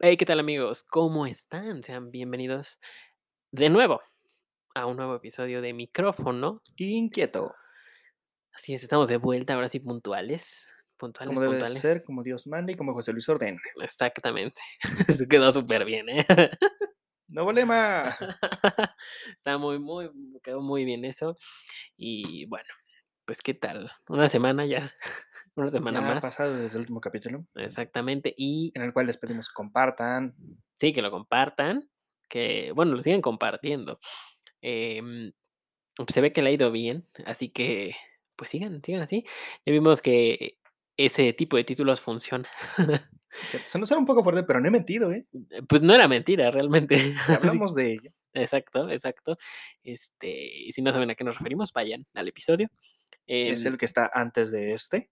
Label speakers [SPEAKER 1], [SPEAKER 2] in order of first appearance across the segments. [SPEAKER 1] Hey, ¿qué tal amigos? ¿Cómo están? Sean bienvenidos de nuevo a un nuevo episodio de Micrófono.
[SPEAKER 2] Inquieto,
[SPEAKER 1] Así es, estamos de vuelta, ahora sí puntuales. Puntuales,
[SPEAKER 2] como debe de
[SPEAKER 1] puntuales.
[SPEAKER 2] ser, como Dios manda y como José Luis ordena.
[SPEAKER 1] Exactamente. Eso quedó súper bien, ¿eh?
[SPEAKER 2] ¡No problema! Ah.
[SPEAKER 1] Está muy, muy, quedó muy bien eso. Y bueno, pues ¿qué tal? Una semana ya. Una semana
[SPEAKER 2] Ya ha
[SPEAKER 1] más.
[SPEAKER 2] pasado desde el último capítulo,
[SPEAKER 1] Exactamente. Y
[SPEAKER 2] en el cual les pedimos compartan.
[SPEAKER 1] sí, que lo compartan, que, bueno, lo sigan compartiendo. Em, pues, se ve que le ha ido bien, así que, pues sigan, sigan así. Ya vimos que ese tipo de títulos funciona.
[SPEAKER 2] Se nos suena un poco fuerte, pero no he mentido, ¿eh?
[SPEAKER 1] Eh, Pues no era mentira, realmente.
[SPEAKER 2] Ya hablamos de ello.
[SPEAKER 1] Exacto, exacto. Este, y si no saben a qué nos referimos, vayan al episodio.
[SPEAKER 2] Es
[SPEAKER 1] Em,
[SPEAKER 2] el que está antes de este,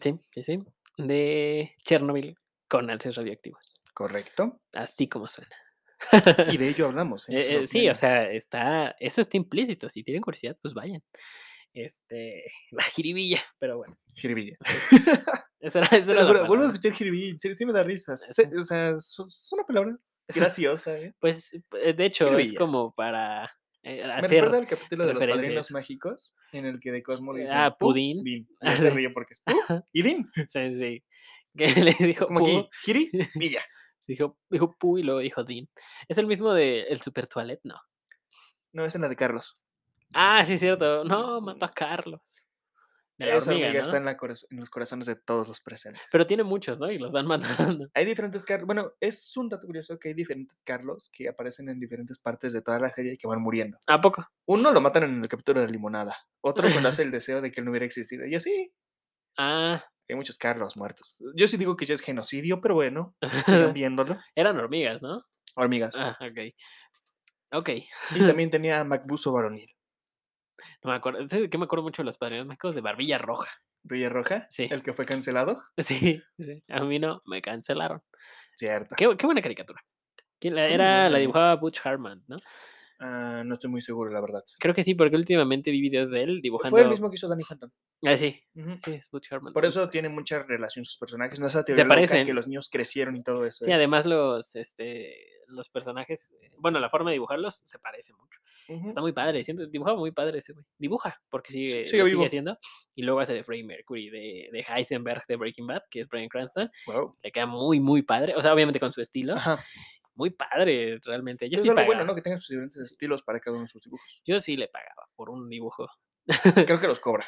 [SPEAKER 1] Sí, sí, sí. De Chernobyl con alces radioactivos.
[SPEAKER 2] correcto.
[SPEAKER 1] Así como suena.
[SPEAKER 2] Y de ello hablamos. ¿eh?
[SPEAKER 1] Eh,
[SPEAKER 2] Eso
[SPEAKER 1] eh,
[SPEAKER 2] es
[SPEAKER 1] sí,
[SPEAKER 2] bueno.
[SPEAKER 1] o sea, está, eso está implícito. Si tienen curiosidad, pues vayan. Este, la jiribilla, pero bueno.
[SPEAKER 2] Jiribilla.
[SPEAKER 1] Esa era, esa
[SPEAKER 2] Te
[SPEAKER 1] era la
[SPEAKER 2] lo juro, Vuelvo a
[SPEAKER 1] palabra.
[SPEAKER 2] escuchar jiribilla, en serio, sí me da risa.
[SPEAKER 1] Sí.
[SPEAKER 2] Se- o sea, so- es una palabra
[SPEAKER 1] Es-
[SPEAKER 2] graciosa, ¿eh?
[SPEAKER 1] Pues, eh, de hecho, es
[SPEAKER 2] jiribilla.
[SPEAKER 1] como para eh,
[SPEAKER 2] Me
[SPEAKER 1] hacer.
[SPEAKER 2] recuerda el capítulo de los
[SPEAKER 1] referencias.
[SPEAKER 2] padrinos mágicos, en el que de Cosmo le dicen
[SPEAKER 1] Ah,
[SPEAKER 2] "Pu,
[SPEAKER 1] pudín.
[SPEAKER 2] din". Y él se ríe porque es "Pu, y din".
[SPEAKER 1] Sí, sí. Que le
[SPEAKER 2] Es
[SPEAKER 1] dijo
[SPEAKER 2] como
[SPEAKER 1] Pu,
[SPEAKER 2] aquí, Jiri, Villa.
[SPEAKER 1] dijo, dijo Pu y luego dijo Din. ¿Es el mismo de El Super Toilet? No.
[SPEAKER 2] No, es en la de Carlos.
[SPEAKER 1] Ah, sí, es cierto. No, mató a Carlos. De la
[SPEAKER 2] Esa
[SPEAKER 1] hormiga,
[SPEAKER 2] hormiga,
[SPEAKER 1] ¿no?
[SPEAKER 2] está en, la coraz- en los corazones de todos los presentes.
[SPEAKER 1] Pero tiene muchos, ¿no? Y los van matando.
[SPEAKER 2] Hay diferentes Carlos. Bueno, es un dato curioso que hay diferentes Carlos que aparecen en diferentes partes de toda la serie y que van muriendo.
[SPEAKER 1] ¿A poco?
[SPEAKER 2] Uno lo matan en el capítulo de la limonada. Otro cuando hace el deseo de que él no hubiera existido. Y así.
[SPEAKER 1] Ah,
[SPEAKER 2] Hay muchos Carlos muertos. Yo sí digo que ya es genocidio, pero bueno, sigan viéndolo.
[SPEAKER 1] eran hormigas, ¿no?
[SPEAKER 2] Hormigas.
[SPEAKER 1] Ah, ok. Ok,
[SPEAKER 2] Y también tenía a Macbuzo varonil.
[SPEAKER 1] no me acuerdo. ¿Sabes de qué me acuerdo mucho de los padrinos mágicos? De Barbilla Roja.
[SPEAKER 2] Rilla Roja,
[SPEAKER 1] Sí.
[SPEAKER 2] el que fue cancelado.
[SPEAKER 1] Sí, sí. A mí no, me cancelaron.
[SPEAKER 2] Cierto.
[SPEAKER 1] Qué, bu- qué buena caricatura. ¿Quién la
[SPEAKER 2] Fue muy
[SPEAKER 1] era? La
[SPEAKER 2] buena, ¿eh?
[SPEAKER 1] dibujaba Butch Hartman, ¿no?
[SPEAKER 2] Ah, no estoy muy seguro, la verdad.
[SPEAKER 1] Creo que sí, porque últimamente vi videos de él dibujando.
[SPEAKER 2] Fue el mismo que hizo Danny Phantom.
[SPEAKER 1] Ah, sí.
[SPEAKER 2] Ujú.
[SPEAKER 1] Sí, es Butch Hartman.
[SPEAKER 2] Por
[SPEAKER 1] Uy,
[SPEAKER 2] eso tiene mucha relación sus personajes. No es la teoría loca
[SPEAKER 1] parecen.
[SPEAKER 2] que los niños crecieron y todo eso.
[SPEAKER 1] Sí,
[SPEAKER 2] ¿eh?
[SPEAKER 1] además los, este, los personajes, eh, bueno, la forma de dibujarlos se parece mucho.
[SPEAKER 2] Ujú.
[SPEAKER 1] Está muy padre, siento, dibujaba muy padre ese güey. Dibuja, porque sigue,
[SPEAKER 2] sigue
[SPEAKER 1] lo
[SPEAKER 2] vivo.
[SPEAKER 1] sigue haciendo. Y luego hace de Freddie Mercury, de, de Heisenberg, de Breaking Bad, que es Brian Cranston.
[SPEAKER 2] Guau.
[SPEAKER 1] Le queda muy, muy padre. O sea, obviamente con su estilo.
[SPEAKER 2] Ajá.
[SPEAKER 1] Muy padre, realmente. Yo
[SPEAKER 2] es
[SPEAKER 1] sí,
[SPEAKER 2] algo
[SPEAKER 1] pagaba,
[SPEAKER 2] bueno, ¿no? Que tengan sus diferentes estilos para cada uno de sus dibujos.
[SPEAKER 1] yo sí le pagaba por un dibujo.
[SPEAKER 2] Creo que los cobra.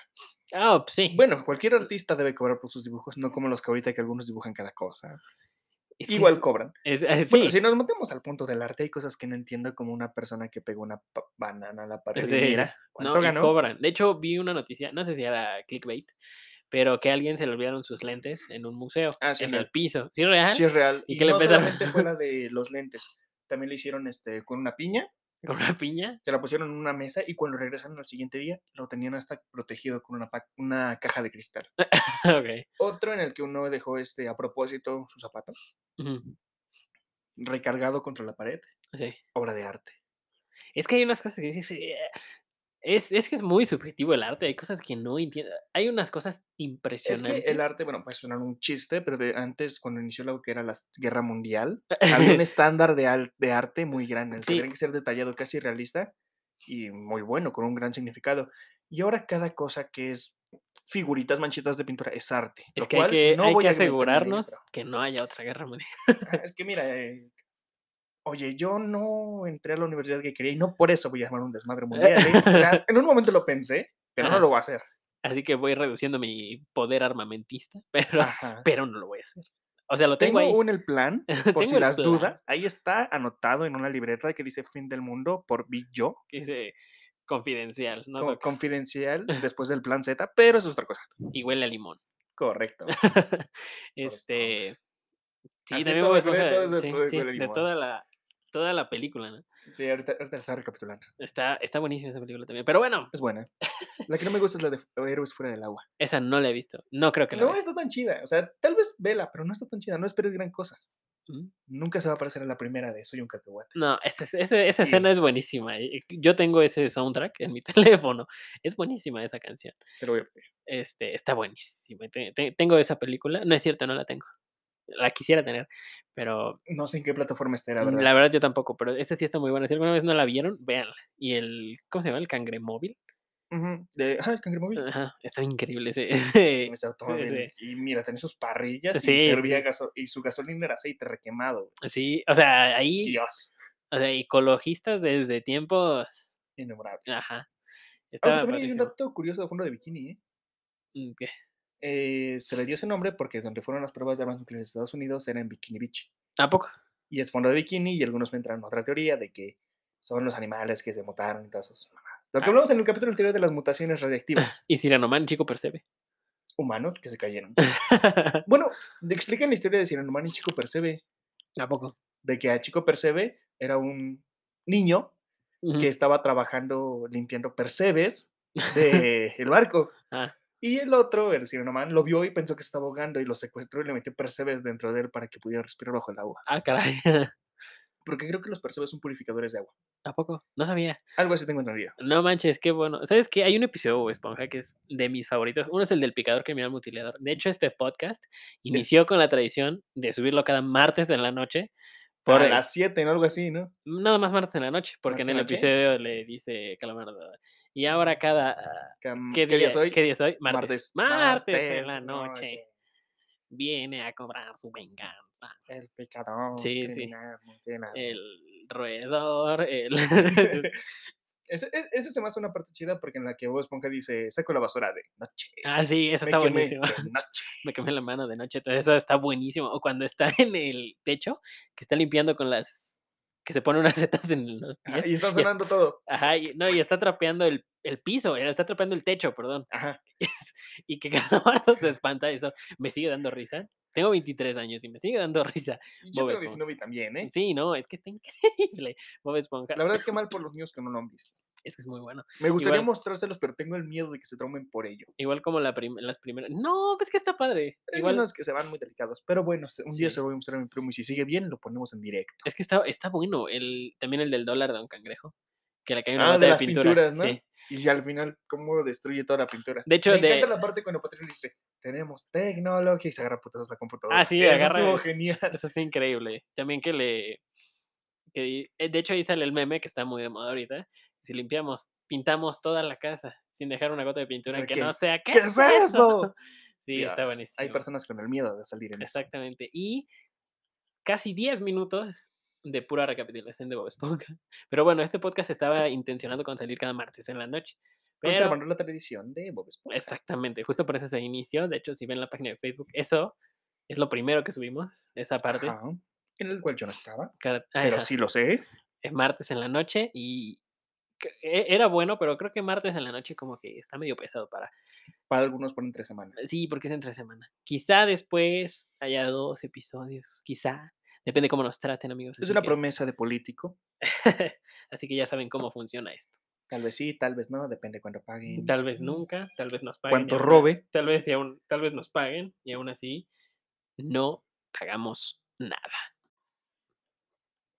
[SPEAKER 1] Ah, pues sí.
[SPEAKER 2] Bueno, cualquier artista debe cobrar por sus dibujos, no como los que ahorita que algunos dibujan cada cosa.
[SPEAKER 1] es que
[SPEAKER 2] Igual
[SPEAKER 1] es-
[SPEAKER 2] cobran.
[SPEAKER 1] es- eh,
[SPEAKER 2] Bueno,
[SPEAKER 1] sí.
[SPEAKER 2] si nos metemos al punto del arte, hay cosas que no entiendo, como una persona que pegó una pa- banana a la pared.
[SPEAKER 1] Sí,
[SPEAKER 2] y
[SPEAKER 1] sí.
[SPEAKER 2] mira, ¿cuánto
[SPEAKER 1] No, y
[SPEAKER 2] ganó?
[SPEAKER 1] cobran. De hecho, vi una noticia, no sé si era clickbait, pero que a alguien se le olvidaron sus lentes en un museo,
[SPEAKER 2] Ah, sí,
[SPEAKER 1] en
[SPEAKER 2] real.
[SPEAKER 1] el piso. ¿Sí es real?
[SPEAKER 2] Sí, es real.
[SPEAKER 1] ¿Y
[SPEAKER 2] Y,
[SPEAKER 1] qué le
[SPEAKER 2] no
[SPEAKER 1] empezaron?
[SPEAKER 2] solamente fue la de los lentes. También lo hicieron este, con una piña
[SPEAKER 1] ¿Con una piña?
[SPEAKER 2] Se la pusieron en una mesa y cuando regresaron al siguiente día lo tenían hasta protegido con una, pa- una caja de cristal.
[SPEAKER 1] ok.
[SPEAKER 2] Otro en el que uno dejó este a propósito su zapato
[SPEAKER 1] ujú,
[SPEAKER 2] recargado contra la pared.
[SPEAKER 1] Sí.
[SPEAKER 2] Obra de arte.
[SPEAKER 1] Es que hay unas cosas que dices. eh, Es, es que es muy subjetivo el arte, hay cosas que no entiendo. Hay unas cosas
[SPEAKER 2] Es que
[SPEAKER 1] impresionantes.
[SPEAKER 2] el arte, bueno, puede sonar un chiste, pero de antes, cuando inició la que era la guerra mundial, había un estándar de, al- de arte muy grande. El que
[SPEAKER 1] Sí.
[SPEAKER 2] tenía que ser detallado, casi realista y muy bueno, con un gran significado. Y ahora cada cosa que es figuritas, manchitas de pintura, es arte.
[SPEAKER 1] Es
[SPEAKER 2] lo
[SPEAKER 1] que hay
[SPEAKER 2] cual
[SPEAKER 1] que,
[SPEAKER 2] no
[SPEAKER 1] hay
[SPEAKER 2] voy
[SPEAKER 1] que
[SPEAKER 2] a argumentar ni en ello,
[SPEAKER 1] asegurarnos
[SPEAKER 2] pero-
[SPEAKER 1] que no haya otra guerra mundial.
[SPEAKER 2] Ah, Es que mira, eh, oye, yo no entré a la universidad que quería y no por eso voy a armar un desmadre mundial. ¿eh? O sea, en un momento lo pensé, pero
[SPEAKER 1] Ajá.
[SPEAKER 2] no lo voy a hacer.
[SPEAKER 1] Así que voy reduciendo mi poder armamentista, pero,
[SPEAKER 2] Ajá.
[SPEAKER 1] pero no lo voy a hacer. O sea, lo tengo,
[SPEAKER 2] Ah. Tengo
[SPEAKER 1] ahí.
[SPEAKER 2] un el plan, por
[SPEAKER 1] Tengo
[SPEAKER 2] si
[SPEAKER 1] el
[SPEAKER 2] las
[SPEAKER 1] plan.
[SPEAKER 2] dudas. Ahí está anotado en una libreta que dice Fin del Mundo por Big Yo,
[SPEAKER 1] que dice confidencial, no
[SPEAKER 2] co-
[SPEAKER 1] toca,
[SPEAKER 2] confidencial, después del plan Z, pero eso es otra cosa.
[SPEAKER 1] y huele a limón.
[SPEAKER 2] Correcto.
[SPEAKER 1] este, sí,
[SPEAKER 2] Así
[SPEAKER 1] también Bob
[SPEAKER 2] todo huele-
[SPEAKER 1] Esponja,
[SPEAKER 2] todo eso
[SPEAKER 1] sí,
[SPEAKER 2] huele-
[SPEAKER 1] sí,
[SPEAKER 2] huele a
[SPEAKER 1] de
[SPEAKER 2] limón.
[SPEAKER 1] toda la toda la película, ¿no?
[SPEAKER 2] Sí, ahorita, ahorita está recapitulando.
[SPEAKER 1] Está está buenísima esa película también, pero bueno,
[SPEAKER 2] Es buena. La que no me gusta es la de F- Héroes Fuera del Agua.
[SPEAKER 1] esa no la he visto. No creo que la
[SPEAKER 2] No
[SPEAKER 1] vea.
[SPEAKER 2] está tan chida. O sea, tal vez vela, pero no está tan chida. No esperes gran cosa.
[SPEAKER 1] ¿Mm?
[SPEAKER 2] Nunca se va a parecer a la primera de Soy un cacahuate.
[SPEAKER 1] No, esa, es- esa- esa
[SPEAKER 2] Sí.
[SPEAKER 1] escena es buenísima. y- y Yo tengo ese soundtrack en mi teléfono. Es buenísima esa canción.
[SPEAKER 2] Te lo voy a pedir.
[SPEAKER 1] Este, está buenísima. te- te- tengo esa película. No es cierto, no la tengo. la quisiera tener, pero
[SPEAKER 2] No sé en qué plataforma está, la
[SPEAKER 1] Mm, la
[SPEAKER 2] verdad.
[SPEAKER 1] verdad. yo tampoco, pero esta sí está muy buena. Si alguna vez no la vieron, véanla. Y el, ¿cómo se llama? El cangremóvil.
[SPEAKER 2] Ujú, de- ah, el cangrejo móvil.
[SPEAKER 1] Ajá, está increíble ese. ese-
[SPEAKER 2] Ese automóvil.
[SPEAKER 1] sí.
[SPEAKER 2] Y mira, tenía sus parrillas
[SPEAKER 1] Sí,
[SPEAKER 2] y, servía
[SPEAKER 1] sí.
[SPEAKER 2] gaso- y su gasolina era aceite requemado. güey.
[SPEAKER 1] sí, o sea, ahí,
[SPEAKER 2] Dios,
[SPEAKER 1] o sea, ecologistas desde tiempos.
[SPEAKER 2] innumerable.
[SPEAKER 1] Ajá.
[SPEAKER 2] Aunque
[SPEAKER 1] Estaba
[SPEAKER 2] también hay un
[SPEAKER 1] padrísimo.
[SPEAKER 2] dato curioso de fondo de bikini. ¿eh?
[SPEAKER 1] Mm, ¿qué?
[SPEAKER 2] Eh, se le dio ese nombre porque donde fueron las pruebas de armas nucleares de Estados Unidos era en Bikini Beach.
[SPEAKER 1] ¿A poco?
[SPEAKER 2] Y es fondo de bikini y algunos me entran otra teoría de que son los animales que se mutaron y todas esas mamadas. Lo que
[SPEAKER 1] Ah.
[SPEAKER 2] hablamos en el capítulo anterior de las mutaciones radiactivas
[SPEAKER 1] Y Siranoman, chico percebe.
[SPEAKER 2] humanos que se cayeron. Bueno, te explican la historia de Siranuman y Chico Percebe.
[SPEAKER 1] ¿A poco?
[SPEAKER 2] De que a Chico Percebe era un niño
[SPEAKER 1] Ujú.
[SPEAKER 2] que estaba trabajando limpiando percebes del barco.
[SPEAKER 1] Ah.
[SPEAKER 2] Y el otro, el Sirenoman, lo vio y pensó que se estaba ahogando y lo secuestró y le metió percebes dentro de él para que pudiera respirar bajo el agua.
[SPEAKER 1] Ah, caray.
[SPEAKER 2] Porque creo que los percebes son purificadores de agua.
[SPEAKER 1] ¿A poco? No sabía.
[SPEAKER 2] Algo así tengo entendido.
[SPEAKER 1] No manches, qué bueno. ¿Sabes qué? Hay un episodio de Bob Esponja que es de mis favoritos. Uno es el del picador criminal mutilador. De hecho, este podcast inició con la tradición de subirlo cada martes en la noche. Por
[SPEAKER 2] Por
[SPEAKER 1] el-
[SPEAKER 2] las 7 o algo así, ¿no?
[SPEAKER 1] Nada más martes en la noche, porque en el
[SPEAKER 2] ¿Martes en
[SPEAKER 1] episodio le dice Calamardo. Y ahora cada... ah,
[SPEAKER 2] Cam-
[SPEAKER 1] ¿Qué, día,
[SPEAKER 2] es hoy?
[SPEAKER 1] ¿Qué día es hoy? Martes.
[SPEAKER 2] Martes.
[SPEAKER 1] Martes, en la
[SPEAKER 2] Martes,
[SPEAKER 1] noche.
[SPEAKER 2] noche.
[SPEAKER 1] Viene a cobrar su venganza.
[SPEAKER 2] El picador.
[SPEAKER 1] Sí, Eh, sí.
[SPEAKER 2] criminal, multinacional.
[SPEAKER 1] El roedor, el...
[SPEAKER 2] Ese- e- Esa se me hace una parte chida porque en la que Bob Esponja dice, saco la basura de noche.
[SPEAKER 1] ah, sí, eso
[SPEAKER 2] me
[SPEAKER 1] está
[SPEAKER 2] quemé
[SPEAKER 1] buenísimo.
[SPEAKER 2] de noche.
[SPEAKER 1] me quemé la mano de noche, todo eso está buenísimo. O cuando está en el techo, que está limpiando con las que se pone unas setas en los
[SPEAKER 2] Ajá,
[SPEAKER 1] pies.
[SPEAKER 2] Ah, Y
[SPEAKER 1] y
[SPEAKER 2] están
[SPEAKER 1] es-
[SPEAKER 2] sonando todo.
[SPEAKER 1] Ajá, y, no, y está trapeando el, el piso, eh, está trapeando el techo, perdón.
[SPEAKER 2] Ajá.
[SPEAKER 1] y que Calamardo se espanta, eso me sigue dando risa. Tengo 23 años y me sigue dando risa.
[SPEAKER 2] Y yo
[SPEAKER 1] Bob
[SPEAKER 2] tengo
[SPEAKER 1] Esponja.
[SPEAKER 2] 19 también, ¿eh?
[SPEAKER 1] Sí, no, es que está increíble. Bob Esponja,
[SPEAKER 2] La verdad que mal por los niños que no lo han visto.
[SPEAKER 1] es que es muy bueno.
[SPEAKER 2] Me gustaría
[SPEAKER 1] Igual.
[SPEAKER 2] mostrárselos, pero tengo el miedo de que se traumen por ello.
[SPEAKER 1] Igual como la prim- las primeras. No, pues, es que está padre.
[SPEAKER 2] Hay
[SPEAKER 1] Igual
[SPEAKER 2] unos que se van muy delicados, pero bueno, se- un día
[SPEAKER 1] Sí.
[SPEAKER 2] se lo voy a mostrar a mi primo y si sigue bien, lo ponemos en directo.
[SPEAKER 1] Es que está, está bueno. El, también el del dólar de un cangrejo. Que le cae una
[SPEAKER 2] Ah,
[SPEAKER 1] gota
[SPEAKER 2] de
[SPEAKER 1] de,
[SPEAKER 2] las
[SPEAKER 1] pintura.
[SPEAKER 2] pinturas, ¿no?
[SPEAKER 1] sí.
[SPEAKER 2] Y ya al final, cómo destruye toda la pintura.
[SPEAKER 1] De hecho,
[SPEAKER 2] Me
[SPEAKER 1] de-
[SPEAKER 2] encanta la parte cuando Patrick le dice, tenemos tecnología y se agarra a putazos la computadora.
[SPEAKER 1] Ah, sí,
[SPEAKER 2] Eso
[SPEAKER 1] agarra
[SPEAKER 2] estuvo
[SPEAKER 1] el-
[SPEAKER 2] genial.
[SPEAKER 1] Eso está increíble. También que le. Que, di- eh, de hecho, ahí sale el meme que está muy de moda ahorita. Si limpiamos, pintamos toda la casa sin dejar una gota de pintura
[SPEAKER 2] ¿Pero
[SPEAKER 1] que
[SPEAKER 2] qué?
[SPEAKER 1] no sea. ¿Qué,
[SPEAKER 2] ¿Qué es eso?
[SPEAKER 1] sí, está
[SPEAKER 2] Dios,
[SPEAKER 1] buenísimo.
[SPEAKER 2] Hay personas con el miedo de salir en eso.
[SPEAKER 1] Exactamente. Y casi 10 minutos de pura recapitulación de Bob Esponja. Pero bueno, este podcast estaba intencionado con salir cada martes en la noche. Pero
[SPEAKER 2] Conservando la tradición de Bob Esponja.
[SPEAKER 1] Exactamente, justo por eso se inició. De hecho, si ven la página de Facebook, eso es lo primero que subimos, esa parte.
[SPEAKER 2] Ajá, En el cual yo no estaba,
[SPEAKER 1] Cara-
[SPEAKER 2] pero
[SPEAKER 1] ajá,
[SPEAKER 2] sí lo sé.
[SPEAKER 1] Es eh, martes en la noche y cre- e- era bueno, pero creo que martes en la noche como que está medio pesado para...
[SPEAKER 2] Para algunos por entre semana.
[SPEAKER 1] Sí, porque es entre semana. Quizá después haya dos episodios, quizá. Depende cómo nos traten, amigos.
[SPEAKER 2] Es
[SPEAKER 1] así
[SPEAKER 2] una
[SPEAKER 1] que-
[SPEAKER 2] promesa de político.
[SPEAKER 1] así que ya saben cómo funciona esto.
[SPEAKER 2] Tal vez sí, tal vez no, depende cuándo paguen.
[SPEAKER 1] Tal vez nunca, tal vez nos paguen. y
[SPEAKER 2] Cuánto
[SPEAKER 1] aún a-
[SPEAKER 2] robe.
[SPEAKER 1] Tal vez, y aún- tal vez nos paguen y aún así no hagamos nada.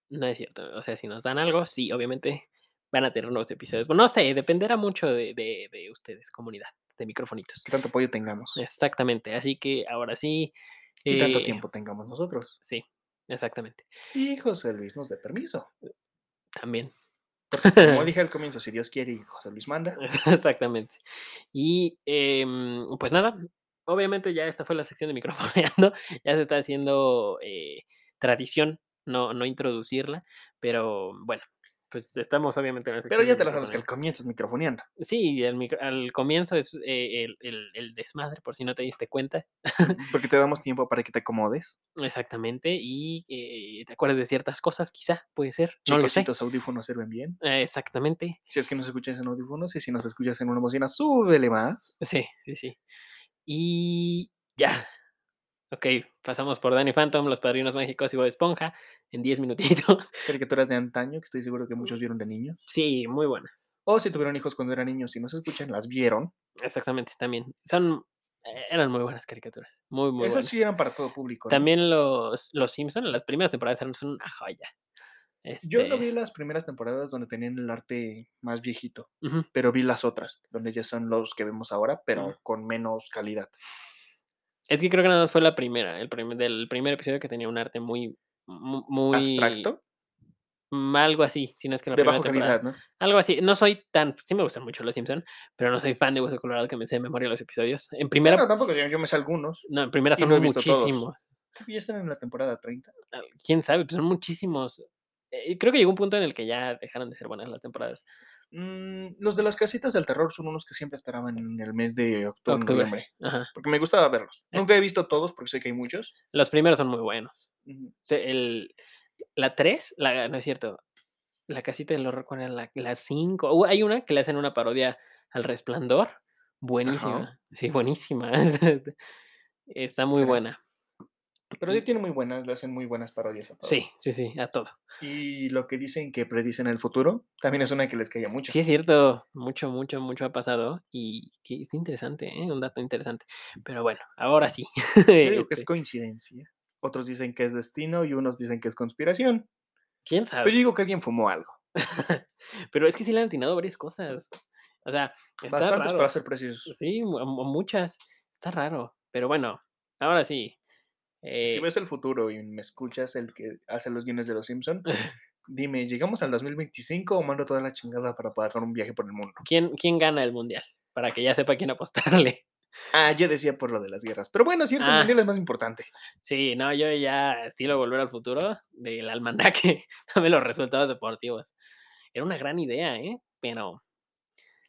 [SPEAKER 1] No es cierto. O sea, si nos dan algo, sí, obviamente van a tener nuevos episodios. Bueno, no sé, dependerá mucho de, de- de ustedes, comunidad, de microfonitos.
[SPEAKER 2] pues, Qué tanto apoyo tengamos.
[SPEAKER 1] Exactamente. Así que ahora sí.
[SPEAKER 2] Y tanto
[SPEAKER 1] eh,
[SPEAKER 2] tiempo tengamos nosotros.
[SPEAKER 1] Sí, exactamente.
[SPEAKER 2] Y José Luis nos dé permiso.
[SPEAKER 1] También.
[SPEAKER 2] Como dije al comienzo, si Dios quiere y José Luis manda.
[SPEAKER 1] Exactamente. Y em, pues nada, obviamente ya esta fue la sección de microfoneando, ya se está haciendo eh, tradición no, no introducirla, pero bueno, pues estamos obviamente en la
[SPEAKER 2] Pero
[SPEAKER 1] sección
[SPEAKER 2] ya
[SPEAKER 1] de
[SPEAKER 2] te la sabes que al
[SPEAKER 1] microfoneando.
[SPEAKER 2] comienzo es microfoneando.
[SPEAKER 1] Sí, al, micro- al comienzo es eh, el, el- el desmadre, por si no te diste cuenta,
[SPEAKER 2] Porque te damos tiempo para que te acomodes.
[SPEAKER 1] exactamente, y eh, te acuerdas de ciertas cosas, quizá, puede ser, no lo sé.
[SPEAKER 2] Chicositos, audífonos sirven bien.
[SPEAKER 1] Eh, Exactamente,
[SPEAKER 2] Si es que nos escuchas en audífonos y si nos escuchas en una bocina, súbele más.
[SPEAKER 1] sí, sí, sí. Y ya. Ok, pasamos por Danny Phantom, Los Padrinos Mágicos y Bob Esponja en 10 minutitos.
[SPEAKER 2] Caricaturas de antaño que estoy seguro que muchos vieron de niños.
[SPEAKER 1] Sí, muy buenas.
[SPEAKER 2] O si tuvieron hijos cuando eran niños y nos escuchan, las vieron.
[SPEAKER 1] Exactamente, también. Son, eh, eran muy buenas caricaturas. Muy, muy
[SPEAKER 2] Esas
[SPEAKER 1] buenas.
[SPEAKER 2] sí eran para todo público. ¿no?
[SPEAKER 1] También los, los Simpson, las primeras temporadas eran son una joya.
[SPEAKER 2] Yo no
[SPEAKER 1] Este,
[SPEAKER 2] vi las primeras temporadas donde tenían el arte más viejito,
[SPEAKER 1] ujú.
[SPEAKER 2] pero vi las otras, donde ya son los que vemos ahora, pero
[SPEAKER 1] Ujú.
[SPEAKER 2] con menos calidad.
[SPEAKER 1] Es que creo que nada más fue la primera, el primer, del primer episodio que tenía un arte muy, mu- muy
[SPEAKER 2] Abstracto.
[SPEAKER 1] mm, algo así, si no es que la
[SPEAKER 2] De
[SPEAKER 1] primera
[SPEAKER 2] baja
[SPEAKER 1] temporada.
[SPEAKER 2] calidad, ¿no?
[SPEAKER 1] Algo así. No soy tan, sí me gustan mucho los Simpson, pero no soy fan de Hueso Colorado que me sé de memoria los episodios. En primera,
[SPEAKER 2] Bueno, tampoco, yo, yo me sé algunos.
[SPEAKER 1] no, en primera
[SPEAKER 2] y
[SPEAKER 1] son
[SPEAKER 2] no he visto todos.
[SPEAKER 1] muchísimos.
[SPEAKER 2] Creo que Ya están en la temporada 30.
[SPEAKER 1] Ah, Quién sabe, pues son muchísimos. Eh, creo que llegó un punto en el que ya dejaron de ser buenas las temporadas.
[SPEAKER 2] Mm, los de las casitas del terror son unos que siempre esperaban en el mes de octubre,
[SPEAKER 1] Octubre.
[SPEAKER 2] noviembre,
[SPEAKER 1] Ajá.
[SPEAKER 2] Porque me gustaba verlos. Nunca he visto todos porque sé que hay muchos.
[SPEAKER 1] Los primeros son muy buenos.
[SPEAKER 2] Ujú.
[SPEAKER 1] O sea, el, la 3, la, no es cierto. La casita del horror, ¿cuál era la, la 5? hay una que le hacen una parodia al resplandor. Buenísima. Sí, buenísima. Está muy
[SPEAKER 2] Será.
[SPEAKER 1] buena.
[SPEAKER 2] Pero
[SPEAKER 1] Y-
[SPEAKER 2] sí tienen muy buenas, le hacen muy buenas parodias a todos.
[SPEAKER 1] Sí, sí, sí, a todo.
[SPEAKER 2] Y lo que dicen que predicen el futuro también es una que les caía mucho.
[SPEAKER 1] Sí, es cierto. Mucho, mucho, mucho ha pasado. Y que es interesante, ¿eh? un dato interesante. Pero bueno, ahora sí.
[SPEAKER 2] Yo digo que es
[SPEAKER 1] este,
[SPEAKER 2] coincidencia. Otros dicen que es destino y unos dicen que es conspiración.
[SPEAKER 1] ¿Quién sabe?
[SPEAKER 2] Pero yo digo que alguien fumó algo.
[SPEAKER 1] Pero es que sí le han atinado varias cosas. O sea, está
[SPEAKER 2] Bastantes
[SPEAKER 1] raro.
[SPEAKER 2] para ser precisos.
[SPEAKER 1] Sí, mu- mu- muchas. Está raro. Pero bueno, ahora sí.
[SPEAKER 2] Si
[SPEAKER 1] eh,
[SPEAKER 2] ves el futuro y me escuchas el que hace los guiones de los Simpson, dime, ¿llegamos al 2025 o mando toda la chingada para pagar un viaje por el mundo?
[SPEAKER 1] ¿quién, ¿Quién gana el mundial? Para que ya sepa quién apostarle.
[SPEAKER 2] Ah, yo decía por lo de las guerras. Pero bueno, cierto,
[SPEAKER 1] Ah.
[SPEAKER 2] el mundial es más importante.
[SPEAKER 1] Sí, no, yo ya estilo volver al futuro del almanaque. Dame los resultados deportivos. Era una gran idea, ¿eh? Pero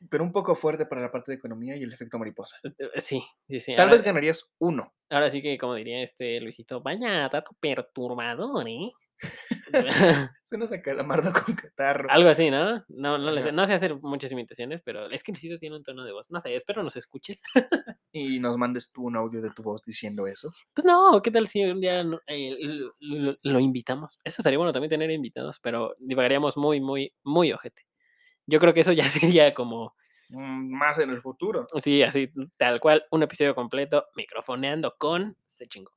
[SPEAKER 2] Pero un poco fuerte para la parte de economía y el efecto mariposa.
[SPEAKER 1] eh, sí, sí, sí.
[SPEAKER 2] Tal
[SPEAKER 1] ahora-
[SPEAKER 2] vez ganarías uno.
[SPEAKER 1] Ahora sí que, como diría este Luisito, vaya dato perturbador, ¿eh?
[SPEAKER 2] Se nos saca la mardo con catarro.
[SPEAKER 1] Algo así, ¿no? No, no, le sé,
[SPEAKER 2] Ajá.
[SPEAKER 1] no sé hacer muchas imitaciones, pero es que Luisito tiene un tono de voz. No sé, espero nos escuches.
[SPEAKER 2] Y nos mandes tú un audio de tu voz diciendo eso.
[SPEAKER 1] Pues no, ¿qué tal si un día no- eh, lo, lo- lo invitamos? Eso sería bueno también tener invitados, pero divagaríamos muy, muy, muy ojete. Yo creo que eso ya sería como,
[SPEAKER 2] Mm, Más en el futuro.
[SPEAKER 1] sí, así, tal cual, un episodio completo, microfoneando con, se chingo.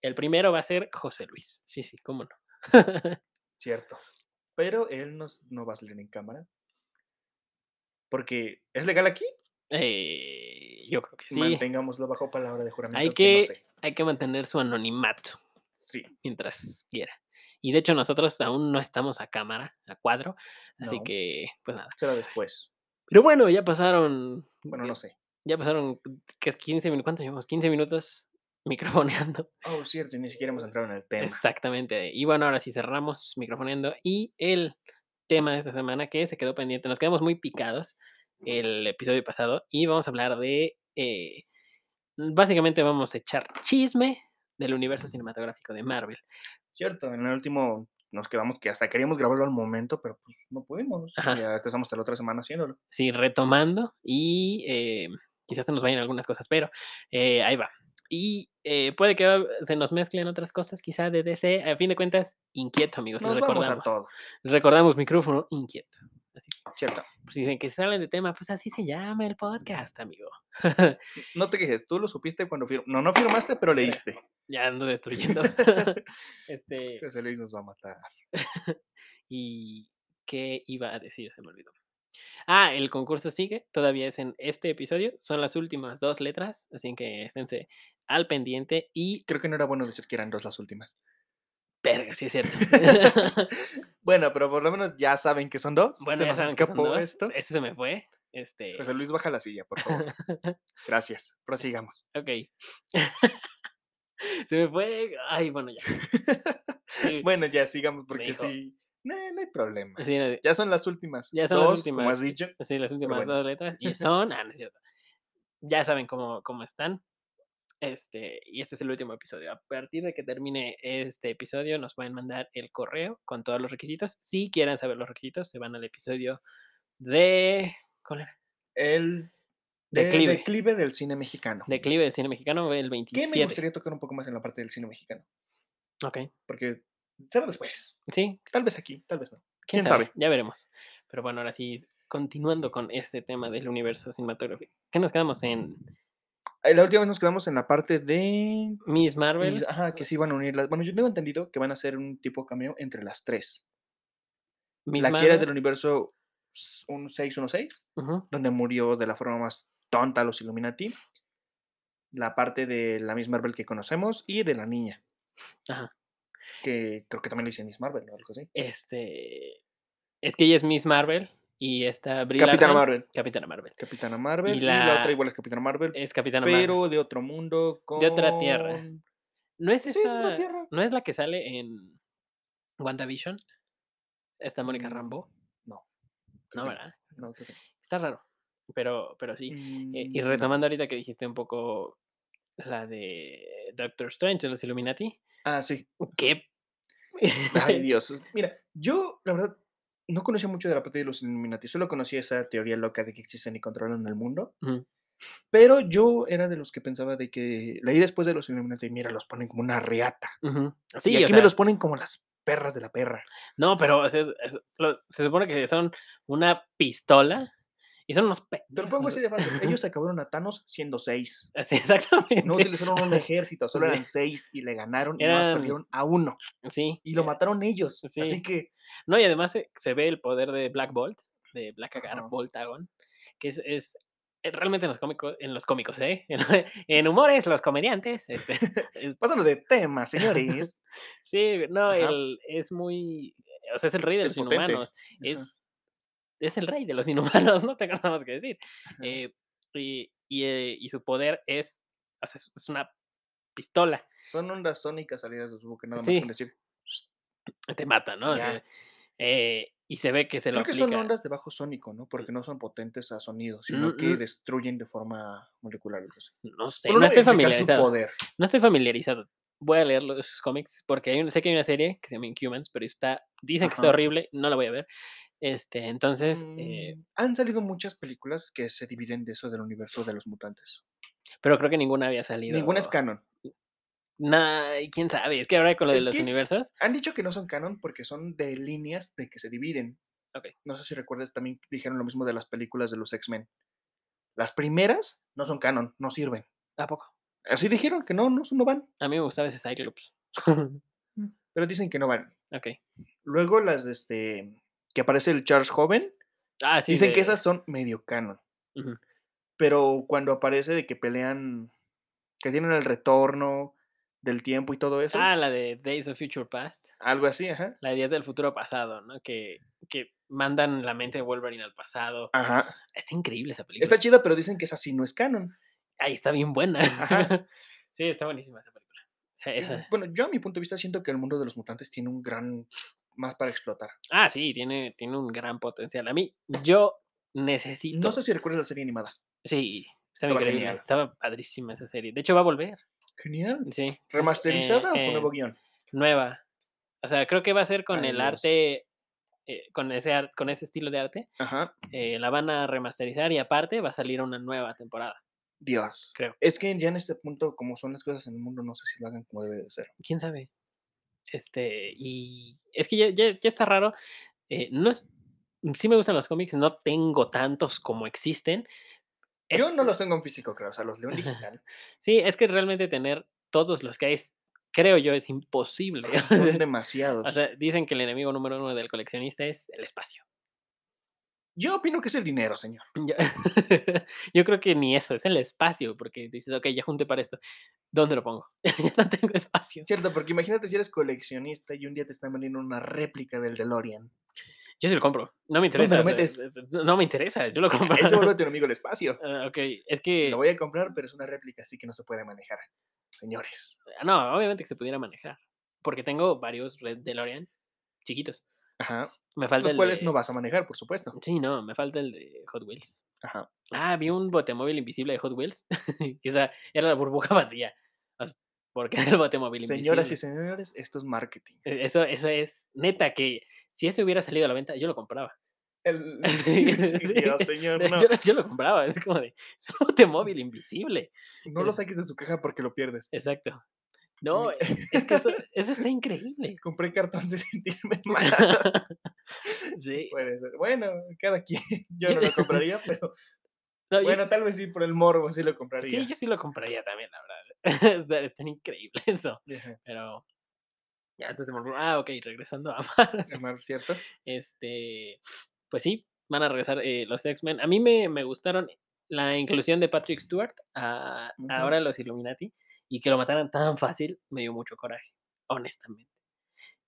[SPEAKER 1] El primero va a ser José Luis. Sí, sí, cómo no.
[SPEAKER 2] Cierto. Pero él nos, no va a salir en cámara. Porque, ¿es legal aquí?
[SPEAKER 1] Eh, yo creo que sí.
[SPEAKER 2] Mantengámoslo bajo palabra de juramento.
[SPEAKER 1] Hay
[SPEAKER 2] no
[SPEAKER 1] que-
[SPEAKER 2] sé.
[SPEAKER 1] Hay que mantener su anonimato
[SPEAKER 2] Sí,
[SPEAKER 1] mientras quiera. Y de hecho nosotros aún no estamos a cámara, a cuadro, así
[SPEAKER 2] No.
[SPEAKER 1] que pues nada.
[SPEAKER 2] será después.
[SPEAKER 1] Pero bueno, ya pasaron
[SPEAKER 2] Bueno,
[SPEAKER 1] ya-
[SPEAKER 2] no sé.
[SPEAKER 1] ya pasaron que es 15 minutos, ¿cuánto llevamos? 15 minutos microfoneando.
[SPEAKER 2] Oh, cierto, y ni siquiera hemos entrado en el tema.
[SPEAKER 1] Exactamente. Y bueno, ahora sí cerramos microfoneando y el tema de esta semana que se quedó pendiente. Nos quedamos muy picados el episodio pasado y vamos a hablar de... eh, básicamente vamos a echar chisme del universo cinematográfico de Marvel.
[SPEAKER 2] Cierto, en el último nos quedamos que hasta queríamos grabarlo al momento, pero pues no pudimos.
[SPEAKER 1] Ajá.
[SPEAKER 2] Ya estamos hasta la otra semana haciéndolo.
[SPEAKER 1] Sí, retomando y eh, quizás se nos vayan algunas cosas, pero eh, ahí va. Y eh, puede que va- se nos mezclen otras cosas, quizá de DC. A fin de cuentas, inquieto, amigos. les
[SPEAKER 2] Nos vamos a todo.
[SPEAKER 1] Recordamos micrófono inquieto. Así que,
[SPEAKER 2] Cierto.
[SPEAKER 1] pues, si dicen que salen de tema, pues así se llama el podcast, amigo.
[SPEAKER 2] No te quejes, tú lo supiste cuando firmaste. No, no firmaste, pero leíste.
[SPEAKER 1] ya ando destruyendo. este,
[SPEAKER 2] José Luis nos va a matar.
[SPEAKER 1] ¿Y qué iba a decir? Se me olvidó. Ah, el concurso sigue, todavía es en este episodio, son las últimas dos letras, así que esténse al pendiente y...
[SPEAKER 2] Creo que no era bueno decir que eran dos las últimas.
[SPEAKER 1] Verga, sí es cierto.
[SPEAKER 2] Bueno, pero por lo menos ya saben que son dos.
[SPEAKER 1] bueno,
[SPEAKER 2] Se
[SPEAKER 1] ya
[SPEAKER 2] nos
[SPEAKER 1] saben que son
[SPEAKER 2] escapó
[SPEAKER 1] dos,
[SPEAKER 2] esto. Pues,
[SPEAKER 1] Eso se me fue. Este...
[SPEAKER 2] José Luis, baja la silla, por favor. Gracias. Prosigamos.
[SPEAKER 1] ok. se me fue... Ay, bueno, ya. Sí,
[SPEAKER 2] Bueno, ya sigamos porque
[SPEAKER 1] dijo.
[SPEAKER 2] sí. No, no hay problema.
[SPEAKER 1] sí, no,
[SPEAKER 2] Ya son las últimas.
[SPEAKER 1] Ya son las
[SPEAKER 2] dos, Como
[SPEAKER 1] últimas.
[SPEAKER 2] has dicho.
[SPEAKER 1] Sí, las últimas
[SPEAKER 2] bueno.
[SPEAKER 1] dos letras. Y son. Ah, no es cierto. Ya saben cómo, cómo están. Este, y este es el último episodio. A partir de que termine este episodio, nos pueden mandar el correo con todos los requisitos. Si quieren saber los requisitos, se van al episodio de. ¿Cuál era?
[SPEAKER 2] El de-
[SPEAKER 1] Declive.
[SPEAKER 2] declive del cine mexicano.
[SPEAKER 1] Declive de cine mexicano, el
[SPEAKER 2] Que me
[SPEAKER 1] 27.
[SPEAKER 2] gustaría tocar un poco más en la parte del cine mexicano.
[SPEAKER 1] Ok.
[SPEAKER 2] Porque será después.
[SPEAKER 1] Sí,
[SPEAKER 2] Tal vez aquí, tal vez no.
[SPEAKER 1] quién
[SPEAKER 2] ¿Quién
[SPEAKER 1] sabe?
[SPEAKER 2] sabe?
[SPEAKER 1] Ya veremos. Pero bueno, ahora sí, continuando con este tema del universo cinematográfico. ¿Qué nos quedamos en
[SPEAKER 2] Eh, La última vez nos quedamos en la parte de.
[SPEAKER 1] Miss Marvel?
[SPEAKER 2] mis- Ajá, que se iban a unir las. Bueno, yo tengo entendido que van a hacer un tipo cameo entre las tres.
[SPEAKER 1] Miss
[SPEAKER 2] la que era
[SPEAKER 1] Marvel,
[SPEAKER 2] del universo s- un 616,
[SPEAKER 1] ujú,
[SPEAKER 2] donde murió de la forma más tonta los Illuminati. la parte de la Miss Marvel que conocemos y de la niña.
[SPEAKER 1] Ajá.
[SPEAKER 2] Que creo que también le dicen Miss Marvel, ¿no? Algo así.
[SPEAKER 1] Este. Es que ella es Miss Marvel y esta Brie
[SPEAKER 2] Capitana
[SPEAKER 1] Larson-
[SPEAKER 2] Marvel.
[SPEAKER 1] Capitana Marvel.
[SPEAKER 2] Capitana Marvel. Y la...
[SPEAKER 1] la-
[SPEAKER 2] otra igual es Capitana Marvel.
[SPEAKER 1] Es Capitana
[SPEAKER 2] pero
[SPEAKER 1] Marvel.
[SPEAKER 2] de otro mundo. Con...
[SPEAKER 1] De otra tierra. No es
[SPEAKER 2] Sí, de otra
[SPEAKER 1] esta.
[SPEAKER 2] tierra.
[SPEAKER 1] ¿No es la que sale en WandaVision? Esta Mónica
[SPEAKER 2] Mm,
[SPEAKER 1] Rambo.
[SPEAKER 2] no. Creo
[SPEAKER 1] No,
[SPEAKER 2] que no.
[SPEAKER 1] ¿verdad?
[SPEAKER 2] No, creo que-
[SPEAKER 1] Está raro. Pero, pero sí. Eh, Y
[SPEAKER 2] Mm, no.
[SPEAKER 1] retomando ahorita que dijiste un poco la de Doctor Strange, de los Illuminati.
[SPEAKER 2] Ah, sí.
[SPEAKER 1] ¿Qué?
[SPEAKER 2] Ay, Dios. es- Mira, yo, la verdad, no conocía mucho de la parte de los Illuminati. Solo conocía esa teoría loca de que existen y controlan el mundo.
[SPEAKER 1] Ujú.
[SPEAKER 2] Pero yo era de los que pensaba de que leí después de los Illuminati, mira, los ponen como una reata.
[SPEAKER 1] Ujú.
[SPEAKER 2] y
[SPEAKER 1] Sí,
[SPEAKER 2] aquí
[SPEAKER 1] o
[SPEAKER 2] me
[SPEAKER 1] sea,
[SPEAKER 2] los ponen como las perras de la perra.
[SPEAKER 1] No, pero o sea, es- es- lo- se supone que son una pistola y son unos
[SPEAKER 2] Te lo pongo así
[SPEAKER 1] pendejos.
[SPEAKER 2] de fácil. Ellos acabaron a Thanos siendo seis.
[SPEAKER 1] Así, exactamente.
[SPEAKER 2] No utilizaron un ejército, solo
[SPEAKER 1] Sí.
[SPEAKER 2] eran seis y le ganaron y nomás
[SPEAKER 1] Eran-
[SPEAKER 2] perdieron a uno.
[SPEAKER 1] sí.
[SPEAKER 2] Y lo
[SPEAKER 1] eh,
[SPEAKER 2] mataron ellos.
[SPEAKER 1] sí.
[SPEAKER 2] Así que
[SPEAKER 1] No, y además se, se ve el poder de Black Bolt, de Black Agar
[SPEAKER 2] Ajá.
[SPEAKER 1] Voltagon, que es, es- eh, realmente en los cómicos, en los cómicos, ¿eh? En, en humores, los comediantes. este, es-
[SPEAKER 2] Pásalo de tema, señores.
[SPEAKER 1] sí, no,
[SPEAKER 2] Ajá.
[SPEAKER 1] el- es muy, o sea, es el rey de
[SPEAKER 2] Es
[SPEAKER 1] los
[SPEAKER 2] potente.
[SPEAKER 1] inhumanos.
[SPEAKER 2] Ajá.
[SPEAKER 1] Es, es el rey de los inhumanos, no tengo nada más que decir. eh, y, y, eh, y su poder es, o sea, es- es una pistola,
[SPEAKER 2] Son ondas sónicas salidas de su boca, nada más
[SPEAKER 1] Sí.
[SPEAKER 2] con decir.
[SPEAKER 1] te mata, ¿no? O
[SPEAKER 2] Ya.
[SPEAKER 1] sea, eh, y se ve que se lo
[SPEAKER 2] Creo que son
[SPEAKER 1] aplica.
[SPEAKER 2] ondas de bajo sónico, ¿no? Porque no son potentes a sonido,
[SPEAKER 1] Mm,
[SPEAKER 2] sino que
[SPEAKER 1] mm.
[SPEAKER 2] destruyen de forma molecular. algo así.
[SPEAKER 1] No sé,
[SPEAKER 2] Por
[SPEAKER 1] no
[SPEAKER 2] una-
[SPEAKER 1] estoy
[SPEAKER 2] explicar
[SPEAKER 1] familiarizado.
[SPEAKER 2] su poder.
[SPEAKER 1] No estoy familiarizado. Voy a leer los cómics porque hay un- sé que hay una serie que se llama Inhumans, pero está, dicen que está
[SPEAKER 2] Ajá.
[SPEAKER 1] horrible, no la voy a ver. Este, entonces, eh,
[SPEAKER 2] Mm, Han salido muchas películas que se dividen de eso del universo de los mutantes.
[SPEAKER 1] pero creo que ninguna había salido.
[SPEAKER 2] Ninguna es canon.
[SPEAKER 1] Nah, quién sabe, es que ahora con lo de
[SPEAKER 2] Es
[SPEAKER 1] los
[SPEAKER 2] que-
[SPEAKER 1] universos,
[SPEAKER 2] Han dicho que no son canon porque son de líneas de que se dividen.
[SPEAKER 1] Ok.
[SPEAKER 2] No sé si recuerdas, también dijeron lo mismo de las películas de los X-Men. Las primeras no son canon, no sirven.
[SPEAKER 1] ¿a poco?
[SPEAKER 2] Así dijeron que no, no, no van.
[SPEAKER 1] A mí me gustaba ese Cyclops.
[SPEAKER 2] Pero dicen que no van.
[SPEAKER 1] ok.
[SPEAKER 2] Luego las de este. que aparece el Charles joven.
[SPEAKER 1] Ah, sí.
[SPEAKER 2] dicen que
[SPEAKER 1] de-
[SPEAKER 2] esas son medio canon.
[SPEAKER 1] Ujú.
[SPEAKER 2] Pero cuando aparece de que pelean. que tienen el retorno del tiempo y todo eso.
[SPEAKER 1] Ah, la de Days of Future Past.
[SPEAKER 2] Algo así, ajá.
[SPEAKER 1] La de Días del Futuro Pasado, ¿no? Que, que mandan la mente de Wolverine al pasado.
[SPEAKER 2] Ajá.
[SPEAKER 1] Está increíble esa película.
[SPEAKER 2] Está chida, pero dicen que esa sí no es canon.
[SPEAKER 1] Ay, está bien buena.
[SPEAKER 2] Ajá.
[SPEAKER 1] sí, está buenísima esa película. O sea,
[SPEAKER 2] Y,
[SPEAKER 1] esa-
[SPEAKER 2] Bueno, yo a mi punto de vista siento que el mundo de los mutantes tiene un gran. más para explotar.
[SPEAKER 1] Ah, sí, tiene, tiene un gran potencial. A mí, yo necesito.
[SPEAKER 2] No sé si recuerdas la serie animada.
[SPEAKER 1] Sí, estaba
[SPEAKER 2] Estaba
[SPEAKER 1] increíble.
[SPEAKER 2] genial.
[SPEAKER 1] Estaba padrísima esa serie. De hecho, va a volver.
[SPEAKER 2] Genial.
[SPEAKER 1] Sí. sí,
[SPEAKER 2] ¿Remasterizada
[SPEAKER 1] eh,
[SPEAKER 2] o con nuevo
[SPEAKER 1] eh,
[SPEAKER 2] guión?
[SPEAKER 1] Nueva. O sea, creo que va a ser con
[SPEAKER 2] Ay,
[SPEAKER 1] el
[SPEAKER 2] Dios.
[SPEAKER 1] arte. eh, con, ese ar- con ese estilo de arte.
[SPEAKER 2] Ajá.
[SPEAKER 1] eh, la van a remasterizar y aparte va a salir una nueva temporada.
[SPEAKER 2] Dios.
[SPEAKER 1] Creo.
[SPEAKER 2] Es que ya en este punto, como son las cosas en el mundo, no sé si lo hagan como debe de ser.
[SPEAKER 1] quién sabe. Este, y es que ya, ya- ya está raro. eh, no es, sí me gustan los cómics, no tengo tantos como existen. Es-
[SPEAKER 2] Yo no los tengo en físico, creo. O sea, los leo en digital.
[SPEAKER 1] Sí, es que realmente tener todos los que hay, es- creo yo, es imposible.
[SPEAKER 2] Son demasiados.
[SPEAKER 1] o sea, dicen que el enemigo número uno del coleccionista es el espacio.
[SPEAKER 2] Yo opino que es el dinero, señor.
[SPEAKER 1] Yo, yo creo que ni eso, es el espacio, porque dices, ok, ya junté para esto. ¿Dónde lo pongo? ya no tengo espacio.
[SPEAKER 2] Cierto, porque imagínate si eres coleccionista y un día te están vendiendo una réplica del DeLorean.
[SPEAKER 1] Yo sí lo compro. No me
[SPEAKER 2] ¿Dónde
[SPEAKER 1] interesa.
[SPEAKER 2] lo
[SPEAKER 1] o sea,
[SPEAKER 2] metes?
[SPEAKER 1] es- es- no me interesa, yo lo compro.
[SPEAKER 2] Ahí se vuelve tu enemigo el espacio.
[SPEAKER 1] Ah, ok, es que.
[SPEAKER 2] Lo voy a comprar, pero es una réplica, así que no se puede manejar. Señores.
[SPEAKER 1] ah, No, obviamente que se pudiera manejar. Porque tengo varios Red DeLorean chiquitos.
[SPEAKER 2] Ajá.
[SPEAKER 1] Me falta
[SPEAKER 2] Los
[SPEAKER 1] el
[SPEAKER 2] cuales
[SPEAKER 1] de-
[SPEAKER 2] no vas a manejar, por supuesto.
[SPEAKER 1] Sí, no, me falta el de Hot Wheels.
[SPEAKER 2] Ajá.
[SPEAKER 1] Ah, vi un botemóvil invisible de Hot Wheels. que esa era la burbuja vacía. O sea, Porque era el botemóvil
[SPEAKER 2] Señoras y
[SPEAKER 1] invisible.
[SPEAKER 2] señores, esto es marketing.
[SPEAKER 1] Eh, Eso, eso es neta que si eso hubiera salido a la venta, yo lo compraba.
[SPEAKER 2] El...
[SPEAKER 1] Sí,
[SPEAKER 2] Sí,
[SPEAKER 1] sí.
[SPEAKER 2] Dios, señor, no.
[SPEAKER 1] Yo, yo lo compraba. Es como de. Es un botemóvil invisible.
[SPEAKER 2] No
[SPEAKER 1] eh.
[SPEAKER 2] lo saques de su caja porque lo pierdes.
[SPEAKER 1] Exacto. No, eh, es que eso, eso está increíble.
[SPEAKER 2] Compré cartón sin sentirme mal.
[SPEAKER 1] sí.
[SPEAKER 2] Puede ser. Bueno, cada quien. Yo no lo compraría, pero
[SPEAKER 1] No, yo
[SPEAKER 2] bueno,
[SPEAKER 1] sí-
[SPEAKER 2] tal vez sí por el morbo sí lo compraría.
[SPEAKER 1] Sí, yo sí lo compraría también, la verdad. Está- es tan increíble eso.
[SPEAKER 2] Ajá,
[SPEAKER 1] Pero. Ya, entonces se me olvidó. Ah, ok, regresando a Mar.
[SPEAKER 2] Amar, ¿cierto?
[SPEAKER 1] Este. Pues sí, van a regresar eh, los X-Men. A mí me, me gustaron. la inclusión de Patrick Stewart a
[SPEAKER 2] Ujú.
[SPEAKER 1] ahora los Illuminati y que lo mataran tan fácil me dio mucho coraje, honestamente.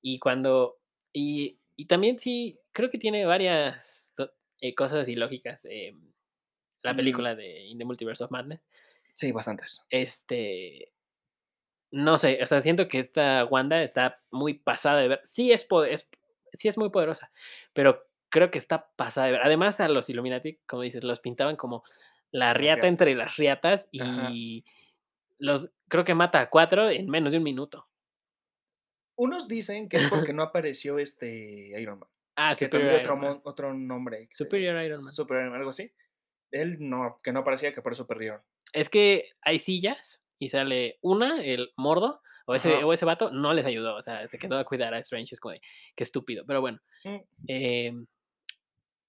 [SPEAKER 1] Y cuando. Y, y también sí, creo que tiene varias to- eh, cosas ilógicas. eh, la
[SPEAKER 2] Mm.
[SPEAKER 1] película de In the Multiverse of Madness.
[SPEAKER 2] Sí, bastantes.
[SPEAKER 1] Este. No sé, o sea, siento que esta Wanda está muy pasada de ver. Sí es, po- es- sí es muy poderosa, pero creo que está pasada de ver. Además, a los Illuminati, como dices, los pintaban como la riata
[SPEAKER 2] riata.
[SPEAKER 1] entre las riatas
[SPEAKER 2] Ajá.
[SPEAKER 1] y los creo que mata a cuatro en menos de un minuto.
[SPEAKER 2] Unos dicen que es porque no apareció este Iron Man.
[SPEAKER 1] Ah,
[SPEAKER 2] Que tuviera
[SPEAKER 1] Superior
[SPEAKER 2] otro,
[SPEAKER 1] Iron Man.
[SPEAKER 2] mon- otro nombre. que se-
[SPEAKER 1] Superior Iron Man.
[SPEAKER 2] Super Iron Man, algo así. Él no, que no aparecía, que por eso perdieron.
[SPEAKER 1] Es que hay sillas y sale una, el mordo, o ese,
[SPEAKER 2] Ajá.
[SPEAKER 1] o ese vato no les ayudó, o sea, se quedó a cuidar a Strange, es como de, qué estúpido, pero bueno.
[SPEAKER 2] Mm.
[SPEAKER 1] em,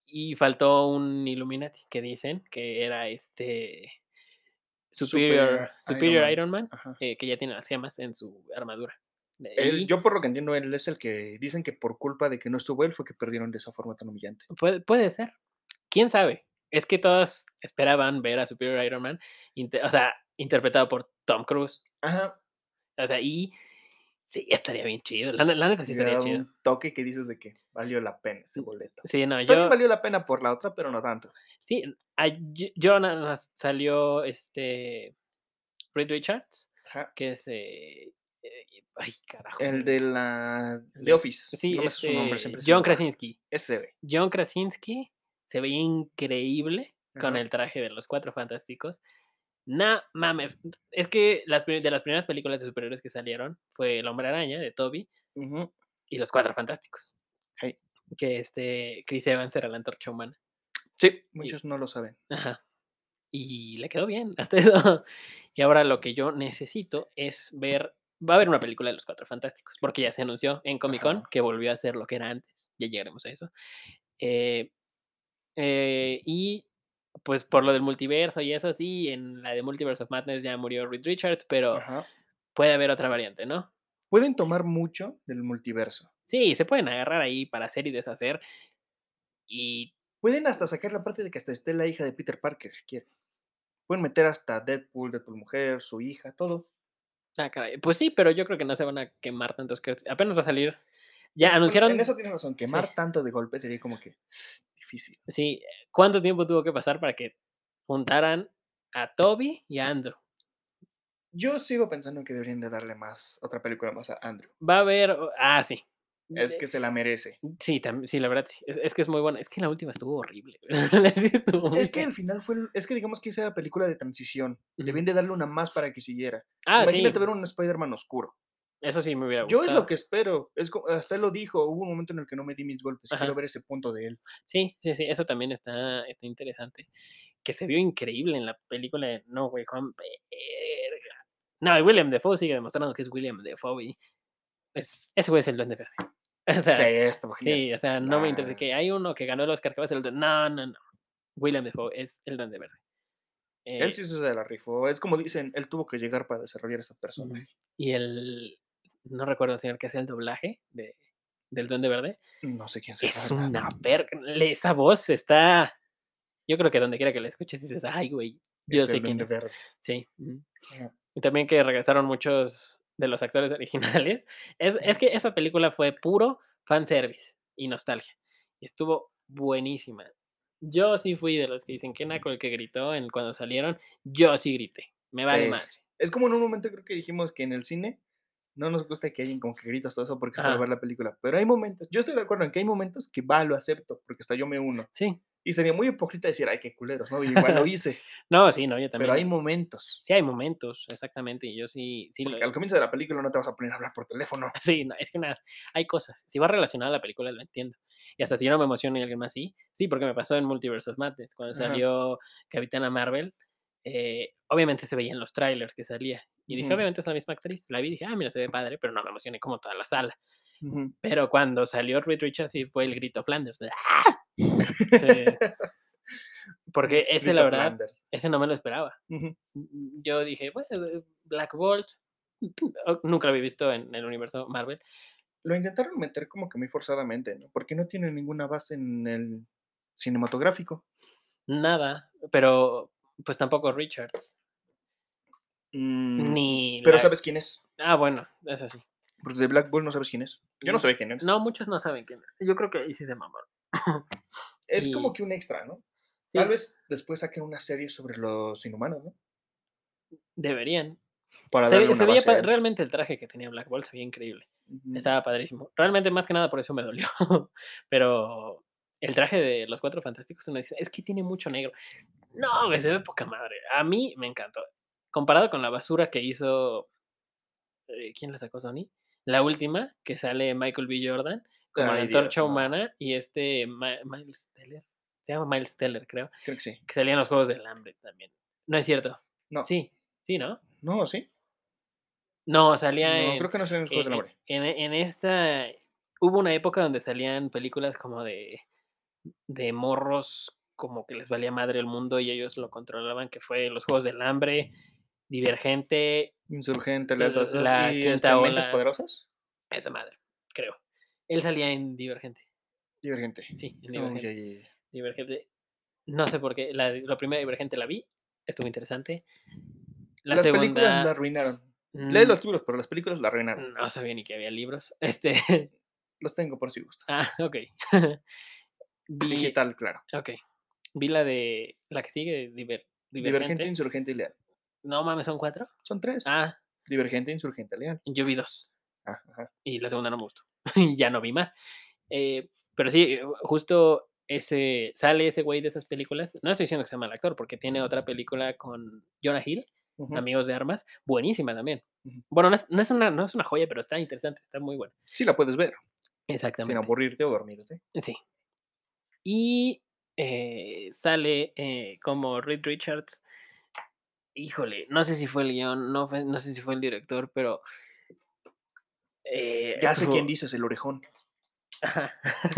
[SPEAKER 1] y faltó un Illuminati que dicen que era este Superior,
[SPEAKER 2] Superior Iron
[SPEAKER 1] Superior
[SPEAKER 2] Man.
[SPEAKER 1] Iron Man,
[SPEAKER 2] Ajá.
[SPEAKER 1] eh, que ya tiene las gemas en su armadura. De
[SPEAKER 2] Él-
[SPEAKER 1] ahí-
[SPEAKER 2] yo por lo que entiendo, él es el que dicen que por culpa de que no estuvo él fue que perdieron de esa forma tan humillante.
[SPEAKER 1] Puede, puede ser. ¿Quién sabe? Es que todos esperaban ver a Superior Iron Man, inte- o sea, interpretado por Tom Cruise.
[SPEAKER 2] Ajá.
[SPEAKER 1] O sea, y sí, estaría bien chido. La, ne- la neta sí
[SPEAKER 2] le
[SPEAKER 1] estaría
[SPEAKER 2] da
[SPEAKER 1] chido.
[SPEAKER 2] un toque que dices de que valió la pena ese boleto.
[SPEAKER 1] Sí, no,
[SPEAKER 2] Está bien,
[SPEAKER 1] yo.
[SPEAKER 2] valió la pena por la otra, pero no tanto.
[SPEAKER 1] Sí, a- yo- yo nada más salió este. Reed Richards,
[SPEAKER 2] Ajá.
[SPEAKER 1] que es. eh, eh, ay, carajo. se
[SPEAKER 2] El
[SPEAKER 1] me-
[SPEAKER 2] de la
[SPEAKER 1] de-
[SPEAKER 2] de Office.
[SPEAKER 1] Sí,
[SPEAKER 2] no me sé su nombre,
[SPEAKER 1] este,
[SPEAKER 2] siempre se me
[SPEAKER 1] John
[SPEAKER 2] va.
[SPEAKER 1] Krasinski.
[SPEAKER 2] Ese güey.
[SPEAKER 1] John Krasinski se veía increíble con
[SPEAKER 2] Ajá.
[SPEAKER 1] el traje de los cuatro fantásticos. Nah, mames. Es que las, pri- de las primeras películas de superhéroes que salieron fue El Hombre Araña de Toby
[SPEAKER 2] Ujú.
[SPEAKER 1] y Los Cuatro Fantásticos.
[SPEAKER 2] Hey.
[SPEAKER 1] Que este Chris Evans era la antorcha humana.
[SPEAKER 2] Sí, muchos no lo saben.
[SPEAKER 1] Ajá. Y le quedó bien, hasta eso. Y ahora lo que yo necesito es ver. Va a haber una película de los Cuatro Fantásticos, porque ya se anunció en Comic Con
[SPEAKER 2] Ajá.
[SPEAKER 1] que volvió a ser lo que era antes. Ya llegaremos a eso. Eh, eh, y pues por lo del multiverso y eso, sí, en la de Multiverse of Madness ya murió Reed Richards, pero
[SPEAKER 2] Ajá.
[SPEAKER 1] puede haber otra variante, ¿no?
[SPEAKER 2] Pueden tomar mucho del multiverso.
[SPEAKER 1] Sí, se pueden agarrar ahí para hacer y deshacer. Y
[SPEAKER 2] Pueden hasta sacar la parte de que hasta esté la hija de Peter Parker, si quieren. Pueden meter hasta Deadpool, Deadpool mujer, su hija, todo.
[SPEAKER 1] Ah, caray. Pues sí, pero yo creo que no se van a quemar tantos créditos. Apenas va a salir. Ya
[SPEAKER 2] Bueno,
[SPEAKER 1] anunciaron.
[SPEAKER 2] pues, En eso tienes razón, quemar
[SPEAKER 1] Sí.
[SPEAKER 2] tanto de golpe sería como que difícil.
[SPEAKER 1] Sí. ¿Cuánto tiempo tuvo que pasar para que juntaran a Toby y a Andrew?
[SPEAKER 2] Yo sigo pensando que deberían de darle más, otra película más a Andrew.
[SPEAKER 1] Va a haber. o- Ah, sí.
[SPEAKER 2] Es
[SPEAKER 1] Eh,
[SPEAKER 2] que se la merece.
[SPEAKER 1] Sí, tam- sí, la verdad, sí. Es, es que es muy buena. Es que la última estuvo horrible. La sí estuvo muy
[SPEAKER 2] Es que
[SPEAKER 1] fea.
[SPEAKER 2] al final fue, el- es que digamos que esa era la película de transición.
[SPEAKER 1] Ujú.
[SPEAKER 2] Debían de darle una más para que siguiera.
[SPEAKER 1] Ah, sí.
[SPEAKER 2] Imagínate ver un Spider-Man oscuro.
[SPEAKER 1] Eso sí me hubiera
[SPEAKER 2] Yo
[SPEAKER 1] gustado.
[SPEAKER 2] es lo que espero. Es co- hasta él lo dijo. Hubo un momento en el que no me di mis golpes.
[SPEAKER 1] Ajá.
[SPEAKER 2] Quiero ver ese punto de él.
[SPEAKER 1] Sí, sí, sí. Eso también está, está interesante. Que se vio increíble en la película de No Way Home. verga. No, y William Defoe sigue demostrando que es William Defoe. Y es, ese güey es el duende verde. O sea,
[SPEAKER 2] Sí,
[SPEAKER 1] sí,
[SPEAKER 2] está genial.
[SPEAKER 1] o sea, no me interesa
[SPEAKER 2] Nah.
[SPEAKER 1] que hay uno que ganó el Oscar que va a ser el duende. No, no, no. William Defoe es el duende verde. Eh,
[SPEAKER 2] Él sí se la rifó. Es como dicen, él tuvo que llegar para desarrollar esa
[SPEAKER 1] ujú.
[SPEAKER 2] persona.
[SPEAKER 1] Y el. No recuerdo el señor que hace el doblaje de, del duende verde.
[SPEAKER 2] No sé quién se
[SPEAKER 1] Es una verga. le- Esa voz está. Yo creo que donde quiera que la escuches dices, ay, güey. Yo sé quién es.
[SPEAKER 2] verde.
[SPEAKER 1] Sí. ujú.
[SPEAKER 2] Ajá.
[SPEAKER 1] Y también que regresaron muchos de los actores originales. Es, es que esa película fue puro fanservice y nostalgia. y Estuvo buenísima. Yo sí fui de los que dicen que naco el que gritó en cuando salieron. Yo sí grité. Me vale
[SPEAKER 2] Sí.
[SPEAKER 1] madre.
[SPEAKER 2] Es como en un momento creo que dijimos que en el cine no nos gusta que hayan como que gritos todo eso porque es para
[SPEAKER 1] Ajá.
[SPEAKER 2] ver la película. Pero hay momentos, yo estoy de acuerdo en que hay momentos que va, lo acepto, porque hasta yo me uno.
[SPEAKER 1] Sí.
[SPEAKER 2] Y sería muy hipócrita decir, ay, qué culeros, ¿no? Y igual lo hice.
[SPEAKER 1] No, sí, no, yo también.
[SPEAKER 2] pero hay momentos.
[SPEAKER 1] Sí, hay momentos, exactamente. Y yo sí, sí lo.
[SPEAKER 2] Porque al comienzo de la película no te vas a poner a hablar por teléfono.
[SPEAKER 1] Sí, no, es que nada, hay cosas. Si va relacionada a la película, lo entiendo. Y hasta si yo no me emociono y alguien más sí, sí, porque me pasó en Multiverse of Madness, cuando
[SPEAKER 2] Ajá.
[SPEAKER 1] salió Capitana Marvel, eh, obviamente se veía en los trailers que salía. Y dije,
[SPEAKER 2] Ujú.
[SPEAKER 1] obviamente es la misma actriz. La vi y dije, ah, mira, se ve padre, pero no me emocioné como toda la sala.
[SPEAKER 2] Ujú.
[SPEAKER 1] Pero cuando salió Reed Richards, sí fue el grito Flanders. de, "¡Ah!". Sí, porque ese, la
[SPEAKER 2] Grito
[SPEAKER 1] verdad,
[SPEAKER 2] Flanders.
[SPEAKER 1] ese no me lo esperaba.
[SPEAKER 2] Ujú.
[SPEAKER 1] Mm, yo dije, bueno, eh, Black Bolt, o- nunca lo había visto en el universo Marvel.
[SPEAKER 2] Lo intentaron meter como que muy forzadamente, ¿no? Porque no tiene ninguna base en el cinematográfico.
[SPEAKER 1] Nada, pero Pues tampoco Richards.
[SPEAKER 2] Mm,
[SPEAKER 1] Ni.
[SPEAKER 2] Pero
[SPEAKER 1] la-
[SPEAKER 2] sabes quién es.
[SPEAKER 1] Ah, bueno, eso sí.
[SPEAKER 2] Porque de Black Bull no sabes quién es. Yo no
[SPEAKER 1] Mm.
[SPEAKER 2] sabía quién era.
[SPEAKER 1] No, muchos no saben quién es. Yo creo que ahí sí se mamaron.
[SPEAKER 2] Es como
[SPEAKER 1] Y-
[SPEAKER 2] que un extra, ¿no?
[SPEAKER 1] Sí,
[SPEAKER 2] Tal vez después saquen una serie sobre los inhumanos, ¿no?
[SPEAKER 1] Deberían.
[SPEAKER 2] Para
[SPEAKER 1] Se, ve-
[SPEAKER 2] darle una
[SPEAKER 1] se veía
[SPEAKER 2] base
[SPEAKER 1] pa-
[SPEAKER 2] a él.
[SPEAKER 1] realmente el traje que tenía Black Bolt se veía increíble.
[SPEAKER 2] Ujú.
[SPEAKER 1] Estaba padrísimo. Realmente, más que nada, por eso me dolió. Pero el traje de los cuatro fantásticos uno dice, es que tiene mucho negro. No, güey, se ve poca madre. A mí me encantó. Comparado con la basura que hizo. eh, ¿Quién la sacó Sony? La última, que sale Michael B. Jordan, como la
[SPEAKER 2] Ay,
[SPEAKER 1] antorcha
[SPEAKER 2] Dios, no.
[SPEAKER 1] humana, y este Ma- Miles Teller. Se llama Miles Teller, creo.
[SPEAKER 2] Creo que sí.
[SPEAKER 1] Que salían los Juegos del Hambre también. No es cierto.
[SPEAKER 2] No.
[SPEAKER 1] Sí, sí, ¿no?
[SPEAKER 2] No, sí.
[SPEAKER 1] No, salía
[SPEAKER 2] No,
[SPEAKER 1] en-
[SPEAKER 2] creo que no salieron los Juegos del
[SPEAKER 1] eh,
[SPEAKER 2] Hambre.
[SPEAKER 1] En, en esta. Hubo una época donde salían películas como de. de morros, como que les valía madre el mundo y ellos lo controlaban, que fue Los Juegos del Hambre, Divergente,
[SPEAKER 2] Insurgente, las
[SPEAKER 1] lo-
[SPEAKER 2] dos
[SPEAKER 1] eh, la
[SPEAKER 2] y
[SPEAKER 1] quinta
[SPEAKER 2] este, Mentes
[SPEAKER 1] ola.
[SPEAKER 2] Poderosas.
[SPEAKER 1] esa madre, creo. Él salía en Divergente.
[SPEAKER 2] Divergente.
[SPEAKER 1] Sí, en
[SPEAKER 2] Oh,
[SPEAKER 1] Divergente.
[SPEAKER 2] ya, ya, ya.
[SPEAKER 1] Divergente. No sé por qué. La, la primera Divergente la vi, estuvo interesante. La
[SPEAKER 2] las películas la
[SPEAKER 1] segunda.
[SPEAKER 2] arruinaron.
[SPEAKER 1] mm,
[SPEAKER 2] Lees los libros, pero las películas la arruinaron.
[SPEAKER 1] No sabía ni que había libros. Este.
[SPEAKER 2] Los tengo por si gustas.
[SPEAKER 1] Ah, ok. Vi-
[SPEAKER 2] Digital, claro.
[SPEAKER 1] Ok. Vi la de. La que sigue, Diver, Divergente.
[SPEAKER 2] Divergente, Insurgente y Leal.
[SPEAKER 1] No mames, son cuatro.
[SPEAKER 2] Son tres.
[SPEAKER 1] Ah,
[SPEAKER 2] Divergente, Insurgente, Leal.
[SPEAKER 1] yo vi dos.
[SPEAKER 2] Ah, ajá.
[SPEAKER 1] Y la segunda no me gustó. y ya no vi más. Eh, pero sí, eh, justo ese. Sale ese güey de esas películas. No estoy diciendo que sea mal actor, porque tiene otra película con Jonah Hill,
[SPEAKER 2] Ujú.
[SPEAKER 1] Amigos de Armas. Buenísima también.
[SPEAKER 2] Ujú.
[SPEAKER 1] Bueno, no es, no es una, no es una joya, pero está interesante, está muy buena.
[SPEAKER 2] Sí la puedes ver, sin
[SPEAKER 1] Exactamente.
[SPEAKER 2] aburrirte o dormirte.
[SPEAKER 1] Sí. Y eh, sale eh, como Reed Richards. Híjole, no sé si fue el guión, no, fue- no sé si fue el director, pero. eh,
[SPEAKER 2] Ya sé quién
[SPEAKER 1] estuvo-
[SPEAKER 2] dices, el orejón.
[SPEAKER 1] Ajá,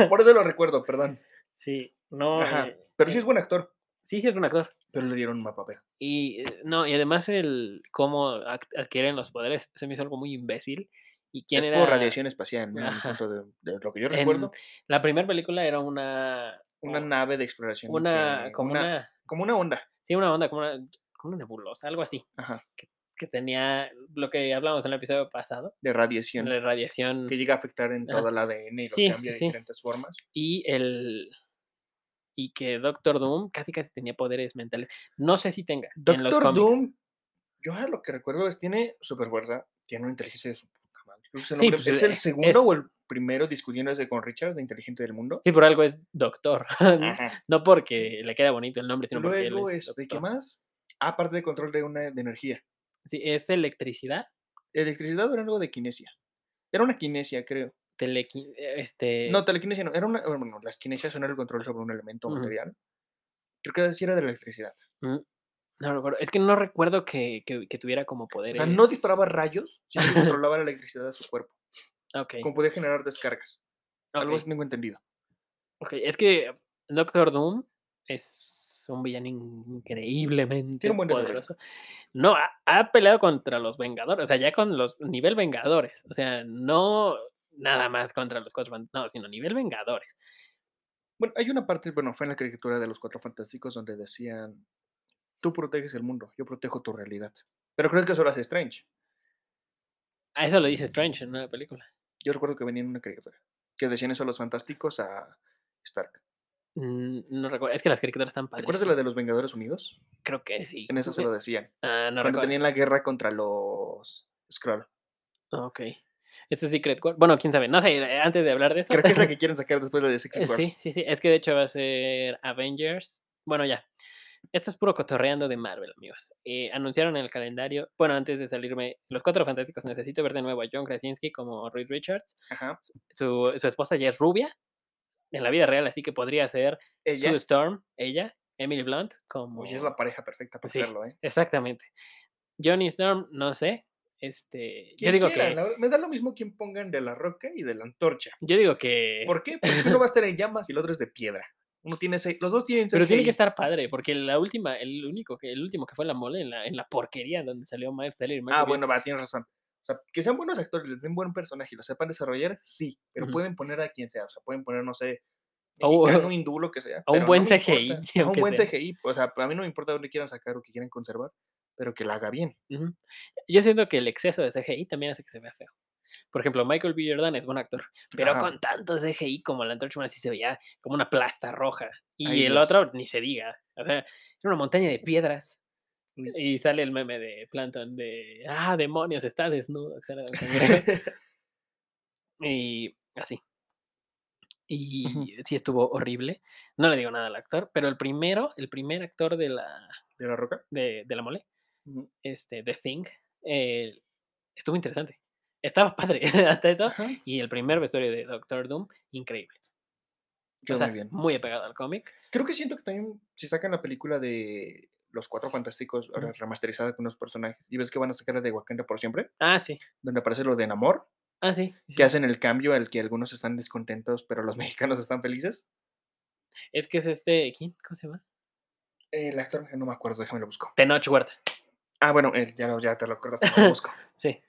[SPEAKER 2] Por eso lo recuerdo, perdón.
[SPEAKER 1] sí, no.
[SPEAKER 2] Ajá,
[SPEAKER 1] eh,
[SPEAKER 2] Pero sí
[SPEAKER 1] eh,
[SPEAKER 2] es buen actor.
[SPEAKER 1] sí, sí es un actor.
[SPEAKER 2] Pero le dieron más papel.
[SPEAKER 1] Y eh, no, y además el cómo ac- adquieren los poderes se me hizo algo muy imbécil. ¿Y quién
[SPEAKER 2] Es
[SPEAKER 1] era?
[SPEAKER 2] por radiación espacial, ¿no?
[SPEAKER 1] Ajá.
[SPEAKER 2] Tanto de, de lo que yo
[SPEAKER 1] En
[SPEAKER 2] recuerdo.
[SPEAKER 1] La primera película era una.
[SPEAKER 2] Una
[SPEAKER 1] o-
[SPEAKER 2] nave de exploración.
[SPEAKER 1] una
[SPEAKER 2] que-
[SPEAKER 1] como
[SPEAKER 2] una,
[SPEAKER 1] una.
[SPEAKER 2] como una onda.
[SPEAKER 1] Sí, una onda, como una, como una nebulosa, algo así.
[SPEAKER 2] Ajá.
[SPEAKER 1] que tenía lo que hablábamos en el episodio pasado,
[SPEAKER 2] De radiación.
[SPEAKER 1] la radiación
[SPEAKER 2] Que llega a afectar en
[SPEAKER 1] Ajá.
[SPEAKER 2] toda la ADN y lo
[SPEAKER 1] Sí, sí,
[SPEAKER 2] cambia de
[SPEAKER 1] sí.
[SPEAKER 2] diferentes formas.
[SPEAKER 1] y el y que Doctor Doom casi casi tenía poderes mentales. No sé si tenga en los
[SPEAKER 2] Doctor
[SPEAKER 1] cómics.
[SPEAKER 2] Doom, yo a lo que recuerdo es tiene super fuerza, tiene una inteligencia de su puta madre. Creo que es el
[SPEAKER 1] Sí,
[SPEAKER 2] nombre-
[SPEAKER 1] pues,
[SPEAKER 2] ¿Es el
[SPEAKER 1] eh,
[SPEAKER 2] segundo o
[SPEAKER 1] es-
[SPEAKER 2] el primero discutiendo ese con Richards de inteligente del mundo?
[SPEAKER 1] Sí, por algo es doctor.
[SPEAKER 2] Ajá.
[SPEAKER 1] no porque le queda bonito el nombre, sino porque él
[SPEAKER 2] Luego
[SPEAKER 1] es
[SPEAKER 2] es, ¿de qué
[SPEAKER 1] doctor.
[SPEAKER 2] más? Ah, Aparte de control de una de energía.
[SPEAKER 1] Sí, es electricidad,
[SPEAKER 2] Electricidad o era algo de kinesia. Era una kinesia, creo.
[SPEAKER 1] telequi- eh, este
[SPEAKER 2] No, telequinesia no. Era una, bueno, las kinesias son el control sobre un elemento o
[SPEAKER 1] Ujú.
[SPEAKER 2] material. Creo que sí era de electricidad.
[SPEAKER 1] no recuerdo, es que no recuerdo que, que- que tuviera como
[SPEAKER 2] O
[SPEAKER 1] poderes.
[SPEAKER 2] sea, no disparaba rayos, sino que controlaba la electricidad de su cuerpo.
[SPEAKER 1] Ok,
[SPEAKER 2] Como podía generar descargas. Algo
[SPEAKER 1] ok,
[SPEAKER 2] así tengo entendido.
[SPEAKER 1] ok. es que Doctor Doom es un villano increíblemente
[SPEAKER 2] Tiene un buen desarrollo.
[SPEAKER 1] poderoso. No, ha, ha peleado contra los Vengadores, o sea, ya con los nivel Vengadores, o sea, no nada más contra los cuatro, fan- no, sino nivel Vengadores.
[SPEAKER 2] Bueno, hay una parte, bueno, fue en la caricatura de los Cuatro Fantásticos donde decían, tú proteges el mundo, yo protejo tu realidad. Pero creo que eso lo hace Strange.
[SPEAKER 1] A eso lo dice Strange en una película.
[SPEAKER 2] Yo recuerdo que venía en una caricatura, que decían eso a los Fantásticos a Stark. ¿Te
[SPEAKER 1] Mm, No recuerdo, es que las caricaturas están padres.
[SPEAKER 2] acuerdas de la de los Vengadores Unidos?
[SPEAKER 1] Creo que sí.
[SPEAKER 2] En eso se
[SPEAKER 1] creo
[SPEAKER 2] lo
[SPEAKER 1] que-
[SPEAKER 2] decían.
[SPEAKER 1] Ah, no
[SPEAKER 2] cuando
[SPEAKER 1] recuerdo.
[SPEAKER 2] tenían la guerra contra los Skrull.
[SPEAKER 1] Ok. Este Secret War. Bueno, quién sabe, no sé, eh, antes de hablar de eso.
[SPEAKER 2] Creo que es la que quieren sacar después de The Secret
[SPEAKER 1] eh,
[SPEAKER 2] Wars.
[SPEAKER 1] Sí, sí, sí. Es que de hecho va a ser Avengers. Bueno, ya. Esto es puro cotorreando de Marvel, amigos. Eh, anunciaron en el calendario, bueno, antes de salirme, los cuatro fantásticos necesito ver de nuevo a John Krasinski como Reed Richards.
[SPEAKER 2] Ajá.
[SPEAKER 1] Su, su esposa ya es rubia en la vida real, así que podría ser
[SPEAKER 2] Ella,
[SPEAKER 1] Sue Storm, ella, Emily Blunt, como.
[SPEAKER 2] oye, es la pareja perfecta para
[SPEAKER 1] Sí.
[SPEAKER 2] hacerlo, ¿eh?
[SPEAKER 1] Exactamente. Johnny Storm, no sé. Este, yo
[SPEAKER 2] Quien
[SPEAKER 1] digo
[SPEAKER 2] quiera,
[SPEAKER 1] que
[SPEAKER 2] la verdad, me da lo mismo quien pongan de la roca y de la antorcha.
[SPEAKER 1] yo digo que
[SPEAKER 2] ¿Por qué? Porque uno va a estar en llamas y el otro es de piedra. Uno tiene seis, los dos tienen
[SPEAKER 1] pero tiene
[SPEAKER 2] CGI.
[SPEAKER 1] que estar padre, porque la última, el único que el último que fue en la mole en la, en la porquería donde salió Miles Teller y Michael
[SPEAKER 2] Ah,
[SPEAKER 1] B.
[SPEAKER 2] bueno, va, tienes razón. O sea, que sean buenos actores, les den buen personaje y lo sepan desarrollar, sí, pero
[SPEAKER 1] Ujú.
[SPEAKER 2] pueden poner a quien sea. O sea, pueden poner, no sé,
[SPEAKER 1] O-
[SPEAKER 2] mexicano, hindú, lo que sea.
[SPEAKER 1] o un
[SPEAKER 2] pero
[SPEAKER 1] buen
[SPEAKER 2] me
[SPEAKER 1] CGI,
[SPEAKER 2] importa, a un
[SPEAKER 1] aunque
[SPEAKER 2] buen
[SPEAKER 1] sea.
[SPEAKER 2] CGI. O sea, a mí no me importa dónde quieran sacar o que quieran conservar, pero que la haga bien.
[SPEAKER 1] Ujú. Yo siento que el exceso de CGI también hace que se vea feo. Por ejemplo, Michael B. Jordan es buen actor, pero
[SPEAKER 2] Ajá.
[SPEAKER 1] con tanto CGI como la Antorcha Humana sí se veía como una plasta roja. Y
[SPEAKER 2] Ay,
[SPEAKER 1] el
[SPEAKER 2] Dios.
[SPEAKER 1] otro ni se diga. O sea, era una montaña de piedras.
[SPEAKER 2] Uy.
[SPEAKER 1] Y sale el meme de Planton de, ah, demonios, está desnudo. que sale el cangrejo. y así. Y
[SPEAKER 2] Ujú.
[SPEAKER 1] sí estuvo horrible. No le digo nada al actor, pero el primero, el primer actor de la,
[SPEAKER 2] ¿De la roca? Mm,
[SPEAKER 1] de, de la mole,
[SPEAKER 2] Ujú.
[SPEAKER 1] este, The Thing, eh, estuvo interesante. Estaba padre hasta eso.
[SPEAKER 2] Ajá.
[SPEAKER 1] Y el primer vestuario de Doctor Doom, increíble.
[SPEAKER 2] Quedó
[SPEAKER 1] o sea,
[SPEAKER 2] muy
[SPEAKER 1] muy,
[SPEAKER 2] bien.
[SPEAKER 1] apegado al cómic.
[SPEAKER 2] Creo que siento que también, si sacan la película de Los Cuatro Fantásticos, ahora remasterizada con unos personajes, y ves que van a sacar la de Wakanda por siempre,
[SPEAKER 1] Ah, sí.
[SPEAKER 2] donde aparece lo de Namor,
[SPEAKER 1] Ah, sí. sí, sí.
[SPEAKER 2] que hacen el cambio al que algunos están descontentos, pero los mexicanos están felices.
[SPEAKER 1] Es que es este. ¿Quién? ¿Cómo se llama?
[SPEAKER 2] El actor, no me acuerdo, déjame lo busco.
[SPEAKER 1] Tenoch Huerta.
[SPEAKER 2] Ah, bueno, él, ya, lo- ya te lo acordaste, lo busco.
[SPEAKER 1] Sí.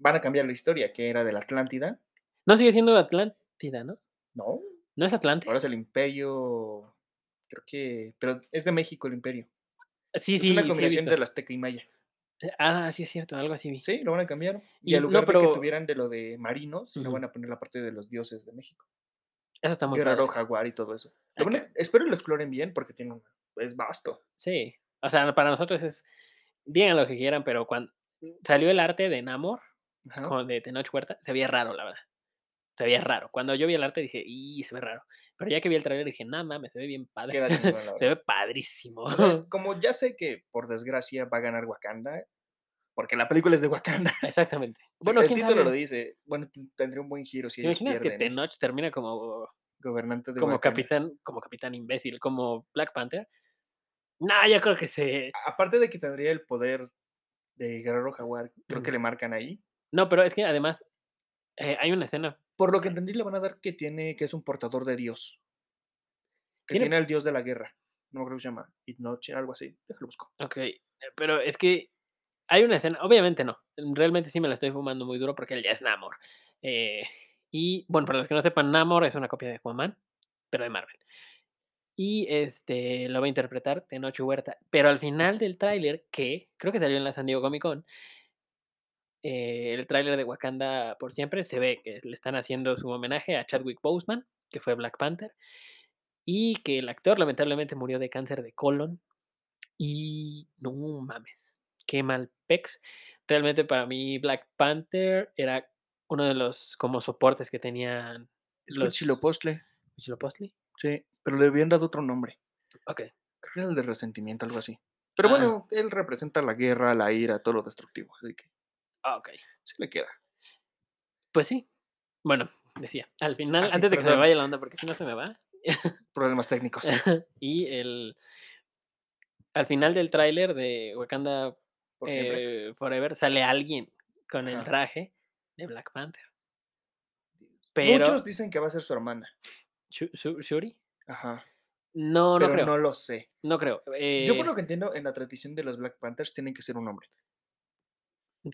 [SPEAKER 2] Van a cambiar la historia, que era de la Atlántida.
[SPEAKER 1] No sigue siendo Atlántida, ¿no?
[SPEAKER 2] No,
[SPEAKER 1] ¿No es Atlante?
[SPEAKER 2] ahora es el Imperio. Creo que. Pero es de México el Imperio.
[SPEAKER 1] Sí,
[SPEAKER 2] es
[SPEAKER 1] sí.
[SPEAKER 2] una
[SPEAKER 1] sí he
[SPEAKER 2] combinación
[SPEAKER 1] visto.
[SPEAKER 2] del Azteca y Maya.
[SPEAKER 1] Ah, sí, es cierto. Algo así vi.
[SPEAKER 2] Sí, lo van a cambiar. Y,
[SPEAKER 1] Y-
[SPEAKER 2] al
[SPEAKER 1] no,
[SPEAKER 2] lugar de
[SPEAKER 1] pero-
[SPEAKER 2] que tuvieran de lo de marinos, lo
[SPEAKER 1] Ujú.
[SPEAKER 2] van a poner la parte de los dioses de México.
[SPEAKER 1] Eso está muy
[SPEAKER 2] Guerrero,
[SPEAKER 1] padre.
[SPEAKER 2] jaguar y todo eso. Lo bueno-
[SPEAKER 1] Acá.
[SPEAKER 2] espero lo exploren bien porque tiene un, es vasto.
[SPEAKER 1] Sí. O sea, para nosotros es. Digan lo que quieran, pero cuando salió el arte de Namor,
[SPEAKER 2] Ajá.
[SPEAKER 1] con- de Tenoch Huerta, se veía raro, la verdad. Se veía raro. Cuando yo vi el arte dije, y se ve raro. Pero ya que vi el trailer dije, nada mames, se ve bien padre.
[SPEAKER 2] Queda chingón, la
[SPEAKER 1] se
[SPEAKER 2] verdad.
[SPEAKER 1] ve padrísimo.
[SPEAKER 2] O sea, como ya sé que por desgracia va a ganar Wakanda, porque la película es de Wakanda.
[SPEAKER 1] Exactamente.
[SPEAKER 2] Bueno,
[SPEAKER 1] Bueno,
[SPEAKER 2] el
[SPEAKER 1] quién
[SPEAKER 2] título lo
[SPEAKER 1] sabe.
[SPEAKER 2] dice. Bueno, t- tendría un buen giro si
[SPEAKER 1] ¿Te
[SPEAKER 2] ellos
[SPEAKER 1] imaginas que
[SPEAKER 2] pierden,
[SPEAKER 1] Tenoch termina como,
[SPEAKER 2] gobernante de
[SPEAKER 1] como
[SPEAKER 2] Wakanda.
[SPEAKER 1] capitán, como capitán imbécil, como Black Panther? No, yo creo que se.
[SPEAKER 2] A- Aparte de que tendría el poder de Guerrero Jaguar, creo que
[SPEAKER 1] Ujú.
[SPEAKER 2] le marcan ahí.
[SPEAKER 1] No, pero es que además eh, hay una escena.
[SPEAKER 2] Por lo que entendí, le van a dar que tiene, que es un portador de Dios. Que
[SPEAKER 1] Tiene-
[SPEAKER 2] tiene, al Dios de la guerra. No creo que se llama. Noche, algo así. Déjalo busco.
[SPEAKER 1] Ok, eh, pero es que hay una escena. Obviamente no. Realmente sí me la estoy fumando muy duro porque él ya es Namor. Eh, y bueno, para los que no sepan, Namor es una copia de Aquaman, pero de Marvel. Y este lo va a interpretar Tenoch Huerta. Pero al final del tráiler, que creo que salió en la San Diego Comic Con, eh, el tráiler de Wakanda por siempre se ve que le están haciendo su homenaje a Chadwick Boseman, que fue Black Panther, y que el actor lamentablemente murió de cáncer de colon. Y no mames, qué mal pex. Realmente para mí Black Panther era uno de los como soportes que tenían
[SPEAKER 2] Es
[SPEAKER 1] los
[SPEAKER 2] Huitzilopochtli,
[SPEAKER 1] Huitzilopochtli.
[SPEAKER 2] Sí, pero le habían dado otro nombre.
[SPEAKER 1] Ok.
[SPEAKER 2] Creo que era el de resentimiento, algo así. Pero
[SPEAKER 1] Ah.
[SPEAKER 2] bueno, él representa la guerra, la ira, todo lo destructivo. Así que
[SPEAKER 1] ah, ok.
[SPEAKER 2] sí le queda.
[SPEAKER 1] Pues sí. Bueno, decía, al final,
[SPEAKER 2] Ah, sí,
[SPEAKER 1] antes de que se me
[SPEAKER 2] perdón.
[SPEAKER 1] vaya la onda, porque si no se me va.
[SPEAKER 2] Problemas técnicos.
[SPEAKER 1] y el. Al final del tráiler de Wakanda
[SPEAKER 2] Por siempre.
[SPEAKER 1] eh, Forever sale alguien con el
[SPEAKER 2] Ajá.
[SPEAKER 1] traje de Black Panther. Pero.
[SPEAKER 2] Muchos dicen que va a ser su hermana.
[SPEAKER 1] Shu- Shu- ¿Shuri?
[SPEAKER 2] Ajá.
[SPEAKER 1] No, no
[SPEAKER 2] pero
[SPEAKER 1] creo.
[SPEAKER 2] no
[SPEAKER 1] No,
[SPEAKER 2] lo sé.
[SPEAKER 1] creo.
[SPEAKER 2] Yo
[SPEAKER 1] eh,
[SPEAKER 2] por lo que entiendo, en la tradición de los Black Panthers tienen que ser un hombre.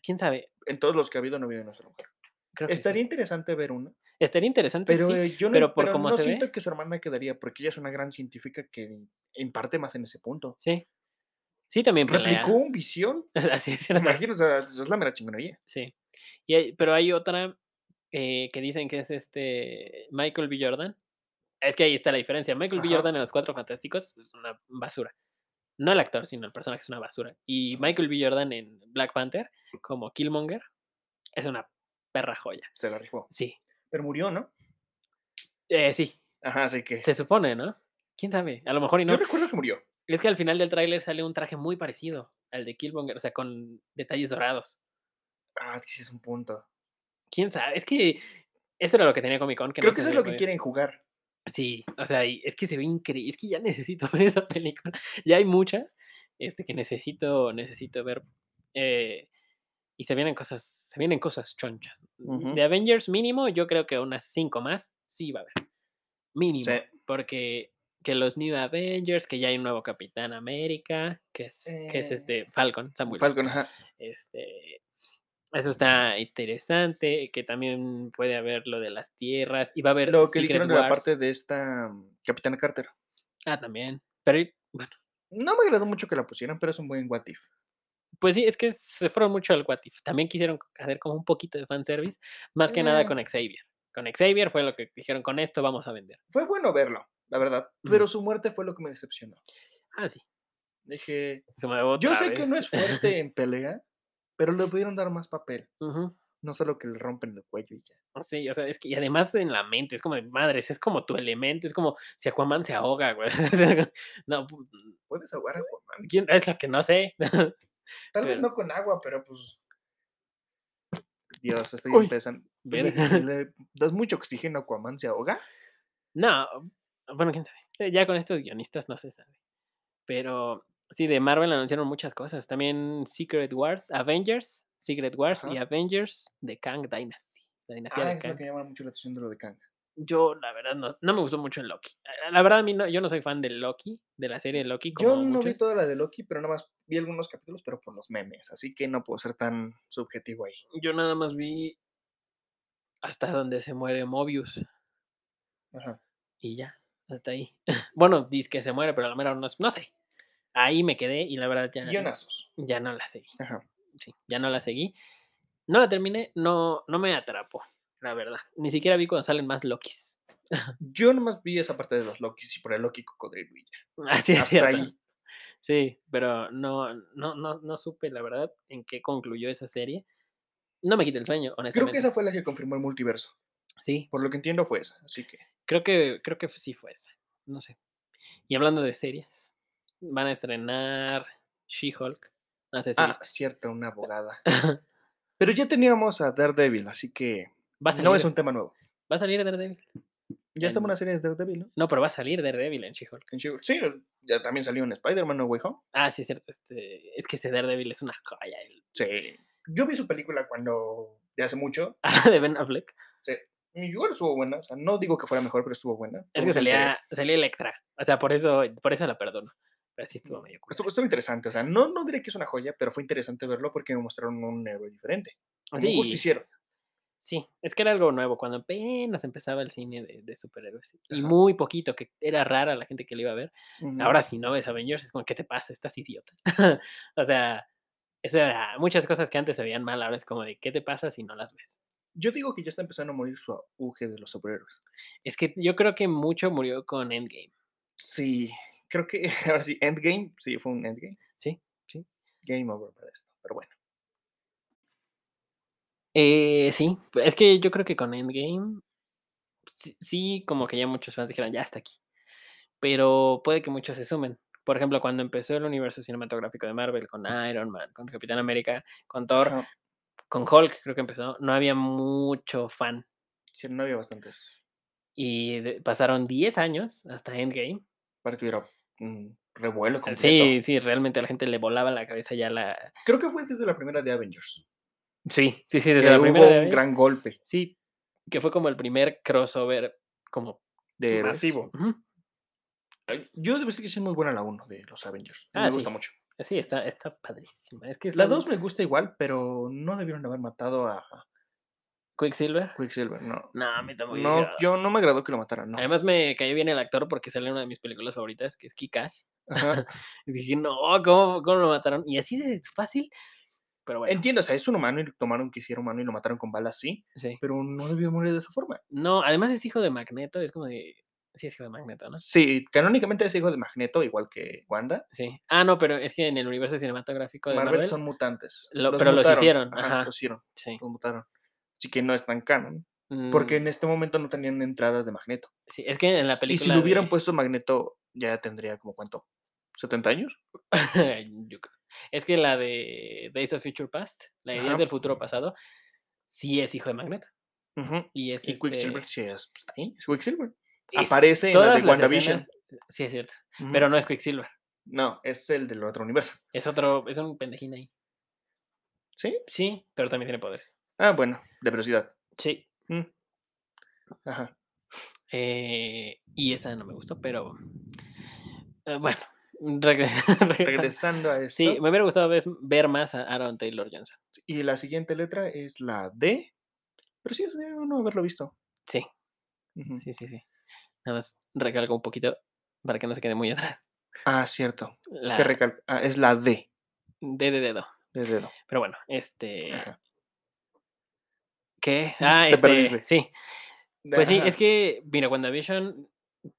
[SPEAKER 1] ¿Quién sabe?
[SPEAKER 2] En todos los que ha habido no ha habido una sola mujer.
[SPEAKER 1] Creo que sí.
[SPEAKER 2] Estaría interesante ver una,
[SPEAKER 1] Estaría interesante.
[SPEAKER 2] pero
[SPEAKER 1] sí.
[SPEAKER 2] eh, yo no,
[SPEAKER 1] pero por
[SPEAKER 2] pero
[SPEAKER 1] cómo
[SPEAKER 2] no
[SPEAKER 1] se ve-
[SPEAKER 2] siento que su hermana quedaría, porque ella es una gran científica que imparte más en ese punto.
[SPEAKER 1] Sí. Sí, también pelea.
[SPEAKER 2] Replicó un visión.
[SPEAKER 1] Así es,
[SPEAKER 2] Me
[SPEAKER 1] era-
[SPEAKER 2] imagino, o sea, es la mera chingonería.
[SPEAKER 1] Sí. Y hay- pero hay otra eh, que dicen que es este Michael B. Jordan. Es que ahí está la diferencia. Michael B.
[SPEAKER 2] Ajá.
[SPEAKER 1] Jordan en Los Cuatro Fantásticos es una basura. No el actor, sino el personaje es una basura.
[SPEAKER 2] Ah.
[SPEAKER 1] Y Michael B. Jordan en Black Panther, como Killmonger, es una perra joya.
[SPEAKER 2] Se la rifó.
[SPEAKER 1] Sí.
[SPEAKER 2] Pero murió, ¿no?
[SPEAKER 1] Eh, sí,
[SPEAKER 2] Ajá, así que.
[SPEAKER 1] se supone, ¿no? ¿Quién sabe? A lo mejor y no.
[SPEAKER 2] Yo recuerdo que murió.
[SPEAKER 1] Es que al final del tráiler sale un traje muy parecido al de Killmonger, o sea, con detalles dorados.
[SPEAKER 2] Ah, es que ese es un punto.
[SPEAKER 1] ¿Quién sabe? Es que eso era lo que tenía Comic Con.
[SPEAKER 2] Creo que eso es lo que
[SPEAKER 1] quiere
[SPEAKER 2] quieren jugar.
[SPEAKER 1] Sí, o sea, y es que se ve increíble, es que ya necesito ver esa película. Ya hay muchas este, que necesito, necesito ver. eh, y se vienen cosas, se vienen cosas chonchas.
[SPEAKER 2] Ujú.
[SPEAKER 1] De Avengers mínimo, yo creo que unas cinco más, sí va a haber. Mínimo.
[SPEAKER 2] Sí.
[SPEAKER 1] Porque que los New Avengers, que ya hay un nuevo Capitán América, que es, que es
[SPEAKER 2] Eh,
[SPEAKER 1] este Falcon, Samuel.
[SPEAKER 2] Falcon, ajá.
[SPEAKER 1] Este, Eso está interesante, que también puede haber lo de las tierras y va a haber
[SPEAKER 2] Lo que
[SPEAKER 1] Secret
[SPEAKER 2] dijeron de la
[SPEAKER 1] Wars.
[SPEAKER 2] parte de esta mm, Capitana Carter.
[SPEAKER 1] Ah, también. Pero bueno,
[SPEAKER 2] No me agradó mucho que la pusieran, pero es un buen what if.
[SPEAKER 1] pues sí, es que se fueron mucho al What If. También quisieron hacer como un poquito de fanservice, más que nada
[SPEAKER 2] Mm.
[SPEAKER 1] con Xavier. Con Xavier fue lo que dijeron, con esto vamos a vender.
[SPEAKER 2] Fue bueno verlo, la verdad. Pero su muerte fue lo que me decepcionó.
[SPEAKER 1] Ah, sí.
[SPEAKER 2] Dije,
[SPEAKER 1] se mudó
[SPEAKER 2] yo
[SPEAKER 1] otra
[SPEAKER 2] sé que no
[SPEAKER 1] vez.
[SPEAKER 2] es fuerte en pelea, pero le pudieron dar más papel.
[SPEAKER 1] Ujú.
[SPEAKER 2] No solo que le rompen el cuello y ya.
[SPEAKER 1] Sí, o sea, es que y además en la mente, es como de madres, es como tu elemento, es como si Aquaman se ahoga, güey. O sea, no, pu-
[SPEAKER 2] Puedes ahogar a Aquaman.
[SPEAKER 1] ¿quién- es lo que no sé.
[SPEAKER 2] Tal vez
[SPEAKER 1] Pero-
[SPEAKER 2] no con agua, pero pues. Dios, estoy
[SPEAKER 1] Uy,
[SPEAKER 2] empezando.
[SPEAKER 1] ver.
[SPEAKER 2] Oye, si le das mucho oxígeno a Aquaman, se ahoga.
[SPEAKER 1] No, bueno, quién sabe. Eh, Ya con estos guionistas no se sabe. Pero sí, de Marvel anunciaron muchas cosas. También Secret Wars, Avengers, Secret Wars y
[SPEAKER 2] Ajá.
[SPEAKER 1] Avengers de Kang Dynasty. La dinastía
[SPEAKER 2] Ah,
[SPEAKER 1] de
[SPEAKER 2] es lo
[SPEAKER 1] Kang.
[SPEAKER 2] que llama mucho la atención de lo de Kang.
[SPEAKER 1] Yo, la verdad, no, no me gustó mucho el Loki. Eh, La verdad, a mí no, yo no soy fan de Loki, de la serie de Loki. Como
[SPEAKER 2] Yo no vi
[SPEAKER 1] muchos.
[SPEAKER 2] toda la de Loki, pero nada más vi algunos capítulos, pero por los memes. Así que no puedo ser tan subjetivo ahí.
[SPEAKER 1] Yo nada más vi hasta donde se muere Mobius
[SPEAKER 2] Ajá.
[SPEAKER 1] y ya, hasta ahí. Bueno, dice que se muere, pero a lo mejor no, no sé. Ahí me quedé y la verdad ya,
[SPEAKER 2] Guionazos.
[SPEAKER 1] ya no la seguí.
[SPEAKER 2] Ajá.
[SPEAKER 1] Sí, ya no la seguí. No la terminé, no, no me atrapó, la verdad. Ni siquiera vi cuando salen más Lokis.
[SPEAKER 2] Yo nomás vi esa parte de los Lokis y por el Loki cocodrilo y ya.
[SPEAKER 1] Así Ah, es
[SPEAKER 2] Hasta
[SPEAKER 1] cierto.
[SPEAKER 2] ahí.
[SPEAKER 1] Sí, pero no, no, no, no supe, la verdad, en qué concluyó esa serie. No me quita el sueño,
[SPEAKER 2] Creo
[SPEAKER 1] honestamente.
[SPEAKER 2] que esa fue la que confirmó el multiverso.
[SPEAKER 1] Sí,
[SPEAKER 2] Por lo que entiendo fue esa. Así que.
[SPEAKER 1] Creo que, creo que sí fue esa. No sé. Y hablando de series, van a estrenar She-Hulk. No sé si
[SPEAKER 2] Ah,
[SPEAKER 1] viste.
[SPEAKER 2] cierta, una abogada. Pero ya teníamos a Daredevil, así que.
[SPEAKER 1] Va a salir,
[SPEAKER 2] No es un tema nuevo.
[SPEAKER 1] va a salir Daredevil.
[SPEAKER 2] Ya estamos en
[SPEAKER 1] En-
[SPEAKER 2] la serie de Daredevil, ¿no?
[SPEAKER 1] No, pero va a salir Daredevil en She-Hulk.
[SPEAKER 2] En She-Hulk. Sí, ya también salió en Spider-Man No Way Home.
[SPEAKER 1] Ah, sí, es cierto. Este, es que ese Daredevil es una joya. el-
[SPEAKER 2] Sí. Yo vi su película cuando. de hace mucho.
[SPEAKER 1] Ah, de Ben Affleck.
[SPEAKER 2] Y Mm, igual estuvo buena. O sea, no digo que fuera mejor, pero estuvo buena.
[SPEAKER 1] Es
[SPEAKER 2] Tuvo
[SPEAKER 1] que
[SPEAKER 2] su
[SPEAKER 1] salía,
[SPEAKER 2] interés.
[SPEAKER 1] salía Electra. O sea, por eso, por eso la perdono. Pero sí estuvo medio
[SPEAKER 2] Estuvo,
[SPEAKER 1] cool.
[SPEAKER 2] estuvo interesante. O sea, no, no diré que es una joya, pero fue interesante verlo porque me mostraron un héroe diferente. como Un
[SPEAKER 1] Ah, Sí,
[SPEAKER 2] justiciero.
[SPEAKER 1] sí, es que era algo nuevo. Cuando apenas empezaba el cine de, de superhéroes. Y
[SPEAKER 2] Ajá.
[SPEAKER 1] muy poquito, que era rara la gente que lo iba a ver.
[SPEAKER 2] Ujú.
[SPEAKER 1] Ahora si no ves Avengers es como, ¿qué te pasa? Estás idiota. o sea, eso era- muchas cosas que antes se veían mal, ahora es como de, ¿qué te pasa si no las ves?
[SPEAKER 2] Yo digo que ya está empezando a morir su auge de los superhéroes.
[SPEAKER 1] Es que yo creo que mucho murió con Endgame.
[SPEAKER 2] Sí, creo que ahora sí, Endgame, sí, fue un Endgame.
[SPEAKER 1] Sí, sí.
[SPEAKER 2] Game over para esto, pero bueno.
[SPEAKER 1] Eh, sí, es que yo creo que con Endgame, sí, sí, como que ya muchos fans dijeron, ya hasta aquí. Pero puede que muchos se sumen. Por ejemplo, cuando empezó el universo cinematográfico de Marvel con Iron Man, con Capitán América, con Thor,
[SPEAKER 2] Ajá,
[SPEAKER 1] con Hulk, creo que empezó, no había mucho fan
[SPEAKER 2] Sí, no había bastantes.
[SPEAKER 1] y de- pasaron 10 años hasta Endgame.
[SPEAKER 2] Para que hubiera un revuelo completo.
[SPEAKER 1] Sí, sí, realmente a la gente le volaba la cabeza ya la...
[SPEAKER 2] Creo que fue desde la primera de Avengers.
[SPEAKER 1] Sí, sí, sí,
[SPEAKER 2] que
[SPEAKER 1] desde la
[SPEAKER 2] hubo
[SPEAKER 1] primera... de
[SPEAKER 2] un
[SPEAKER 1] Avengers,
[SPEAKER 2] gran golpe
[SPEAKER 1] Sí, que fue como el primer crossover como
[SPEAKER 2] de héroes.
[SPEAKER 1] masivo. Ujú.
[SPEAKER 2] Ay, Yo debo decir que sí es muy buena la 1 de los Avengers.
[SPEAKER 1] Ah,
[SPEAKER 2] me
[SPEAKER 1] sí.
[SPEAKER 2] gusta mucho.
[SPEAKER 1] Sí, está, está padrísima. Es que
[SPEAKER 2] La
[SPEAKER 1] son
[SPEAKER 2] 2 me gusta igual, pero no debieron haber matado a
[SPEAKER 1] Quicksilver.
[SPEAKER 2] Quicksilver, no.
[SPEAKER 1] No, a mí tampoco.
[SPEAKER 2] No, yo no me agradó que lo mataran, no.
[SPEAKER 1] Además me cayó bien el actor porque sale en una de mis películas favoritas, que es Kikas.
[SPEAKER 2] Ajá.
[SPEAKER 1] Y dije, no, ¿cómo, cómo lo mataron? Y así de fácil. Pero bueno,
[SPEAKER 2] Entiendo, o sea, es un humano y tomaron que hiciera humano y lo mataron con balas, sí,
[SPEAKER 1] sí.
[SPEAKER 2] pero no debió morir de esa forma.
[SPEAKER 1] No, además es hijo de Magneto, es como de... Sí, es hijo de Magneto, ¿no?
[SPEAKER 2] Sí, canónicamente es hijo de Magneto, igual que Wanda.
[SPEAKER 1] Sí. Ah, no, pero es que en el universo cinematográfico de
[SPEAKER 2] Marvel,
[SPEAKER 1] Marvel,
[SPEAKER 2] son mutantes.
[SPEAKER 1] Lo- pero los
[SPEAKER 2] mutaron,
[SPEAKER 1] hicieron, ajá.
[SPEAKER 2] Los hicieron,
[SPEAKER 1] sí.
[SPEAKER 2] los mutaron. Así que no es tan canon, porque
[SPEAKER 1] Mm,
[SPEAKER 2] en este momento no tenían entrada de Magneto.
[SPEAKER 1] sí, es que en la película
[SPEAKER 2] Y si lo hubieran
[SPEAKER 1] de-
[SPEAKER 2] puesto Magneto, ya tendría como cuánto, ¿70 años?
[SPEAKER 1] Yo creo- es que la de Days of Future Past, la de Días
[SPEAKER 2] Ajá.
[SPEAKER 1] del Futuro Pasado, sí es hijo de Magneto
[SPEAKER 2] Ujú.
[SPEAKER 1] y es
[SPEAKER 2] Y Quicksilver,
[SPEAKER 1] este-
[SPEAKER 2] sí, es, pues, está ahí, es Quicksilver.
[SPEAKER 1] es-
[SPEAKER 2] aparece en la de
[SPEAKER 1] todas las
[SPEAKER 2] WandaVision.
[SPEAKER 1] escenas- sí es cierto,
[SPEAKER 2] Ujú.
[SPEAKER 1] pero no es Quicksilver,
[SPEAKER 2] No, es el del otro universo.
[SPEAKER 1] es otro, es un pendejín ahí.
[SPEAKER 2] ¿Sí?
[SPEAKER 1] Sí, pero también tiene poderes.
[SPEAKER 2] Ah, bueno, de velocidad.
[SPEAKER 1] Sí.
[SPEAKER 2] Mm. Ajá.
[SPEAKER 1] eh, y esa no me gustó, pero eh, bueno, regre- regresando.
[SPEAKER 2] Regresando a esto.
[SPEAKER 1] Sí, me hubiera gustado ves- ver más a Aaron Taylor Johnson.
[SPEAKER 2] sí, y la siguiente letra es la D. Pero sí, es no haberlo visto.
[SPEAKER 1] Sí,
[SPEAKER 2] Ujú.
[SPEAKER 1] sí, sí, sí. Nada más recalco un poquito para que no se quede muy atrás.
[SPEAKER 2] Ah, cierto.
[SPEAKER 1] La
[SPEAKER 2] ¿Qué recal- ah, es la D
[SPEAKER 1] D de dedo.
[SPEAKER 2] de dedo.
[SPEAKER 1] Pero bueno, este.
[SPEAKER 2] Ajá. Mm,
[SPEAKER 1] ¿Qué? Ah,
[SPEAKER 2] Te
[SPEAKER 1] este,
[SPEAKER 2] perdiste.
[SPEAKER 1] Sí. Pues sí,
[SPEAKER 2] Ajá.
[SPEAKER 1] es que, mira, WandaVision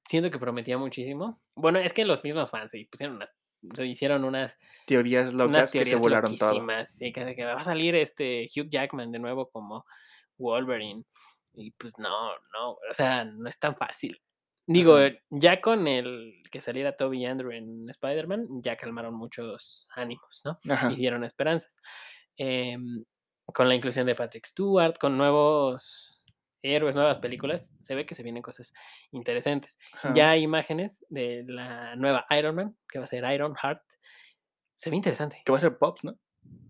[SPEAKER 1] siento que prometía muchísimo. Bueno, es que los mismos fans se pusieron unas. Se hicieron unas,
[SPEAKER 2] Teorías
[SPEAKER 1] unas
[SPEAKER 2] locas que
[SPEAKER 1] teorías
[SPEAKER 2] se volaron todo.
[SPEAKER 1] loquísimas. Y que, que va a salir este Hugh Jackman de nuevo como Wolverine. Y pues no, no. O sea, no es tan fácil. Digo, eh,
[SPEAKER 2] Ajá.
[SPEAKER 1] ya con el que saliera Toby y Andrew en Spider-Man, ya calmaron muchos ánimos, ¿no?
[SPEAKER 2] Ajá.
[SPEAKER 1] y dieron esperanzas. Em, con la inclusión de Patrick Stewart, con nuevos héroes, nuevas películas, se ve que se vienen cosas interesantes.
[SPEAKER 2] ajá.
[SPEAKER 1] Ya hay imágenes de la nueva Iron Man, que va a ser Iron Heart. Se ve interesante.
[SPEAKER 2] Que va a ser Pops, ¿no?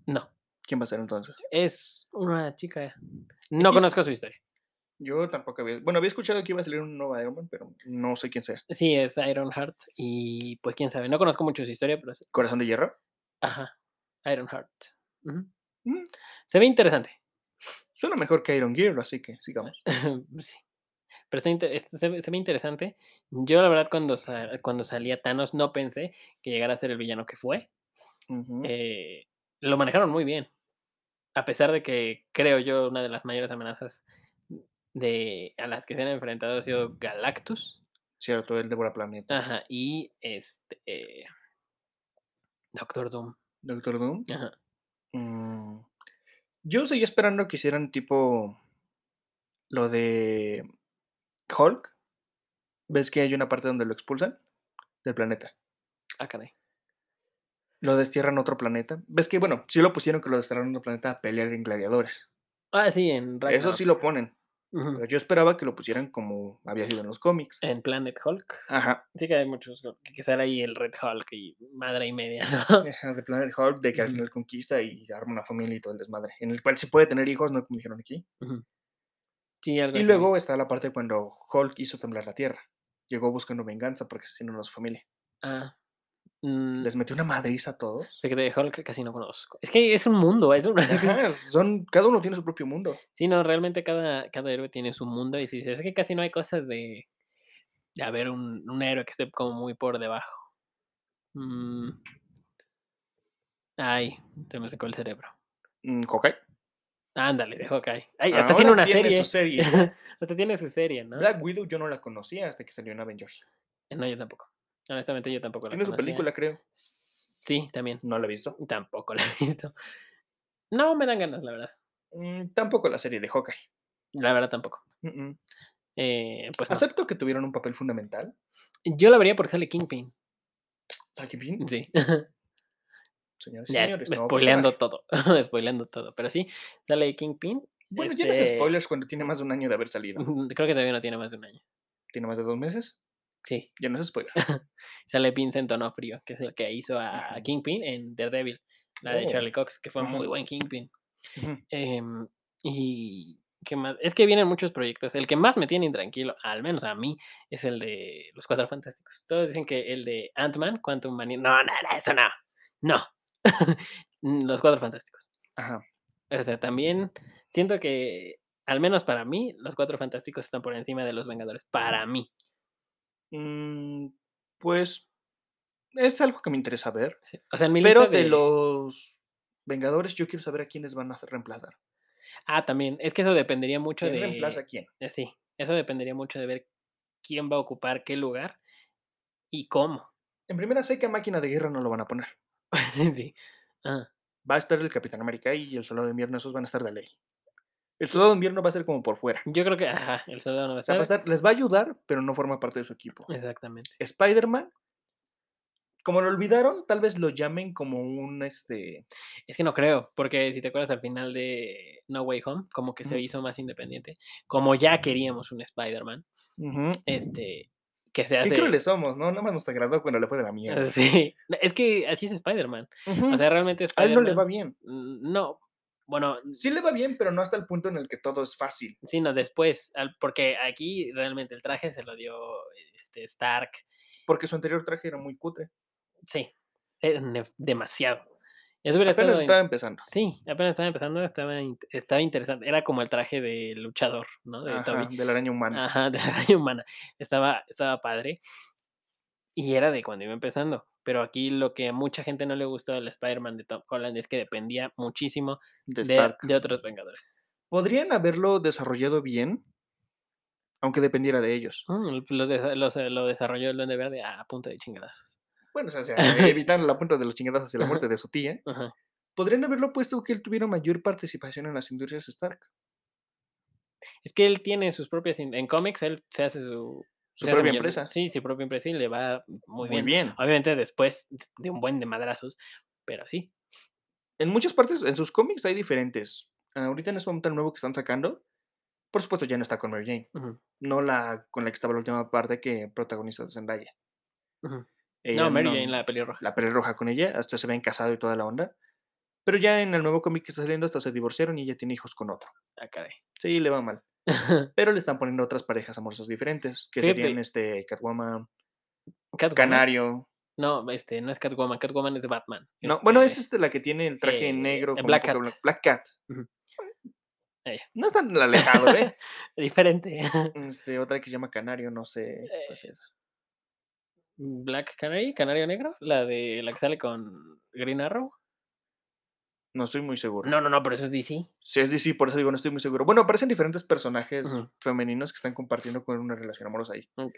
[SPEAKER 1] No,
[SPEAKER 2] ¿Quién va a ser entonces?
[SPEAKER 1] es una chica. No
[SPEAKER 2] X.
[SPEAKER 1] conozco su historia.
[SPEAKER 2] Yo tampoco había. Bueno, había escuchado que iba a salir un nuevo Iron Man, pero no sé quién sea.
[SPEAKER 1] Sí, es Iron Heart y pues quién sabe. No conozco mucho su historia, pero es-
[SPEAKER 2] ¿Corazón de Hierro?
[SPEAKER 1] ajá, Iron Heart. Ujú.
[SPEAKER 2] Mm,
[SPEAKER 1] Se ve interesante.
[SPEAKER 2] Suena mejor que Iron Gear, así que sigamos.
[SPEAKER 1] Sí. Pero está inter- es- se, ve- se ve interesante. Yo, la verdad, cuando, sa- cuando salía Thanos, no pensé que llegara a ser el villano que fue.
[SPEAKER 2] Ujú.
[SPEAKER 1] Eh, lo manejaron muy bien. A pesar de que, creo yo, una de las mayores amenazas de, a las que se han enfrentado ha sido Galactus.
[SPEAKER 2] Cierto, el Débora Planeta.
[SPEAKER 1] Ajá, y este. eh, Doctor Doom.
[SPEAKER 2] Doctor Doom.
[SPEAKER 1] Ajá.
[SPEAKER 2] Mm, Yo seguía esperando que hicieran tipo lo de Hulk. ¿Ves que hay una parte donde lo expulsan? Del planeta.
[SPEAKER 1] Ah, caray.
[SPEAKER 2] Lo destierran a otro planeta. ¿Ves que, bueno, sí lo pusieron que lo desterraron a otro planeta a pelear en gladiadores?
[SPEAKER 1] Ah, sí, en
[SPEAKER 2] Eso sí lo ponen.
[SPEAKER 1] Ragnarok.
[SPEAKER 2] Pero
[SPEAKER 1] Ujú.
[SPEAKER 2] yo esperaba que lo pusieran como había sido en los cómics.
[SPEAKER 1] En Planet Hulk.
[SPEAKER 2] Ajá.
[SPEAKER 1] Sí que hay muchos. Hulk, Que sale ahí el Red Hulk y madre y media, ¿no?
[SPEAKER 2] ajá, Eh, De Planet Hulk, de que al
[SPEAKER 1] Ah. Ujú.
[SPEAKER 2] final conquista y arma una familia y todo el desmadre. En el cual sí puede tener hijos, no como dijeron aquí.
[SPEAKER 1] Ujú. Sí, algo
[SPEAKER 2] Y
[SPEAKER 1] así vi.
[SPEAKER 2] luego está la parte cuando Hulk hizo temblar la Tierra. Llegó buscando venganza porque asesinaron a su familia.
[SPEAKER 1] Ah. mm,
[SPEAKER 2] Les metió una madriza a todos.
[SPEAKER 1] fíjate, de Hulk casi no conozco. Es que es un mundo, es un... es que-
[SPEAKER 2] Ajá, son, cada uno tiene su propio mundo.
[SPEAKER 1] sí, no, realmente cada, cada héroe tiene su mundo y si dices, es que casi no hay cosas de, de haber un, un héroe que esté como muy por debajo. Mm. Ay, se me secó el cerebro.
[SPEAKER 2] Mm, Hawkeye.
[SPEAKER 1] Ándale, de Hawkeye. Ay, hasta tiene
[SPEAKER 2] Ahora
[SPEAKER 1] una
[SPEAKER 2] tiene
[SPEAKER 1] serie.
[SPEAKER 2] su serie.
[SPEAKER 1] hasta tiene su serie, ¿no? Eh,
[SPEAKER 2] Black Widow yo no la conocía hasta que salió en Avengers.
[SPEAKER 1] No, yo tampoco. Honestamente, yo tampoco la
[SPEAKER 2] Tiene su
[SPEAKER 1] conocía.
[SPEAKER 2] película, creo.
[SPEAKER 1] Sí, también.
[SPEAKER 2] No la he visto.
[SPEAKER 1] Tampoco la he visto. No me dan ganas, la verdad.
[SPEAKER 2] Mm, tampoco la serie de Hawkeye.
[SPEAKER 1] La verdad tampoco.
[SPEAKER 2] Mm, mm.
[SPEAKER 1] Eh, pues no.
[SPEAKER 2] Acepto que tuvieron un papel fundamental.
[SPEAKER 1] Yo la vería porque sale Kingpin.
[SPEAKER 2] Saki Bin,
[SPEAKER 1] Sí.
[SPEAKER 2] señores,
[SPEAKER 1] Mm. ya,
[SPEAKER 2] señores.
[SPEAKER 1] es-
[SPEAKER 2] no pues, va a
[SPEAKER 1] spoileando
[SPEAKER 2] pasar.
[SPEAKER 1] todo. spoileando todo. Pero sí, sale Kingpin.
[SPEAKER 2] Bueno, ya no es
[SPEAKER 1] este,
[SPEAKER 2] spoilers cuando tiene más de un año de haber salido.
[SPEAKER 1] Creo que todavía no tiene más de un año.
[SPEAKER 2] Tiene más de dos meses.
[SPEAKER 1] Sí.
[SPEAKER 2] Ya no es spoiler.
[SPEAKER 1] Sale Vincent Donofrio, que es el que hizo a, a
[SPEAKER 2] Ujú.
[SPEAKER 1] Kingpin en Daredevil. La de
[SPEAKER 2] Oh.
[SPEAKER 1] Charlie Cox, que fue
[SPEAKER 2] Ujú.
[SPEAKER 1] muy buen Kingpin.
[SPEAKER 2] Ujú.
[SPEAKER 1] Em, y. ¿Qué más? Es que vienen muchos proyectos. El que más me tiene intranquilo, al menos a mí, es el de los Cuatro Fantásticos. Todos dicen que el de Ant-Man, Quantum Mania. No, no, no, eso no. No. los Cuatro Fantásticos.
[SPEAKER 2] Ajá.
[SPEAKER 1] O sea, también siento que, al menos para mí, los cuatro fantásticos están por encima de los Vengadores. Para mí.
[SPEAKER 2] Mm, pues es algo que me interesa ver.
[SPEAKER 1] sí. O sea, en mi
[SPEAKER 2] Pero
[SPEAKER 1] lista
[SPEAKER 2] de los Vengadores, yo quiero saber a quiénes van a reemplazar.
[SPEAKER 1] Ah, también. Es que eso dependería mucho
[SPEAKER 2] ¿Quién
[SPEAKER 1] de.
[SPEAKER 2] reemplaza a quién?
[SPEAKER 1] eh, Sí, eso dependería mucho de ver quién va a ocupar qué lugar y cómo.
[SPEAKER 2] En primera sé que a Máquina de Guerra no lo van a poner.
[SPEAKER 1] sí. Ah,
[SPEAKER 2] Va a estar el Capitán América y el Soldado de Invierno, esos van a estar de ley. El Soldado de Invierno va a ser como por fuera.
[SPEAKER 1] yo creo que. Ajá, el soldado no va a
[SPEAKER 2] O sea, va a
[SPEAKER 1] estar.
[SPEAKER 2] estar- les va a ayudar, pero no forma parte de su equipo.
[SPEAKER 1] Exactamente.
[SPEAKER 2] Spider-Man, como lo olvidaron, tal vez lo llamen como un este.
[SPEAKER 1] Es que no creo, porque si te acuerdas al final de No Way Home, como que se
[SPEAKER 2] Ujú.
[SPEAKER 1] hizo más independiente. Como ya queríamos un Spider-Man,
[SPEAKER 2] ujú,
[SPEAKER 1] este. Que se hace.
[SPEAKER 2] ¿Qué crueles somos, no? Nada más nos agradó cuando le fue de la mierda.
[SPEAKER 1] Sí, no, es que así es Spider-Man.
[SPEAKER 2] Ujú,
[SPEAKER 1] O sea, realmente
[SPEAKER 2] Mm, a él no
[SPEAKER 1] Spider-Man.
[SPEAKER 2] le va bien.
[SPEAKER 1] mm, No, bueno,
[SPEAKER 2] Sí le va bien, pero no hasta el punto en el que todo es fácil.
[SPEAKER 1] sí, no, después. al- Porque aquí realmente el traje se lo dio este, Stark.
[SPEAKER 2] Porque su anterior traje era muy cutre.
[SPEAKER 1] Sí, era nef- demasiado. Eso hubiera
[SPEAKER 2] Apenas
[SPEAKER 1] estado en-
[SPEAKER 2] estaba empezando.
[SPEAKER 1] Sí, apenas estaba empezando, estaba, in- estaba interesante. Era como el traje de luchador, ¿no? De
[SPEAKER 2] Ajá,
[SPEAKER 1] Toby. Ah,
[SPEAKER 2] de la araña humana.
[SPEAKER 1] Ajá, de la araña humana. Estaba, estaba padre. Y era de cuando iba empezando. Pero aquí lo que a mucha gente no le gustó del Spider-Man de Tom Holland es que dependía muchísimo
[SPEAKER 2] de
[SPEAKER 1] de,
[SPEAKER 2] Stark.
[SPEAKER 1] de otros Vengadores.
[SPEAKER 2] Podrían haberlo desarrollado bien, aunque dependiera de ellos.
[SPEAKER 1] Mm, los desa- los, eh, lo desarrolló el Duende Verde a punta de chingadas.
[SPEAKER 2] Bueno, o sea, sea, evitar la punta de los chingadazos y la muerte de su tía.
[SPEAKER 1] Ajá.
[SPEAKER 2] Podrían haberlo puesto que él tuviera mayor participación en las industrias Stark.
[SPEAKER 1] Es que él tiene sus propias. in- En cómics, él se hace su.
[SPEAKER 2] Su
[SPEAKER 1] se hace
[SPEAKER 2] propia
[SPEAKER 1] millonario.
[SPEAKER 2] empresa.
[SPEAKER 1] Sí, su propia empresa y le va muy,
[SPEAKER 2] Muy,
[SPEAKER 1] bien.
[SPEAKER 2] bien.
[SPEAKER 1] Obviamente después de- de un buen de madrazos, pero sí.
[SPEAKER 2] En muchas partes, en sus cómics hay diferentes. Ahorita en este momento el nuevo que están sacando, por supuesto ya no está con Mary Jane.
[SPEAKER 1] Ujú,
[SPEAKER 2] No la con la que estaba la última parte que protagoniza Zendaya.
[SPEAKER 1] ujú.
[SPEAKER 2] Ella
[SPEAKER 1] No, Eh, Mary
[SPEAKER 2] Eh, no-
[SPEAKER 1] Jane, la pelirroja.
[SPEAKER 2] la pelirroja con ella, hasta se ven casado y toda la onda. Pero ya en el nuevo cómic que está saliendo hasta se divorciaron y ella tiene hijos con otro.
[SPEAKER 1] Ah, caray.
[SPEAKER 2] Sí, le va mal. Pero le están poniendo otras parejas amorosas diferentes, que
[SPEAKER 1] Fíjate.
[SPEAKER 2] serían este Catwoman,
[SPEAKER 1] Catwoman.
[SPEAKER 2] Canario.
[SPEAKER 1] No, este, no es Catwoman. Catwoman es de Batman.
[SPEAKER 2] No, bueno, es
[SPEAKER 1] este,
[SPEAKER 2] este la que tiene el traje
[SPEAKER 1] eh,
[SPEAKER 2] negro
[SPEAKER 1] eh,
[SPEAKER 2] con
[SPEAKER 1] Black
[SPEAKER 2] poca
[SPEAKER 1] Cat.
[SPEAKER 2] blan- Black Cat.
[SPEAKER 1] Ujú. Ella.
[SPEAKER 2] No es tan alejado, ¿eh?
[SPEAKER 1] Diferente.
[SPEAKER 2] Este, otra que se llama Canario, no sé. cuál
[SPEAKER 1] Eh,
[SPEAKER 2] es esa.
[SPEAKER 1] Black Canary, Canario Negro. La de la que sale con Green Arrow.
[SPEAKER 2] No estoy muy seguro.
[SPEAKER 1] No, no, no, pero eso es DC.
[SPEAKER 2] Si es DC, por eso digo, no estoy muy seguro. Bueno, aparecen diferentes personajes
[SPEAKER 1] Ujú.
[SPEAKER 2] femeninos que están compartiendo con una relación amorosa ahí.
[SPEAKER 1] Ok.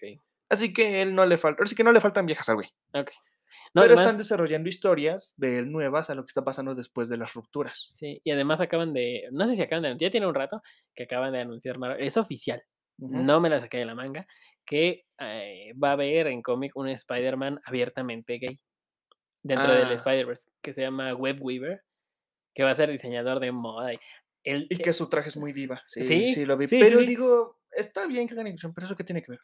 [SPEAKER 2] Así que él no le falta, así que no le faltan viejas al güey.
[SPEAKER 1] No,
[SPEAKER 2] pero
[SPEAKER 1] además-
[SPEAKER 2] están desarrollando historias de él nuevas a lo que está pasando después de las rupturas.
[SPEAKER 1] Sí, y además acaban de, no sé si acaban de anunciar, ya tiene un rato que acaban de anunciar, Marvel, es oficial,
[SPEAKER 2] Ujú.
[SPEAKER 1] no me la saqué de la manga, que eh, va a haber en cómic un Spider-Man abiertamente gay dentro del
[SPEAKER 2] Ah.
[SPEAKER 1] Spider-Verse, que se llama Web Weaver, que va a ser diseñador de moda. Y, el,
[SPEAKER 2] Y que su traje es muy diva. Sí,
[SPEAKER 1] Sí,
[SPEAKER 2] sí, lo vi.
[SPEAKER 1] sí, sí,
[SPEAKER 2] pero
[SPEAKER 1] sí.
[SPEAKER 2] digo, está bien que hagan inclusión, pero eso qué tiene que ver.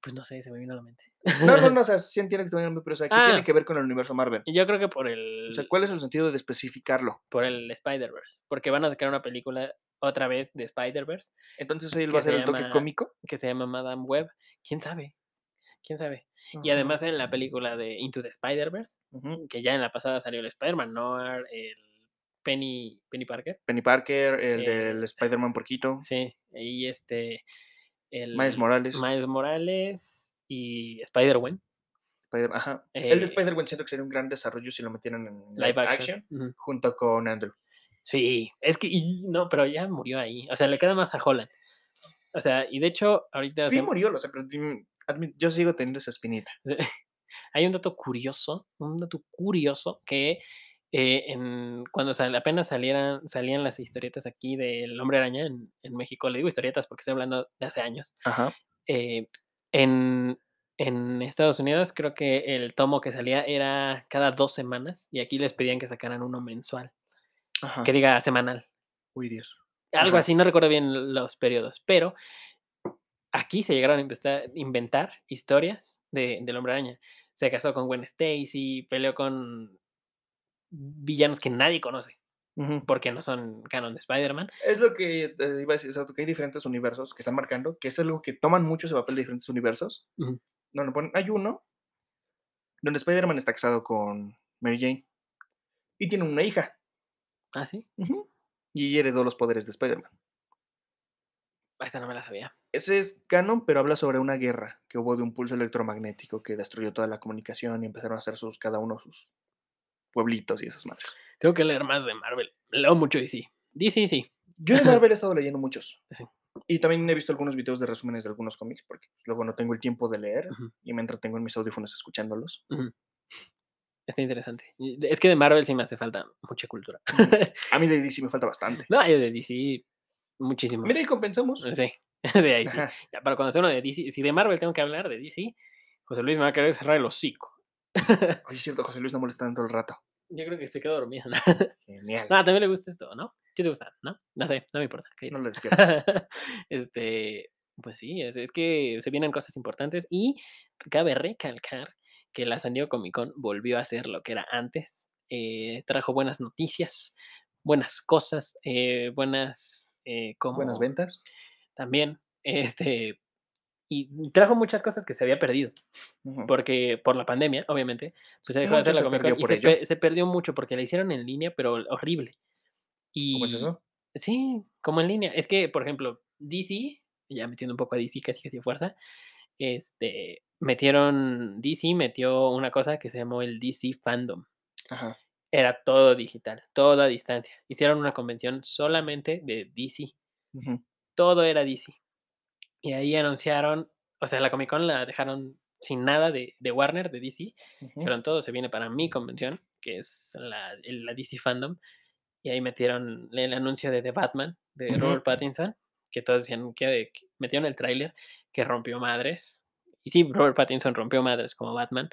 [SPEAKER 1] Pues no sé, se me vino a la mente.
[SPEAKER 2] No, no, no, o sea, sí entiendo que también, pero o sea, ¿qué
[SPEAKER 1] Ah.
[SPEAKER 2] tiene que ver con el universo Marvel?
[SPEAKER 1] Y Yo creo que por el,
[SPEAKER 2] O sea, ¿cuál es el sentido de especificarlo?
[SPEAKER 1] por el Spider-Verse, porque van a sacar una película otra vez de Spider-Verse
[SPEAKER 2] Entonces él
[SPEAKER 1] Que
[SPEAKER 2] va a hacer
[SPEAKER 1] se
[SPEAKER 2] el toque
[SPEAKER 1] llama-
[SPEAKER 2] cómico.
[SPEAKER 1] que se llama Madame Web. ¿Quién sabe? ¿Quién sabe? Y además en la película de Into the Spider-Verse,
[SPEAKER 2] Ujú, ujú.
[SPEAKER 1] que ya en la pasada salió el Spider-Man, no el Penny, Penny Parker.
[SPEAKER 2] Penny Parker, el
[SPEAKER 1] El-
[SPEAKER 2] del Spider-Man Porquito,
[SPEAKER 1] Eh, Sí, y este. El,
[SPEAKER 2] Miles Morales.
[SPEAKER 1] Miles Morales y Spider-Man.
[SPEAKER 2] Spider- ajá. el de
[SPEAKER 1] eh,
[SPEAKER 2] Spider-Man siento que sería un gran desarrollo si lo metieran en
[SPEAKER 1] Live action. Ujú.
[SPEAKER 2] junto con Andrew.
[SPEAKER 1] Sí, es que. y no, pero ya murió ahí. O sea, le queda más a Holland. O sea, y de hecho, ahorita.
[SPEAKER 2] Sí
[SPEAKER 1] se-
[SPEAKER 2] murió, lo sé, pero dime, admi- yo sigo teniendo esa espinita.
[SPEAKER 1] hay un dato curioso, un dato curioso que eh, en- cuando sal- apenas salieran, salían las historietas aquí del Hombre Araña en, en México, le digo historietas porque estoy hablando de hace años,
[SPEAKER 2] Ajá.
[SPEAKER 1] eh, en, en Estados Unidos creo que el tomo que salía era cada dos semanas y aquí les pedían que sacaran uno mensual,
[SPEAKER 2] Ajá.
[SPEAKER 1] que diga semanal,
[SPEAKER 2] Uy, Dios.
[SPEAKER 1] algo
[SPEAKER 2] Ah. Ajá.
[SPEAKER 1] así, no recuerdo bien los periodos, pero aquí se llegaron a inventar, inventar historias de, del hombre araña. Se casó con Gwen Stacy, peleó con villanos que nadie conoce,
[SPEAKER 2] Ujú.
[SPEAKER 1] porque no son canon de Spider-Man.
[SPEAKER 2] Es lo que eh, iba a decir, o sea, que hay diferentes universos que están marcando, que es algo que toman mucho ese papel de diferentes universos.
[SPEAKER 1] Ujú.
[SPEAKER 2] Donde ponen, hay uno donde Spider-Man está casado con Mary Jane y tiene una hija.
[SPEAKER 1] Ah, sí,
[SPEAKER 2] Ujú. Y ella heredó los poderes de Spider-Man.
[SPEAKER 1] Ah, esa no me la sabía.
[SPEAKER 2] Ese es canon, pero habla sobre una guerra que hubo de un pulso electromagnético que destruyó toda la comunicación y empezaron a hacer sus, cada uno sus pueblitos y esas madres.
[SPEAKER 1] Tengo que leer más de Marvel. Leo mucho y sí. DC, sí.
[SPEAKER 2] Yo de Marvel he estado leyendo muchos.
[SPEAKER 1] Sí.
[SPEAKER 2] Y también he visto algunos videos de resúmenes de algunos cómics, porque luego no tengo el tiempo de leer
[SPEAKER 1] Ujú.
[SPEAKER 2] y me entretengo en mis audífonos escuchándolos.
[SPEAKER 1] Está interesante. Y de- Es que de Marvel sí me hace falta mucha cultura.
[SPEAKER 2] A mí de DC me falta bastante.
[SPEAKER 1] no, yo de DC muchísimo.
[SPEAKER 2] Mira, y compensamos.
[SPEAKER 1] Sí, sí, ahí sí.
[SPEAKER 2] Ajá.
[SPEAKER 1] Ya, para cuando sea uno de DC, si de Marvel tengo que hablar de DC, José Luis me va a querer cerrar el hocico.
[SPEAKER 2] Oye, es cierto, José Luis no molesta tanto el rato.
[SPEAKER 1] Yo creo que se quedó dormida. ¿no?
[SPEAKER 2] Genial.
[SPEAKER 1] Ah, también le gusta esto, ¿no? ¿Qué te gusta? ¿No? No sé, no me importa.
[SPEAKER 2] No
[SPEAKER 1] cállate.
[SPEAKER 2] lo despiertas.
[SPEAKER 1] este, pues sí, es, es que se vienen cosas importantes y cabe recalcar que la San Diego Comic Con volvió a ser lo que era antes. eh, trajo buenas noticias, buenas cosas, eh, buenas... eh, como
[SPEAKER 2] Buenas ventas.
[SPEAKER 1] También, este... Y trajo muchas cosas que se había perdido,
[SPEAKER 2] Ujú.
[SPEAKER 1] porque por la pandemia, obviamente, pues se dejó de
[SPEAKER 2] Mucho
[SPEAKER 1] hacer la
[SPEAKER 2] se
[SPEAKER 1] Comic
[SPEAKER 2] perdió
[SPEAKER 1] Con y
[SPEAKER 2] por
[SPEAKER 1] se,
[SPEAKER 2] ello.
[SPEAKER 1] pe- se perdió mucho porque la hicieron en línea, pero horrible. Y,
[SPEAKER 2] ¿Cómo es eso?
[SPEAKER 1] Sí, como en línea. Es que, por ejemplo, DC, ya metiendo un poco a DC casi casi a fuerza, este, metieron, DC metió una cosa que se llamó el DC Fandom.
[SPEAKER 2] Ajá.
[SPEAKER 1] Era todo digital, todo a distancia. Hicieron una convención solamente de DC.
[SPEAKER 2] Ujú.
[SPEAKER 1] Todo era DC. Y ahí anunciaron, o sea, la Comic Con la dejaron sin nada de, de Warner, de DC.
[SPEAKER 2] Ujú.
[SPEAKER 1] Dijeron, todo se viene para mi convención, que es la, el- la DC Fandom. Y ahí metieron el anuncio de The Batman, de
[SPEAKER 2] Ujú.
[SPEAKER 1] Robert Pattinson, que todos decían que, que metieron el tráiler que rompió madres. Y sí, Robert Pattinson rompió madres como Batman.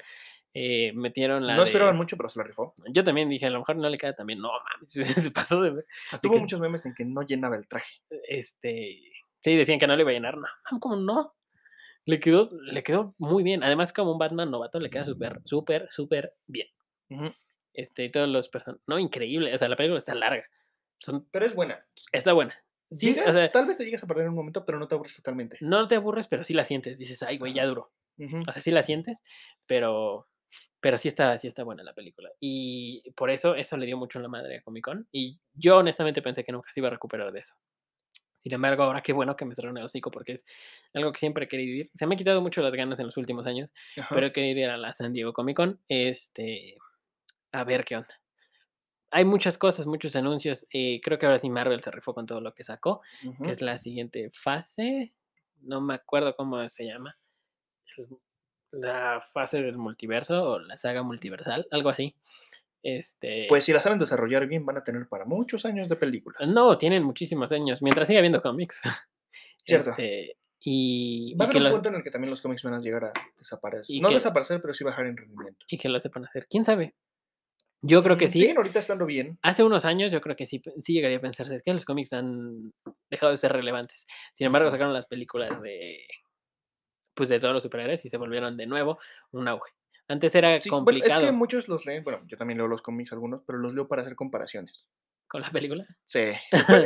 [SPEAKER 1] Eh, metieron la
[SPEAKER 2] No
[SPEAKER 1] de-
[SPEAKER 2] esperaban mucho, pero se la rifó.
[SPEAKER 1] Yo también dije, a lo mejor no le queda también. No, mames, se pasó de... ver-
[SPEAKER 2] Hasta hubo
[SPEAKER 1] que-
[SPEAKER 2] muchos memes en que no llenaba el traje.
[SPEAKER 1] Este... Sí, decían que no le iba a llenar. No, mam, ¿cómo no? Le quedó, le quedó muy bien. Además, como un Batman novato, le queda súper, súper, súper bien.
[SPEAKER 2] Ujú.
[SPEAKER 1] Este, todos los personajes... No, increíble. O sea, la película está larga. Son...
[SPEAKER 2] Pero es buena.
[SPEAKER 1] Está buena. Sí, o
[SPEAKER 2] Llegas-
[SPEAKER 1] sea-
[SPEAKER 2] Tal vez te llegas a perder en un momento, pero no te aburres totalmente.
[SPEAKER 1] no te aburres, pero sí la sientes. Dices, ay, güey, ya
[SPEAKER 2] Ajá.
[SPEAKER 1] duró.
[SPEAKER 2] Ujú.
[SPEAKER 1] O sea, sí la sientes, pero, pero sí, está, sí está buena la película. Y por eso, eso le dio mucho en la madre a Comic Con. Y yo honestamente pensé que nunca se iba a recuperar de eso. Sin embargo, ahora qué bueno que me cerraron el hocico porque es algo que siempre he querido ir. Se me han quitado mucho las ganas en los últimos años,
[SPEAKER 2] Ajá.
[SPEAKER 1] pero he querido ir a la San Diego Comic Con. Este, a ver qué onda. Hay muchas cosas, muchos anuncios. eh, creo que ahora sí Marvel se rifó con todo lo que sacó
[SPEAKER 2] Ujú.
[SPEAKER 1] que es la siguiente fase. No me acuerdo cómo se llama. el- La fase del multiverso o la saga multiversal, algo así. Este.
[SPEAKER 2] Pues si la saben desarrollar bien, van a tener para muchos años de películas.
[SPEAKER 1] pues No, tienen muchísimos años. Mientras siga habiendo cómics.
[SPEAKER 2] Cierto.
[SPEAKER 1] Este, y,
[SPEAKER 2] Va a
[SPEAKER 1] y que
[SPEAKER 2] haber un
[SPEAKER 1] lo-
[SPEAKER 2] punto en el que también los cómics van a llegar a desaparecer.
[SPEAKER 1] Y
[SPEAKER 2] No
[SPEAKER 1] que-
[SPEAKER 2] desaparecer, pero sí bajar en rendimiento.
[SPEAKER 1] y que lo sepan hacer. ¿Quién sabe? Yo creo que
[SPEAKER 2] Mm,
[SPEAKER 1] sí.
[SPEAKER 2] Siguen ahorita estando bien.
[SPEAKER 1] Hace unos años yo creo que sí, sí llegaría a pensarse, es que los cómics han dejado de ser relevantes. Sin embargo,
[SPEAKER 2] Ujú.
[SPEAKER 1] sacaron las películas de pues de todos los superhéroes y se volvieron de nuevo un auge. Antes era
[SPEAKER 2] Sí, bueno, es
[SPEAKER 1] complicado
[SPEAKER 2] que muchos los leen. Bueno, yo también leo los cómics algunos, pero los leo para hacer comparaciones.
[SPEAKER 1] con la película.
[SPEAKER 2] Sí.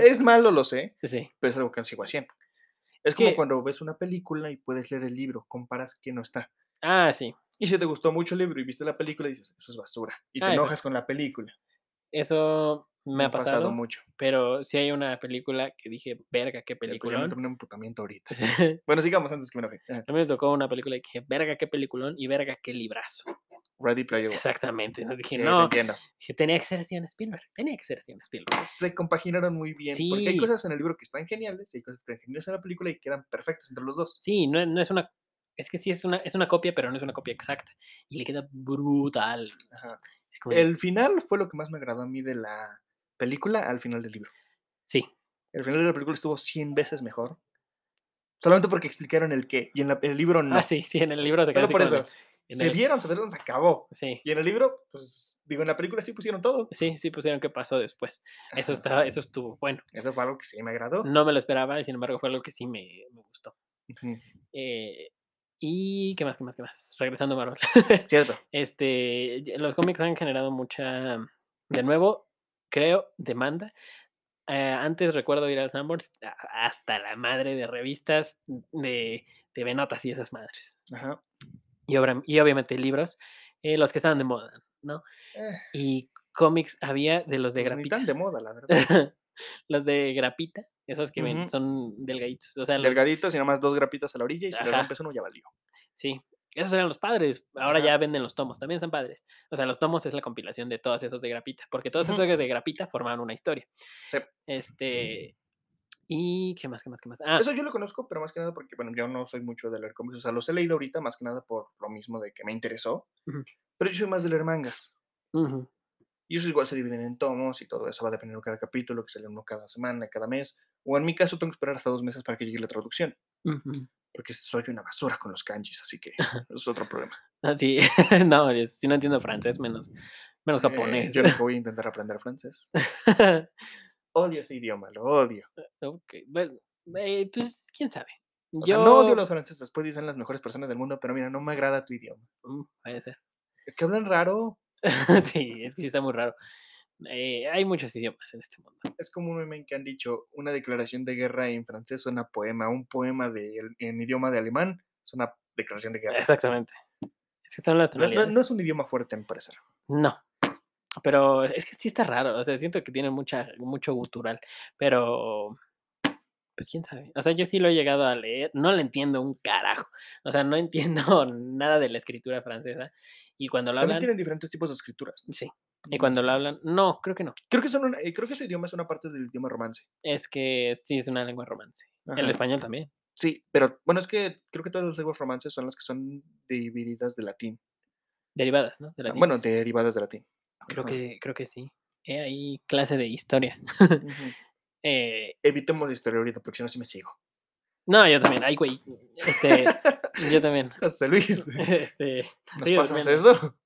[SPEAKER 2] es malo, lo sé,
[SPEAKER 1] Sí.
[SPEAKER 2] pero es algo que sigo haciendo. Es
[SPEAKER 1] Es
[SPEAKER 2] como
[SPEAKER 1] que-
[SPEAKER 2] cuando ves una película y puedes leer el libro, comparas que no está.
[SPEAKER 1] Ah, sí.
[SPEAKER 2] Y si te gustó mucho el libro y viste la película, dices, eso es basura. Y te
[SPEAKER 1] Ah,
[SPEAKER 2] enojas con la película.
[SPEAKER 1] Eso me ha pasado,
[SPEAKER 2] mucho.
[SPEAKER 1] pero sí hay una película que dije, verga, qué
[SPEAKER 2] Sí, pues ya me
[SPEAKER 1] peliculón.
[SPEAKER 2] tomé un emputamiento ahorita.
[SPEAKER 1] A
[SPEAKER 2] Bueno, sigamos antes que me enoje. Ajá.
[SPEAKER 1] mí me tocó una película y dije, verga, qué peliculón y verga, qué librazo.
[SPEAKER 2] Ready Player One.
[SPEAKER 1] Exactamente. ¿no?
[SPEAKER 2] Sí,
[SPEAKER 1] Dije,
[SPEAKER 2] te
[SPEAKER 1] no,
[SPEAKER 2] entiendo.
[SPEAKER 1] dije, tenía que ser Steven Spielberg, tenía que ser Steven Spielberg.
[SPEAKER 2] Se compaginaron muy bien. Porque hay
[SPEAKER 1] Sí.
[SPEAKER 2] cosas en el libro que están geniales y hay cosas que están geniales en la película y quedan perfectas entre los dos.
[SPEAKER 1] Sí, no, no es una... Es que sí, es una, es una copia, pero no es una copia exacta. Y le queda brutal.
[SPEAKER 2] Ajá.
[SPEAKER 1] Es como de-
[SPEAKER 2] El final fue lo que más me agradó a mí de la película al final del libro.
[SPEAKER 1] Sí,
[SPEAKER 2] El final de la película estuvo 100 veces mejor. Solamente porque explicaron el qué. Y en la- el libro no.
[SPEAKER 1] Ah, sí, sí, en el libro se queda
[SPEAKER 2] Solo
[SPEAKER 1] así
[SPEAKER 2] por
[SPEAKER 1] como de-
[SPEAKER 2] eso.
[SPEAKER 1] en
[SPEAKER 2] Se
[SPEAKER 1] el-
[SPEAKER 2] vieron, se vieron, se acabó.
[SPEAKER 1] Sí,
[SPEAKER 2] Y en el libro, pues, digo, en la película sí pusieron todo.
[SPEAKER 1] sí, sí pusieron qué pasó después. Eso
[SPEAKER 2] Ajá.
[SPEAKER 1] está, eso Mm. estuvo bueno.
[SPEAKER 2] Eso fue algo que sí me agradó.
[SPEAKER 1] No me lo esperaba y sin embargo fue algo que sí me, me gustó.
[SPEAKER 2] Ujú.
[SPEAKER 1] Eh, y qué más, qué más, qué más. Regresando a Marvel.
[SPEAKER 2] Cierto.
[SPEAKER 1] este, y- los cómics han generado mucha, de nuevo, creo, demanda. Eh, antes recuerdo ir al Sanborns a- hasta la madre de revistas, de TV Notas y esas madres.
[SPEAKER 2] Ajá.
[SPEAKER 1] Y, obra- y obviamente libros, eh, los que estaban de moda, ¿no?
[SPEAKER 2] Eh,
[SPEAKER 1] Y cómics había de los de
[SPEAKER 2] pues, ni
[SPEAKER 1] grapita.
[SPEAKER 2] tan de moda, la verdad.
[SPEAKER 1] los de grapita, esos que ven,
[SPEAKER 2] Ujú.
[SPEAKER 1] son delgaditos. O sea, los,
[SPEAKER 2] Delgaditos y nada más dos grapitas a la orilla y si le
[SPEAKER 1] Ajá.
[SPEAKER 2] rompes uno ya valió.
[SPEAKER 1] sí, esos eran los padres. Ahora
[SPEAKER 2] Ajá.
[SPEAKER 1] ya venden los tomos, también están padres. O sea, los tomos es la compilación de todos esos de grapita, porque todos
[SPEAKER 2] Ujú.
[SPEAKER 1] esos de grapita formaban una historia.
[SPEAKER 2] Sí.
[SPEAKER 1] Este. ¿Y qué más, qué más, qué más? Ah,
[SPEAKER 2] Eso yo lo conozco, pero más que nada porque, bueno, yo no soy mucho de leer cómics. O sea, los he leído ahorita más que nada por lo mismo de que me interesó.
[SPEAKER 1] Ujú.
[SPEAKER 2] Pero yo soy más de leer mangas.
[SPEAKER 1] ujú,
[SPEAKER 2] Y eso igual se dividen en tomos y todo eso va dependiendo cada capítulo, que sale uno cada semana, cada mes. O en mi caso tengo que esperar hasta dos meses para que llegue la traducción.
[SPEAKER 1] ujú.
[SPEAKER 2] Porque soy una basura con los kanjis, así que es otro problema.
[SPEAKER 1] Ah, sí, no, yo- si no entiendo francés, menos, menos
[SPEAKER 2] Eh,
[SPEAKER 1] japonés.
[SPEAKER 2] yo nunca voy a intentar aprender francés. Odio ese idioma, lo odio.
[SPEAKER 1] Ok, bueno, eh, pues quién sabe.
[SPEAKER 2] O sea, no odio a los franceses, pues dicen las mejores personas del mundo, pero mira, no me agrada tu idioma.
[SPEAKER 1] Mm, puede ser.
[SPEAKER 2] Es que hablan raro.
[SPEAKER 1] sí, es que sí está muy raro. Eh, hay muchos idiomas en este mundo.
[SPEAKER 2] Es como un meme que han dicho, una declaración de guerra en francés suena a poema, un poema de, en idioma de alemán es una declaración de guerra.
[SPEAKER 1] Exactamente. Es que son las
[SPEAKER 2] No, no-
[SPEAKER 1] tonalidades.
[SPEAKER 2] no es un idioma fuerte, en parecer.
[SPEAKER 1] No. Pero es que sí está raro. O sea, siento que tiene mucha, mucho gutural. Pero. Pues quién sabe. O sea, yo sí lo he llegado a leer. No le entiendo un carajo. O sea, no entiendo nada de la escritura francesa. Y cuando lo
[SPEAKER 2] También
[SPEAKER 1] hablan.
[SPEAKER 2] tienen diferentes tipos de escrituras.
[SPEAKER 1] Sí. Y cuando lo hablan. No, creo que no.
[SPEAKER 2] Creo que, son una- eh, creo que su idioma es una parte del idioma romance.
[SPEAKER 1] Es que sí es una lengua romance. El
[SPEAKER 2] Ajá.
[SPEAKER 1] español también.
[SPEAKER 2] Sí, pero bueno, es que creo que todas las lenguas romances son las que son divididas de latín.
[SPEAKER 1] Derivadas, ¿no? De
[SPEAKER 2] Ah,
[SPEAKER 1] latín.
[SPEAKER 2] Bueno, derivadas de latín.
[SPEAKER 1] creo
[SPEAKER 2] ajá.
[SPEAKER 1] que, creo que sí. He ahí clase de historia.
[SPEAKER 2] Ujú.
[SPEAKER 1] Eh,
[SPEAKER 2] Evitemos la historia ahorita porque si no, sí me sigo.
[SPEAKER 1] no, yo también. Ay, güey. Este, yo también.
[SPEAKER 2] José Luis,
[SPEAKER 1] Este,
[SPEAKER 2] ¿nos
[SPEAKER 1] sigo
[SPEAKER 2] pasas
[SPEAKER 1] durmiendo.
[SPEAKER 2] eso?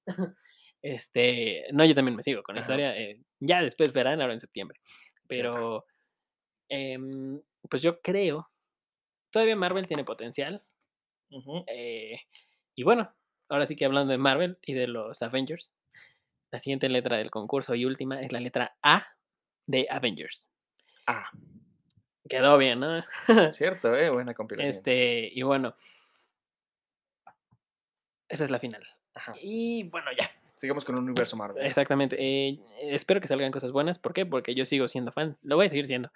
[SPEAKER 1] Este, no, yo también me sigo con la
[SPEAKER 2] Ajá.
[SPEAKER 1] historia. eh, ya después verán ahora en septiembre. Pero, em, pues yo creo, todavía Marvel tiene potencial.
[SPEAKER 2] Ujú.
[SPEAKER 1] eh, y bueno, ahora sí que hablando de Marvel y de los Avengers, la siguiente letra del concurso y última es la letra A de Avengers.
[SPEAKER 2] Ah,
[SPEAKER 1] Quedó bien, ¿no?
[SPEAKER 2] cierto, eh, buena compilación.
[SPEAKER 1] Este, y bueno, esa es la final.
[SPEAKER 2] Ajá.
[SPEAKER 1] Y bueno, ya.
[SPEAKER 2] Sigamos con el universo Marvel.
[SPEAKER 1] Exactamente. eh, espero que salgan cosas buenas. ¿Por qué? Porque yo sigo siendo fan. Lo voy a seguir siendo.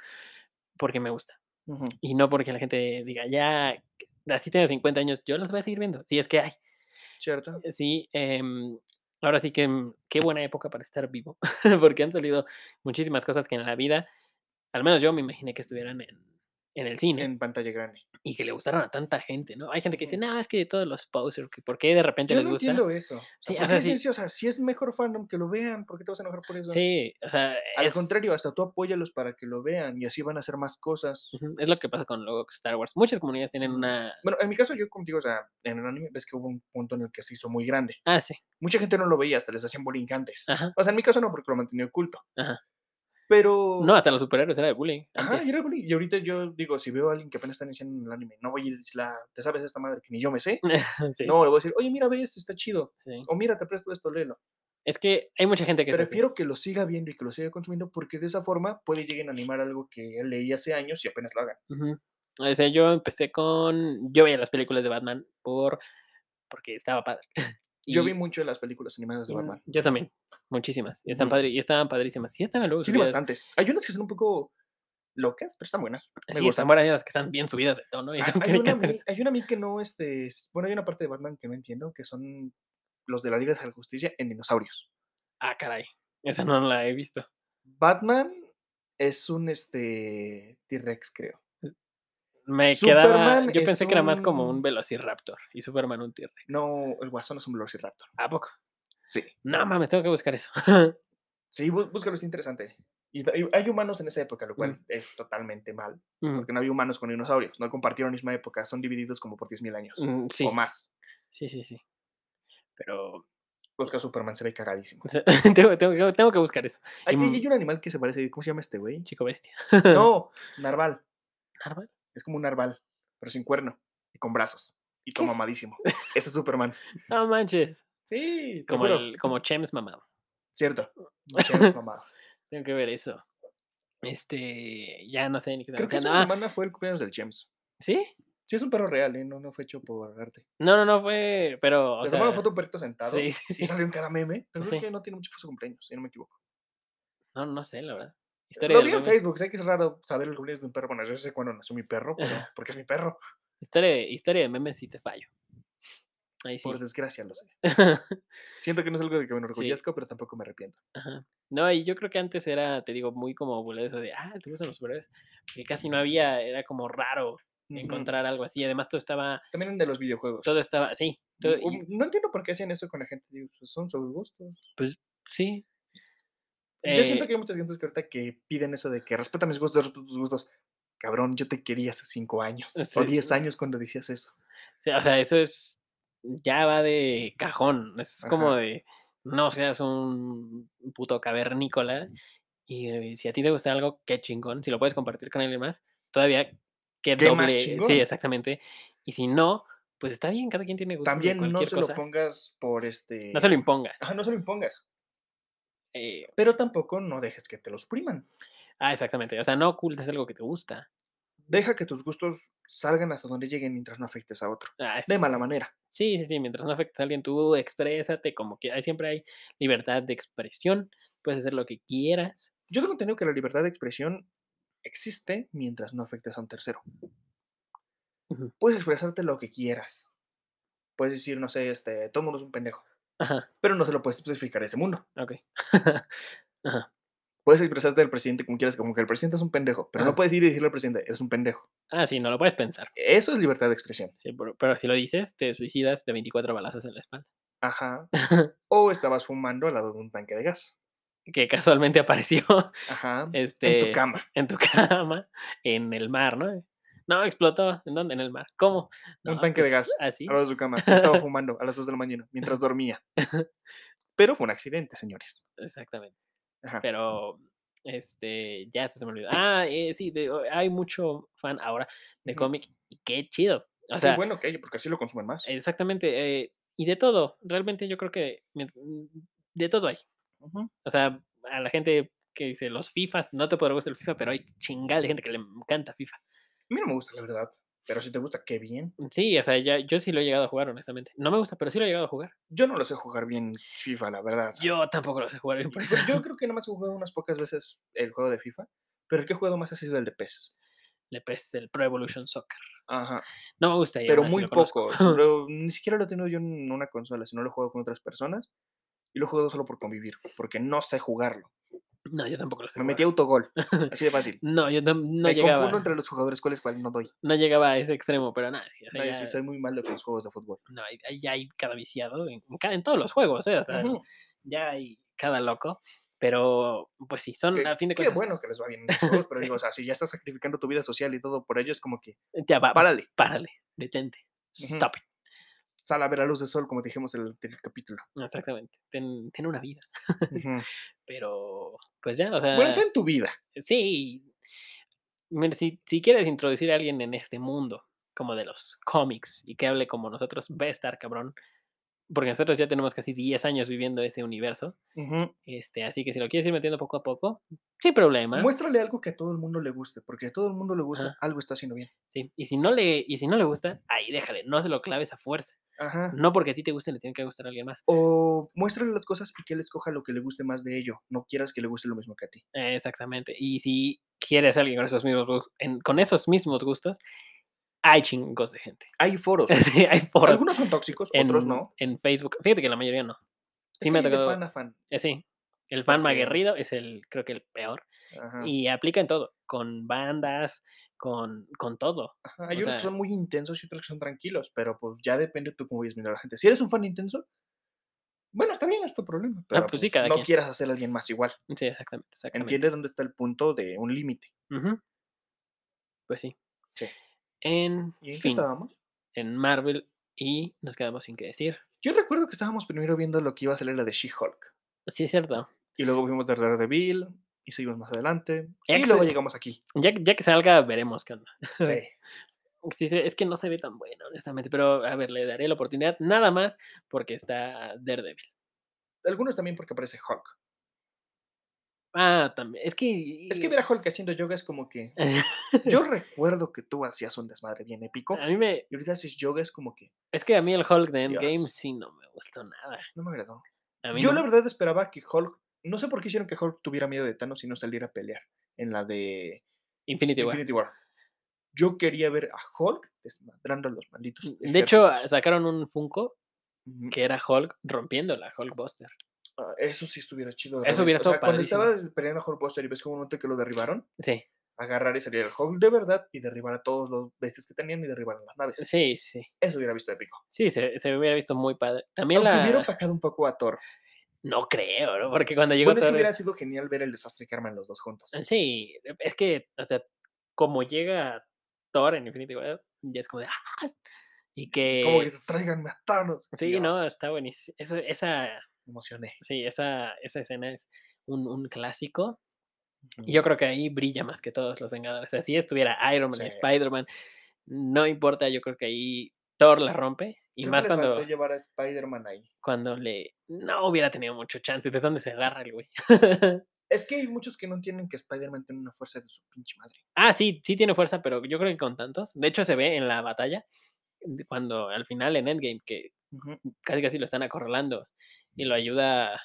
[SPEAKER 1] Porque me gusta.
[SPEAKER 2] Ujú.
[SPEAKER 1] Y no porque la gente diga, ya, que- así tenga 50 años, yo los voy a seguir viendo. Si es que hay.
[SPEAKER 2] Cierto.
[SPEAKER 1] Sí. em, ahora sí que mm, qué buena época para estar vivo. porque han salido muchísimas cosas que en la vida, al menos yo me imaginé que estuvieran en, en el cine
[SPEAKER 2] En pantalla grande.
[SPEAKER 1] y que le gustaran a tanta gente, ¿no? Hay gente que dice,
[SPEAKER 2] Ujú.
[SPEAKER 1] no, es que todos los posers, que ¿por qué de repente
[SPEAKER 2] Yo
[SPEAKER 1] les
[SPEAKER 2] no
[SPEAKER 1] gusta?
[SPEAKER 2] entiendo eso.
[SPEAKER 1] Sí,
[SPEAKER 2] ¿Por
[SPEAKER 1] o sea,
[SPEAKER 2] qué
[SPEAKER 1] sí.
[SPEAKER 2] es- o sea, si es mejor fandom que lo vean, ¿por qué te vas a enojar por eso?
[SPEAKER 1] Sí, o sea,
[SPEAKER 2] Al
[SPEAKER 1] es-
[SPEAKER 2] contrario, hasta tú apóyalos para que lo vean y así van a hacer más cosas.
[SPEAKER 1] Ujú, Es lo que pasa con luego Star Wars. Muchas comunidades tienen
[SPEAKER 2] Ujú.
[SPEAKER 1] una.
[SPEAKER 2] Bueno, en mi caso, yo contigo, o sea, en el anime ves que hubo un punto en el que se hizo muy grande.
[SPEAKER 1] Ah, sí.
[SPEAKER 2] Mucha gente no lo veía, hasta les hacían bullying antes.
[SPEAKER 1] Ajá.
[SPEAKER 2] O sea, en mi caso no, porque lo mantenía oculto.
[SPEAKER 1] Ah. Ajá.
[SPEAKER 2] Pero.
[SPEAKER 1] No, hasta los superhéroes era de bullying.
[SPEAKER 2] Oh. Ajá,
[SPEAKER 1] antes.
[SPEAKER 2] y era bullying. Y ahorita yo digo, si veo a alguien que apenas está iniciando en el anime, no voy a decir, ¿te sabes esta madre que ni yo me sé?
[SPEAKER 1] Sí,
[SPEAKER 2] No, le voy a decir, oye, mira, ve esto, está chido.
[SPEAKER 1] sí.
[SPEAKER 2] O mira, te presto esto, léelo.
[SPEAKER 1] Es que hay mucha gente que es así.
[SPEAKER 2] Prefiero que lo siga viendo y que lo siga consumiendo porque de esa forma puede lleguen a animar algo que leí hace años y apenas lo hagan.
[SPEAKER 1] Ujú. O sea, yo empecé con. Yo veía las películas de Batman por porque estaba padre.
[SPEAKER 2] Yo vi
[SPEAKER 1] Y-
[SPEAKER 2] mucho de las películas animadas de
[SPEAKER 1] y no-
[SPEAKER 2] Batman.
[SPEAKER 1] Yo también. Muchísimas. Y, están
[SPEAKER 2] Ujú.
[SPEAKER 1] padre- y estaban padrísimas. Y estaban luego
[SPEAKER 2] Sí, vi
[SPEAKER 1] subidas-
[SPEAKER 2] bastantes. Hay unas que son un poco locas, pero están buenas. Me
[SPEAKER 1] sí,
[SPEAKER 2] gustan.
[SPEAKER 1] están buenas y las que están bien subidas de tono. y
[SPEAKER 2] Ah,
[SPEAKER 1] son
[SPEAKER 2] Hay una, a
[SPEAKER 1] caricaturas.
[SPEAKER 2] mí- hay una a mí que no, este, es- bueno, hay una parte de Batman que no entiendo, que son los de la Liga de la Justicia en dinosaurios.
[SPEAKER 1] Ah, caray. Esa no la he visto.
[SPEAKER 2] Batman es un, este, T-Rex, creo.
[SPEAKER 1] Me quedaba.
[SPEAKER 2] Superman
[SPEAKER 1] Yo pensé
[SPEAKER 2] es
[SPEAKER 1] que era más como un
[SPEAKER 2] un-
[SPEAKER 1] velociraptor y Superman un T-Rex.
[SPEAKER 2] No, el Guasón es un Velociraptor.
[SPEAKER 1] ¿A poco?
[SPEAKER 2] Sí.
[SPEAKER 1] No mames, tengo que buscar eso.
[SPEAKER 2] Sí, bú- búscalo, es interesante. Y ta- y hay humanos en esa época, lo cual
[SPEAKER 1] Mm.
[SPEAKER 2] es totalmente mal,
[SPEAKER 1] Mm,
[SPEAKER 2] porque no había humanos con dinosaurios, no compartieron la misma época, son divididos como por 10.000 años
[SPEAKER 1] mm, sí,
[SPEAKER 2] o más.
[SPEAKER 1] sí, sí, sí. Pero
[SPEAKER 2] Busca Superman, se ve cagadísimo.
[SPEAKER 1] o sea, tengo, tengo que- tengo que buscar eso.
[SPEAKER 2] Hay,
[SPEAKER 1] Y
[SPEAKER 2] hay-
[SPEAKER 1] mm,
[SPEAKER 2] hay un animal que se parece, ¿cómo se llama este güey?
[SPEAKER 1] Chico bestia.
[SPEAKER 2] No, narval.
[SPEAKER 1] ¿Narval?
[SPEAKER 2] Es como un narval, pero sin cuerno y con brazos. Y todo mamadísimo. Ese es Superman.
[SPEAKER 1] No manches.
[SPEAKER 2] Sí,
[SPEAKER 1] Como,
[SPEAKER 2] como el...
[SPEAKER 1] el, como Chems mamado.
[SPEAKER 2] Cierto. Chévere, mamado.
[SPEAKER 1] Tengo que ver eso. Este, ya no sé ni qué estaba
[SPEAKER 2] Creo que esta
[SPEAKER 1] diciendo. Ah,
[SPEAKER 2] semana fue el cumpleaños del James.
[SPEAKER 1] ¿Sí?
[SPEAKER 2] Sí, es un perro real, ¿eh? No, no fue hecho por arte.
[SPEAKER 1] No, no, no fue, pero, o
[SPEAKER 2] Le
[SPEAKER 1] sea,
[SPEAKER 2] tomaron foto a un perrito sentado.
[SPEAKER 1] sí, sí, sí.
[SPEAKER 2] Y salió en cada meme. Pero creo
[SPEAKER 1] Sí.
[SPEAKER 2] que no tiene mucho que su cumpleaños, si no me equivoco.
[SPEAKER 1] no, no sé, la verdad.
[SPEAKER 2] Eh, Lo
[SPEAKER 1] del
[SPEAKER 2] vi en
[SPEAKER 1] meme.
[SPEAKER 2] Facebook. Sé que es raro saber el cumpleaños de un perro. Bueno, yo sé cuándo nació mi perro, pero
[SPEAKER 1] Ah,
[SPEAKER 2] porque es mi perro.
[SPEAKER 1] Historia, de- historia de memes sí te fallo. Ahí sí.
[SPEAKER 2] Por desgracia, lo sé. Siento que no es algo de que me enorgullezco, pero tampoco me arrepiento.
[SPEAKER 1] Ajá. No, y yo creo que antes era, te digo, muy como vulgar eso de, ah, ¿te gustan los superhéroes? Que casi no había, era como raro
[SPEAKER 2] Ujú.
[SPEAKER 1] encontrar algo así. Además, todo estaba,
[SPEAKER 2] También de los videojuegos.
[SPEAKER 1] todo estaba, sí, todo- y,
[SPEAKER 2] Mm, No entiendo por qué hacían eso con la gente. Digo, pues, son sobre gustos.
[SPEAKER 1] sí.
[SPEAKER 2] Yo siento
[SPEAKER 1] Eh,
[SPEAKER 2] que hay muchas gentes que ahorita que piden eso de que respeta mis gustos, respeta tus gustos. Cabrón, yo te quería hace cinco años o
[SPEAKER 1] Sí.
[SPEAKER 2] 10 años cuando decías eso.
[SPEAKER 1] sí, o sea, eso es, ya va de cajón, es como
[SPEAKER 2] Ajá.
[SPEAKER 1] de, no seas un puto cavernícola y eh, si a ti te gusta algo, qué chingón, si lo puedes compartir con alguien más, todavía qué,
[SPEAKER 2] Qué más
[SPEAKER 1] doble,
[SPEAKER 2] chingón.
[SPEAKER 1] sí, exactamente. Y si no, pues está bien, cada quien tiene gustos de
[SPEAKER 2] También no
[SPEAKER 1] cualquier
[SPEAKER 2] se
[SPEAKER 1] cosa.
[SPEAKER 2] lo pongas por este.
[SPEAKER 1] No se lo impongas.
[SPEAKER 2] Ajá, no se lo impongas.
[SPEAKER 1] Eh,
[SPEAKER 2] Pero tampoco no dejes que te los priman.
[SPEAKER 1] ah, exactamente. O sea, no ocultes algo que te gusta.
[SPEAKER 2] Deja que tus gustos salgan hasta donde lleguen mientras no afectes a otro.
[SPEAKER 1] Ah,
[SPEAKER 2] De
[SPEAKER 1] es-
[SPEAKER 2] mala manera.
[SPEAKER 1] Sí, sí, sí, mientras no afectes a alguien, tú exprésate como que hay- siempre hay libertad de expresión, puedes hacer lo que quieras.
[SPEAKER 2] Yo tengo entendido que la libertad de expresión existe mientras no afectes a un tercero.
[SPEAKER 1] Ujú.
[SPEAKER 2] Puedes expresarte lo que quieras. Puedes decir, no sé, este, todo mundo es un pendejo.
[SPEAKER 1] Ajá,
[SPEAKER 2] Pero no se lo puedes especificar a ese mundo.
[SPEAKER 1] ok. Ajá.
[SPEAKER 2] Puedes expresarte del presidente como quieras, como que el presidente es un pendejo. Pero
[SPEAKER 1] Ajá.
[SPEAKER 2] no puedes ir y decirle al presidente, eres un pendejo.
[SPEAKER 1] Ah, sí, no lo puedes pensar.
[SPEAKER 2] Eso es libertad de expresión.
[SPEAKER 1] sí, pero, pero si lo dices, te suicidas de 24 balazos en la espalda.
[SPEAKER 2] Ajá. O estabas fumando al lado de un tanque de gas.
[SPEAKER 1] que casualmente apareció
[SPEAKER 2] Ajá. En
[SPEAKER 1] este,
[SPEAKER 2] tu cama.
[SPEAKER 1] en tu cama, en el mar, ¿no? No, explotó. ¿En dónde? En el mar. ¿Cómo?
[SPEAKER 2] Un
[SPEAKER 1] "No,
[SPEAKER 2] tanque de
[SPEAKER 1] pues,
[SPEAKER 2] gas,
[SPEAKER 1] Así.
[SPEAKER 2] al lado de su cama. Yo Estaba fumando a las 2 de la mañana mientras dormía. Pero fue un accidente, señores.
[SPEAKER 1] Exactamente.
[SPEAKER 2] Ajá.
[SPEAKER 1] Pero, este, ya se me olvidó. Ah, eh, sí, de- o- hay mucho fan ahora de
[SPEAKER 2] Ujú.
[SPEAKER 1] cómic. y Qué chido. O
[SPEAKER 2] Qué
[SPEAKER 1] sea,
[SPEAKER 2] bueno que hay, porque así lo consumen más.
[SPEAKER 1] exactamente. eh, y de todo. Realmente yo creo que mient- mm, de todo hay.
[SPEAKER 2] Ujú.
[SPEAKER 1] O sea, a la gente que dice los FIFAs, no te podrá gustar el FIFA, pero hay chingal de gente que le encanta FIFA.
[SPEAKER 2] A mí no me gusta, la verdad. Pero si te gusta, qué bien.
[SPEAKER 1] Sí, o sea, ya, yo sí lo he llegado a jugar, honestamente. No me gusta, pero sí lo he llegado a jugar.
[SPEAKER 2] Yo no lo sé jugar bien FIFA, la verdad.
[SPEAKER 1] Yo tampoco lo sé jugar bien, por eso.
[SPEAKER 2] Yo- Yo creo que nada más he jugado unas pocas veces el juego de FIFA. Pero el que he jugado más ha sido el de PES.
[SPEAKER 1] Le pes pues, el Pro Evolution Soccer.
[SPEAKER 2] Ajá.
[SPEAKER 1] No me gusta. y
[SPEAKER 2] pero
[SPEAKER 1] aún así
[SPEAKER 2] muy
[SPEAKER 1] lo conozco.
[SPEAKER 2] poco. Lo- ni siquiera lo he tenido yo en una consola, sino lo he jugado con otras personas. Y lo he jugado solo por convivir, porque no sé jugarlo.
[SPEAKER 1] No, yo tampoco lo sé
[SPEAKER 2] Me
[SPEAKER 1] jugar.
[SPEAKER 2] metí a autogol, así de fácil.
[SPEAKER 1] No, yo tam- no
[SPEAKER 2] me
[SPEAKER 1] llegaba.
[SPEAKER 2] confundo entre los jugadores cuáles cuál no doy.
[SPEAKER 1] No llegaba a ese extremo, pero nada. sí, o sea,
[SPEAKER 2] No, yo
[SPEAKER 1] ya-
[SPEAKER 2] sí soy muy malo con los juegos de fútbol.
[SPEAKER 1] no, hay, hay- ya hay cada viciado en, en ca- en todos los juegos, ¿eh? O sea,
[SPEAKER 2] Ujú,
[SPEAKER 1] ya hay cada loco. Pero, pues sí, son
[SPEAKER 2] que-
[SPEAKER 1] a fin de
[SPEAKER 2] qué
[SPEAKER 1] cuentas.
[SPEAKER 2] bueno que les va bien en los juegos, pero
[SPEAKER 1] Sí.
[SPEAKER 2] digo, o sea, si ya estás sacrificando tu vida social y todo por ello, es como que,
[SPEAKER 1] Ya va,
[SPEAKER 2] párale,
[SPEAKER 1] párale, detente.
[SPEAKER 2] Ujú.
[SPEAKER 1] Stop it.
[SPEAKER 2] sal a ver la luz del sol, como dijimos en el anterior capítulo.
[SPEAKER 1] Exactamente. Ten, ten una vida.
[SPEAKER 2] Ujú.
[SPEAKER 1] Pero, pues ya, o sea.
[SPEAKER 2] Bueno, ten tu vida.
[SPEAKER 1] Sí. Mira, si, si quieres introducir a alguien en este mundo, como de los cómics, y que hable como nosotros, va a estar cabrón. Porque nosotros ya tenemos casi 10 años viviendo ese universo.
[SPEAKER 2] Ujú.
[SPEAKER 1] Este, así que si lo quieres ir metiendo poco a poco, sin problema.
[SPEAKER 2] Muéstrale algo que a todo el mundo le guste, porque a todo el mundo le gusta,
[SPEAKER 1] Ajá.
[SPEAKER 2] algo está haciendo bien.
[SPEAKER 1] Sí. Y si no le, y si no le gusta, ahí déjale, no se lo claves a fuerza.
[SPEAKER 2] Ajá.
[SPEAKER 1] No porque a ti te guste, le tiene que gustar a alguien más.
[SPEAKER 2] O muéstrale las cosas y que él escoja lo que le guste más de ello. No quieras que le guste lo mismo que a ti.
[SPEAKER 1] Eh, Exactamente. Y si quieres a alguien con esos mismos, gus- en- con esos mismos gustos, hay chingos de gente.
[SPEAKER 2] Hay foros.
[SPEAKER 1] Sí, hay foros.
[SPEAKER 2] Algunos son tóxicos,
[SPEAKER 1] en,
[SPEAKER 2] otros no.
[SPEAKER 1] en Facebook. Fíjate que la mayoría no.
[SPEAKER 2] Es
[SPEAKER 1] sí me ha
[SPEAKER 2] que hay de
[SPEAKER 1] tocado-
[SPEAKER 2] fan a fan.
[SPEAKER 1] Eh, sí. El fan más
[SPEAKER 2] Porque-
[SPEAKER 1] aguerrido es el, creo que el peor.
[SPEAKER 2] Ajá.
[SPEAKER 1] Y aplica en todo. Con bandas, con, con todo.
[SPEAKER 2] Ajá, Hay
[SPEAKER 1] o
[SPEAKER 2] unos
[SPEAKER 1] sea-
[SPEAKER 2] que son muy intensos y otros que son tranquilos, pero pues ya depende tú cómo vayas viendo a la gente. Si eres un fan intenso, bueno, está bien, es tu problema. Pero
[SPEAKER 1] pues sí, cada
[SPEAKER 2] no
[SPEAKER 1] quien.
[SPEAKER 2] quieras hacer a alguien más igual.
[SPEAKER 1] Sí, exactamente. exactamente.
[SPEAKER 2] Entiende dónde está el punto de un límite.
[SPEAKER 1] Ujú. Pues sí.
[SPEAKER 2] Sí.
[SPEAKER 1] En
[SPEAKER 2] ¿Y en qué
[SPEAKER 1] fin,
[SPEAKER 2] estábamos?
[SPEAKER 1] en Marvel y nos quedamos sin qué decir.
[SPEAKER 2] Yo recuerdo que estábamos primero viendo lo que iba a salir la de She-Hulk.
[SPEAKER 1] Sí, es cierto.
[SPEAKER 2] Y luego vimos Daredevil y seguimos más adelante. Y luego
[SPEAKER 1] Excel-
[SPEAKER 2] llegamos aquí.
[SPEAKER 1] Ya, que- ya que salga, veremos qué onda.
[SPEAKER 2] Sí.
[SPEAKER 1] Sí, se- es que no se ve tan bueno, honestamente. Pero a ver, le daré la oportunidad nada más porque está Daredevil.
[SPEAKER 2] Algunos también porque aparece Hulk.
[SPEAKER 1] Ah, también. Es que.
[SPEAKER 2] Es que ver a Hulk haciendo yoga es como que.
[SPEAKER 1] Yo.
[SPEAKER 2] Yo recuerdo que tú hacías un desmadre bien épico.
[SPEAKER 1] A mí me.
[SPEAKER 2] Y ahorita haces yoga es como que.
[SPEAKER 1] Es que a mí el Hulk de Endgame
[SPEAKER 2] Dios.
[SPEAKER 1] sí no me gustó nada.
[SPEAKER 2] No me agradó.
[SPEAKER 1] A mí
[SPEAKER 2] Yo
[SPEAKER 1] no-
[SPEAKER 2] la verdad esperaba que Hulk. No sé por qué hicieron que Hulk tuviera miedo de Thanos y no saliera a pelear en la de
[SPEAKER 1] Infinity War.
[SPEAKER 2] Infinity War. Yo quería ver a Hulk desmadrando a los malditos.
[SPEAKER 1] Mm, De hecho,
[SPEAKER 2] ejércitos.
[SPEAKER 1] sacaron un Funko
[SPEAKER 2] Ujú.
[SPEAKER 1] que era Hulk rompiendo la Hulk Buster.
[SPEAKER 2] Ah, Eso sí estuviera chido.
[SPEAKER 1] Eso
[SPEAKER 2] realmente.
[SPEAKER 1] hubiera
[SPEAKER 2] O sea,
[SPEAKER 1] estado
[SPEAKER 2] cuando
[SPEAKER 1] padrísimo.
[SPEAKER 2] estaba peleando a Hulkbuster y ves como un que lo derribaron,
[SPEAKER 1] Sí,
[SPEAKER 2] agarrar y salir el Hulk de verdad y derribar a todos los bestias que tenían y derribar a las naves.
[SPEAKER 1] sí, sí.
[SPEAKER 2] Eso hubiera visto épico.
[SPEAKER 1] Sí, se, se hubiera visto muy padre. También
[SPEAKER 2] Aunque
[SPEAKER 1] la.
[SPEAKER 2] hubiera atacado un poco a Thor.
[SPEAKER 1] No creo, ¿no? Porque cuando llegó
[SPEAKER 2] Bueno, es que
[SPEAKER 1] Thor
[SPEAKER 2] hubiera
[SPEAKER 1] es- ah,
[SPEAKER 2] sido genial ver el desastre que arman los dos juntos.
[SPEAKER 1] Sí, es que, o sea, como llega Thor en Infinity War, ya es como de. ¡Ah! Y que.
[SPEAKER 2] Como que traigan a Thanos.
[SPEAKER 1] Sí, no,
[SPEAKER 2] Dios,
[SPEAKER 1] está buenísimo. Eso, esa,
[SPEAKER 2] me emocioné.
[SPEAKER 1] sí, esa, esa escena es un, un clásico. Y yo creo que ahí brilla más que todos los Vengadores. O sea, si estuviera Iron Man,
[SPEAKER 2] Sí.
[SPEAKER 1] Spider-Man, no importa, yo creo que ahí Thor la rompe Y
[SPEAKER 2] Solo
[SPEAKER 1] más
[SPEAKER 2] les faltó
[SPEAKER 1] cuando,
[SPEAKER 2] llevar a Spider-Man ahí.
[SPEAKER 1] cuando le... No hubiera tenido mucho chance. ¿De dónde se agarra el güey?
[SPEAKER 2] Es que hay muchos que no entienden que Spider-Man tiene una fuerza de su pinche madre.
[SPEAKER 1] ah, sí, sí tiene fuerza, pero yo creo que con tantos. De hecho, se ve en la batalla, de cuando al final en Endgame, que casi casi lo están acorralando y lo ayuda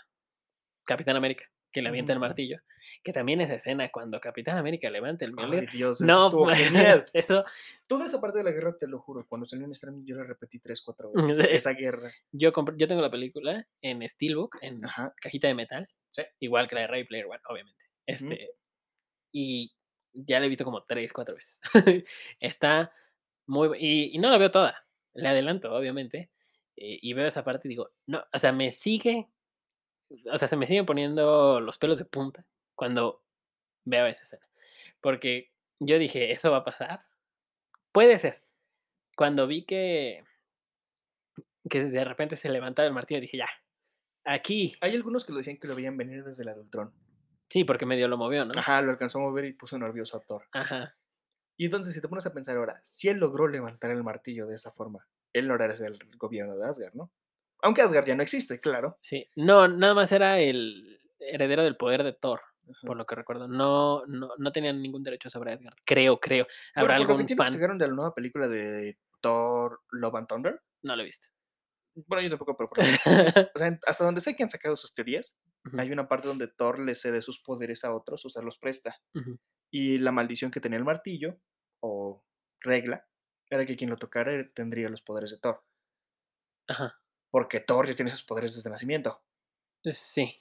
[SPEAKER 1] Capitán América, que le avienta el
[SPEAKER 2] Ujú.
[SPEAKER 1] martillo. Que también esa escena cuando Capitán América levanta el
[SPEAKER 2] Ay,
[SPEAKER 1] Mjolnir.
[SPEAKER 2] Dios, eso
[SPEAKER 1] No,
[SPEAKER 2] estuvo
[SPEAKER 1] ma-
[SPEAKER 2] genial.
[SPEAKER 1] eso
[SPEAKER 2] Toda esa parte de la guerra, te lo juro, cuando salió en streaming yo la repetí tres, cuatro
[SPEAKER 1] Mm,
[SPEAKER 2] veces.
[SPEAKER 1] sí.
[SPEAKER 2] Esa guerra.
[SPEAKER 1] yo compré, yo tengo la película en Steelbook, en
[SPEAKER 2] Ajá.
[SPEAKER 1] cajita de metal, igual que la de Ray Player One, obviamente. Este, y ya la he visto como tres, cuatro veces. Está muy bu- y, y no la veo toda, le adelanto, obviamente. eh, Y, veo esa parte y digo, no, o sea, me sigue, o sea, se me siguen poniendo los pelos de punta cuando veo esa escena. Porque yo dije, ¿eso va a pasar? Puede ser. Cuando vi que, que de repente se levantaba el martillo, dije, ya, aquí.
[SPEAKER 2] Hay algunos que lo decían que lo veían venir desde la de Ultron.
[SPEAKER 1] Sí, porque medio lo movió, ¿no?
[SPEAKER 2] Ajá, lo alcanzó a mover y puso nervioso a Thor.
[SPEAKER 1] Ajá.
[SPEAKER 2] Y entonces, si te pones a pensar ahora, si él logró levantar el martillo de esa forma, él no era el gobierno de Asgard, ¿no? Aunque Asgard ya no existe, claro.
[SPEAKER 1] Sí, no, nada más era el heredero del poder de Thor,
[SPEAKER 2] Ajá.
[SPEAKER 1] por lo que recuerdo. No, no, no tenían ningún derecho sobre Asgard. Creo, creo.
[SPEAKER 2] Bueno,
[SPEAKER 1] Habrá
[SPEAKER 2] por lo que
[SPEAKER 1] algún
[SPEAKER 2] entiendo que
[SPEAKER 1] fan.
[SPEAKER 2] sacaron de la nueva película de Thor Love and Thunder.
[SPEAKER 1] No lo he visto.
[SPEAKER 2] Bueno, yo tampoco, pero por lo menos- O sea, en- hasta donde sé que han sacado sus teorías,
[SPEAKER 1] Ujú.
[SPEAKER 2] hay una parte donde Thor le cede sus poderes a otros, o sea, los presta.
[SPEAKER 1] Ujú.
[SPEAKER 2] Y la maldición que tenía el martillo, o regla, era que quien lo tocara eh, tendría los poderes de Thor.
[SPEAKER 1] Ajá.
[SPEAKER 2] Porque Thor ya tiene esos poderes desde nacimiento.
[SPEAKER 1] Sí.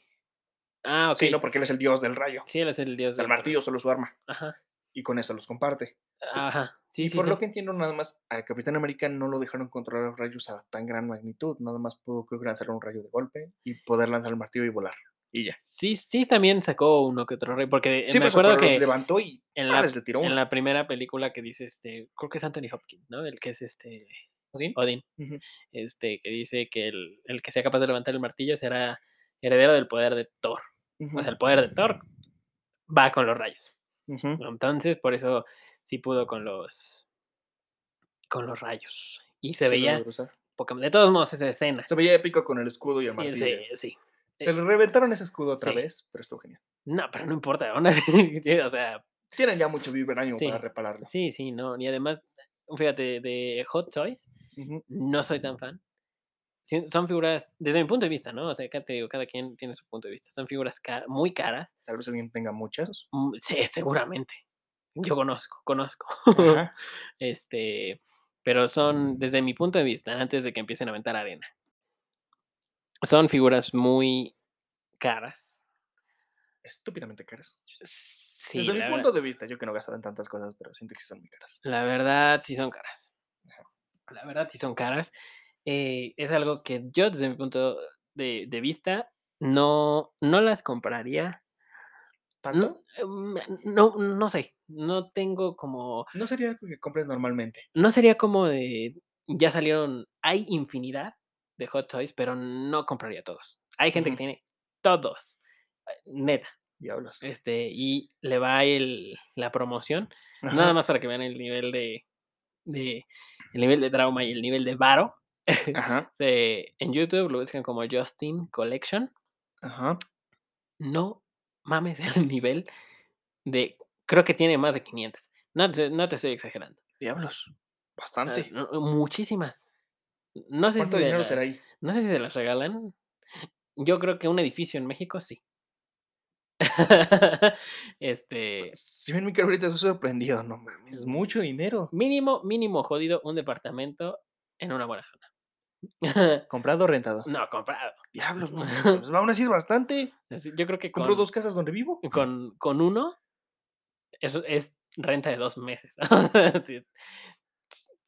[SPEAKER 1] Ah, ok.
[SPEAKER 2] Sí, no, porque él es el dios del rayo.
[SPEAKER 1] Sí, él es el dios
[SPEAKER 2] O sea,
[SPEAKER 1] del
[SPEAKER 2] el martillo solo es su arma.
[SPEAKER 1] Ajá.
[SPEAKER 2] Y con eso los comparte.
[SPEAKER 1] Ajá. Sí,
[SPEAKER 2] y
[SPEAKER 1] sí.
[SPEAKER 2] por
[SPEAKER 1] sí.
[SPEAKER 2] lo que entiendo, nada más al Capitán América no lo dejaron controlar los rayos a tan gran magnitud. Nada más pudo, creo que lanzar un rayo de golpe y poder lanzar el martillo y volar. Y ya.
[SPEAKER 1] Sí, sí, también sacó uno que otro rey, porque eh,
[SPEAKER 2] Sí,
[SPEAKER 1] me
[SPEAKER 2] pero
[SPEAKER 1] acuerdo
[SPEAKER 2] los
[SPEAKER 1] que
[SPEAKER 2] levantó y
[SPEAKER 1] en
[SPEAKER 2] ¡ah!
[SPEAKER 1] la,
[SPEAKER 2] les le tiró
[SPEAKER 1] en
[SPEAKER 2] uno.
[SPEAKER 1] la primera película que dice este, creo que es Anthony Hopkins, ¿no? El que es este
[SPEAKER 2] ¿Odín?
[SPEAKER 1] Odín,
[SPEAKER 2] Ujú.
[SPEAKER 1] este, que dice que el, el que sea capaz de levantar el martillo será heredero del poder de Thor.
[SPEAKER 2] Ujú,
[SPEAKER 1] O sea, el poder de Thor va con los rayos.
[SPEAKER 2] ujú.
[SPEAKER 1] Entonces, por eso sí pudo con los con los rayos. Y se
[SPEAKER 2] Sí, lo
[SPEAKER 1] veía
[SPEAKER 2] logró usar.
[SPEAKER 1] poca- de todos modos esa escena.
[SPEAKER 2] Se veía épico con el escudo y el
[SPEAKER 1] Y
[SPEAKER 2] martillo.
[SPEAKER 1] ese- sí.
[SPEAKER 2] Se le reventaron ese escudo otra
[SPEAKER 1] Sí.
[SPEAKER 2] vez, pero estuvo genial.
[SPEAKER 1] No, pero no importa. aún así, o sea,
[SPEAKER 2] Tienen ya mucho vibranio
[SPEAKER 1] Sí.
[SPEAKER 2] para repararlo.
[SPEAKER 1] Sí, sí, no. Y además, fíjate, de Hot Toys,
[SPEAKER 2] Ujú.
[SPEAKER 1] no soy tan fan. Sí, Son figuras, desde mi punto de vista, ¿no? O sea, acá te digo, cada quien tiene su punto de vista. Son figuras ca- muy caras,
[SPEAKER 2] Tal vez alguien tenga muchas.
[SPEAKER 1] mm, sí, seguramente. Yo conozco, conozco.
[SPEAKER 2] Ajá.
[SPEAKER 1] este, pero son, desde mi punto de vista, antes de que empiecen a aventar arena, son figuras muy caras.
[SPEAKER 2] Estúpidamente caras.
[SPEAKER 1] Sí,
[SPEAKER 2] Desde mi
[SPEAKER 1] la,
[SPEAKER 2] punto
[SPEAKER 1] verdad,
[SPEAKER 2] de vista, yo que no gastaba en tantas cosas, pero siento que son muy caras.
[SPEAKER 1] la verdad, sí son caras. La verdad, sí son caras. Eh, es algo que yo, desde mi punto de, de vista, no, no las compraría.
[SPEAKER 2] ¿Tanto?
[SPEAKER 1] No, eh, mm, no, no sé, no tengo como
[SPEAKER 2] No sería algo que compres normalmente.
[SPEAKER 1] no sería como de ya salieron hay infinidad de hot toys pero no compraría todos hay gente
[SPEAKER 2] Ujú.
[SPEAKER 1] que tiene todos eh, neta
[SPEAKER 2] Diablos.
[SPEAKER 1] este y le va el la promoción nada
[SPEAKER 2] Ajá,
[SPEAKER 1] más para que vean el nivel de, de el nivel de trauma y el nivel de varo
[SPEAKER 2] Ajá,
[SPEAKER 1] Se- en YouTube lo buscan como Justin Collection
[SPEAKER 2] ajá.
[SPEAKER 1] no mames el nivel de creo que tiene más de 500 no te- no te estoy exagerando
[SPEAKER 2] Diablos.
[SPEAKER 1] Ah,
[SPEAKER 2] Bastante.
[SPEAKER 1] no, no, muchísimas. No sé, si
[SPEAKER 2] ¿Cuánto
[SPEAKER 1] se
[SPEAKER 2] dinero
[SPEAKER 1] la-
[SPEAKER 2] será ahí?
[SPEAKER 1] no sé si se las regalan. Yo creo que un edificio en México sí. este.
[SPEAKER 2] Si bien mi cara ahorita estoy sorprendido, no mames, es mucho dinero.
[SPEAKER 1] Mínimo, mínimo jodido, un departamento en una buena zona.
[SPEAKER 2] ¿Comprado o rentado?
[SPEAKER 1] no, comprado.
[SPEAKER 2] Diablos, no mames, aún así es bastante.
[SPEAKER 1] Así, Yo creo que
[SPEAKER 2] Compro
[SPEAKER 1] con,
[SPEAKER 2] dos casas donde vivo.
[SPEAKER 1] con, con uno es, es renta de dos meses. Sí,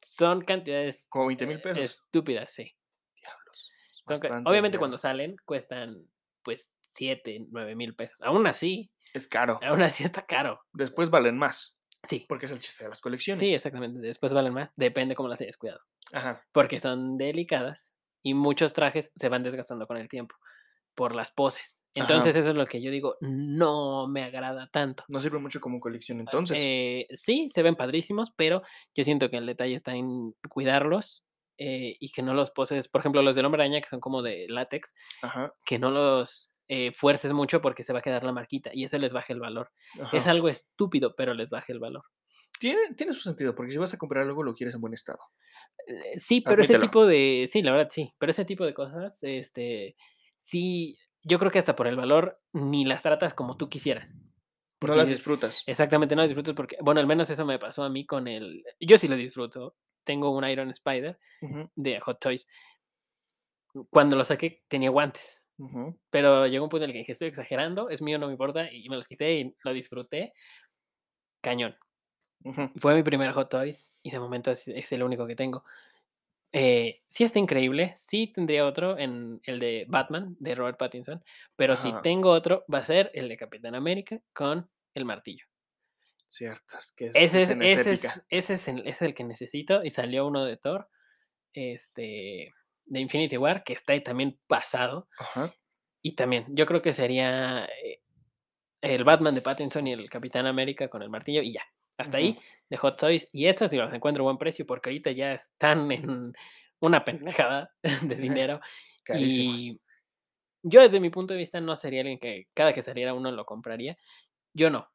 [SPEAKER 1] Son cantidades
[SPEAKER 2] Como 20 mil
[SPEAKER 1] eh,
[SPEAKER 2] pesos.
[SPEAKER 1] estúpidas, sí.
[SPEAKER 2] Diablos. es
[SPEAKER 1] Son ca-
[SPEAKER 2] bastante
[SPEAKER 1] obviamente
[SPEAKER 2] dinero.
[SPEAKER 1] cuando salen cuestan pues 7, 9 mil pesos. Aún así,
[SPEAKER 2] Es caro.
[SPEAKER 1] aún así está caro.
[SPEAKER 2] Después valen más.
[SPEAKER 1] Sí.
[SPEAKER 2] Porque es el chiste de las colecciones.
[SPEAKER 1] Sí, exactamente. Después valen más. Depende cómo las hayas cuidado.
[SPEAKER 2] Ajá.
[SPEAKER 1] Porque son delicadas y muchos trajes se van desgastando con el tiempo por las poses.
[SPEAKER 2] Ajá.
[SPEAKER 1] Entonces eso es lo que yo digo, no me agrada tanto.
[SPEAKER 2] No sirve mucho como
[SPEAKER 1] Ah,
[SPEAKER 2] colección entonces.
[SPEAKER 1] Eh, sí, se ven padrísimos, pero yo siento que el detalle está en cuidarlos eh, y que no los poses, por ejemplo, los del hombre araña que son como de látex,
[SPEAKER 2] Ajá.
[SPEAKER 1] que no los eh, fuerces mucho porque se va a quedar la marquita y eso les baja el valor.
[SPEAKER 2] ajá.
[SPEAKER 1] Es algo estúpido, pero les baja el valor.
[SPEAKER 2] Tiene, tiene su sentido, porque si vas a comprar algo, lo quieres en buen estado.
[SPEAKER 1] Eh, Sí, pero ese
[SPEAKER 2] Admítelo.
[SPEAKER 1] tipo de, sí, la verdad sí, pero ese tipo de cosas, este, sí, yo creo que hasta por el valor ni las tratas como tú quisieras.
[SPEAKER 2] No
[SPEAKER 1] Porque
[SPEAKER 2] las
[SPEAKER 1] dices, eh
[SPEAKER 2] disfrutas.
[SPEAKER 1] Exactamente, no las disfrutas porque, bueno, al menos eso me pasó a mí con el, yo sí lo disfruto. Tengo un Iron Spider
[SPEAKER 2] Ujú,
[SPEAKER 1] de Hot Toys. Cuando lo saqué tenía guantes.
[SPEAKER 2] ujú.
[SPEAKER 1] Pero llegó un punto en el que dije, estoy exagerando, es mío, no me importa, y me los quité y lo disfruté. Cañón.
[SPEAKER 2] Ujú.
[SPEAKER 1] Fue mi primer Hot Toys y de momento es, es el único que tengo. Eh, sí está increíble, sí tendría otro en el de Batman, de Robert Pattinson, pero si
[SPEAKER 2] Ajá.
[SPEAKER 1] tengo otro, va a ser el de Capitán América con el martillo.
[SPEAKER 2] Ciertas, que es
[SPEAKER 1] Ese es,
[SPEAKER 2] escena
[SPEAKER 1] ese,
[SPEAKER 2] épica.
[SPEAKER 1] es, ese es el, ese es el que necesito y salió uno de Thor, este, de Infinity War, que está ahí también pasado.
[SPEAKER 2] Ajá.
[SPEAKER 1] Y también, yo creo que sería eh, el Batman de Pattinson y el Capitán América con el martillo y ya. Hasta ahí,
[SPEAKER 2] Ujú.
[SPEAKER 1] de Hot Toys. Y estas si las encuentro a buen precio porque ahorita ya están en una pendejada de dinero.
[SPEAKER 2] Carísimos.
[SPEAKER 1] Y yo desde mi punto de vista no sería alguien que cada que saliera uno lo compraría. Yo no.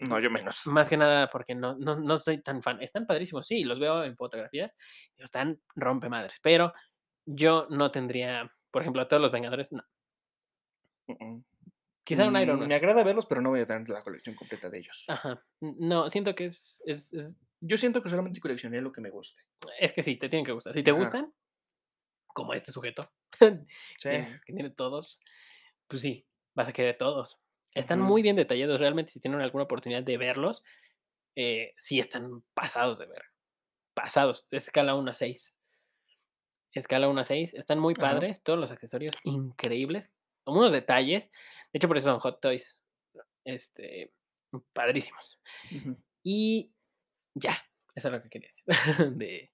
[SPEAKER 2] No, yo menos.
[SPEAKER 1] Más que nada porque no, no, no soy tan fan. Están padrísimos, sí, los veo en fotografías. Están rompemadres. Pero yo no tendría, por ejemplo, a todos los Vengadores, no.
[SPEAKER 2] Ujú.
[SPEAKER 1] Quizá un Iron
[SPEAKER 2] Mm,
[SPEAKER 1] Man. Ah.
[SPEAKER 2] Me agrada verlos, pero no voy a tener la colección completa de ellos.
[SPEAKER 1] Ajá. n- No, siento que es, es, es,
[SPEAKER 2] Yo siento que solamente coleccioné lo que me guste.
[SPEAKER 1] es que sí, te tienen que gustar. Si te
[SPEAKER 2] Ajá.
[SPEAKER 1] gustan, como este sujeto,
[SPEAKER 2] Sí.
[SPEAKER 1] tiene- que tiene todos, pues sí, vas a querer todos. Están
[SPEAKER 2] Ujú.
[SPEAKER 1] muy bien detallados, realmente si tienen alguna oportunidad de verlos, eh, sí están pasados de ver. Pasados, de escala 1 a 6. Escala 1 a 6, están muy
[SPEAKER 2] Ajá.
[SPEAKER 1] padres, todos los accesorios increíbles, unos detalles, de hecho por eso son hot toys, este, padrísimos.
[SPEAKER 2] Ujú.
[SPEAKER 1] Y ya, eso es lo que quería decir. De-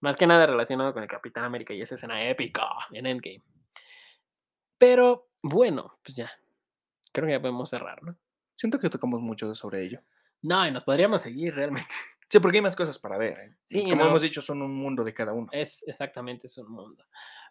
[SPEAKER 1] más que nada relacionado con el Capitán América y esa escena épica en Endgame. Pero bueno, pues ya. Creo que ya podemos cerrar, ¿no?
[SPEAKER 2] Siento que tocamos mucho sobre ello.
[SPEAKER 1] No, y nos podríamos seguir realmente.
[SPEAKER 2] Sí, porque hay más cosas para ver. ¿eh?
[SPEAKER 1] Sí,
[SPEAKER 2] Como
[SPEAKER 1] no.
[SPEAKER 2] hemos dicho, son un mundo de cada uno.
[SPEAKER 1] Es exactamente es un mundo.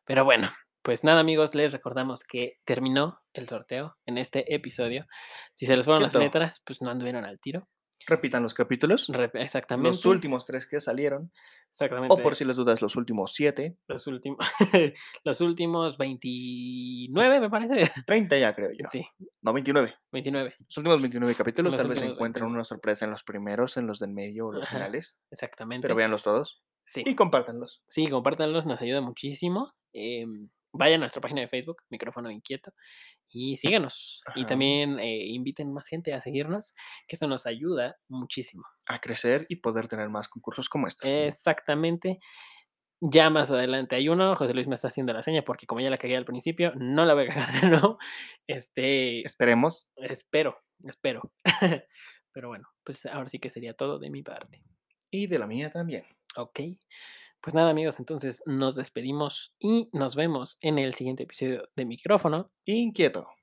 [SPEAKER 1] Pero bueno, pues nada, amigos, les recordamos que terminó el sorteo en este episodio. Si se les fueron las
[SPEAKER 2] Cierto.
[SPEAKER 1] letras, pues no anduvieron al tiro.
[SPEAKER 2] Repitan los capítulos.
[SPEAKER 1] Rep- Exactamente.
[SPEAKER 2] Los últimos tres que salieron.
[SPEAKER 1] Exactamente.
[SPEAKER 2] O por si las dudas, los últimos siete.
[SPEAKER 1] los, últimos los últimos 29, me parece.
[SPEAKER 2] Treinta ya, creo yo.
[SPEAKER 1] Sí,
[SPEAKER 2] No, 29.
[SPEAKER 1] 29,
[SPEAKER 2] Los últimos 29 capítulos.
[SPEAKER 1] Los
[SPEAKER 2] Tal vez
[SPEAKER 1] últimos
[SPEAKER 2] encuentran
[SPEAKER 1] 29.
[SPEAKER 2] una sorpresa en los primeros, en los del medio o los
[SPEAKER 1] Ajá.
[SPEAKER 2] finales.
[SPEAKER 1] exactamente.
[SPEAKER 2] Pero véanlos todos.
[SPEAKER 1] sí,
[SPEAKER 2] Y compártanlos.
[SPEAKER 1] sí, compártanlos, nos ayuda muchísimo. Em, vaya a nuestra página de Facebook, Micrófono Inquieto, y síganos. Y
[SPEAKER 2] Ajá.
[SPEAKER 1] también eh, inviten más gente a seguirnos, que eso nos ayuda muchísimo.
[SPEAKER 2] A crecer y poder tener más concursos como estos.
[SPEAKER 1] Exactamente. Ya más adelante hay uno, José Luis me está haciendo la seña porque como ya la cagué al principio, no la voy a cagar de nuevo. Este,
[SPEAKER 2] Esperemos.
[SPEAKER 1] espero, espero. Pero bueno, pues ahora sí que sería todo de mi parte.
[SPEAKER 2] Y de la mía también.
[SPEAKER 1] Ok. Pues nada, amigos, entonces nos despedimos y nos vemos en el siguiente episodio de Micrófono
[SPEAKER 2] Inquieto.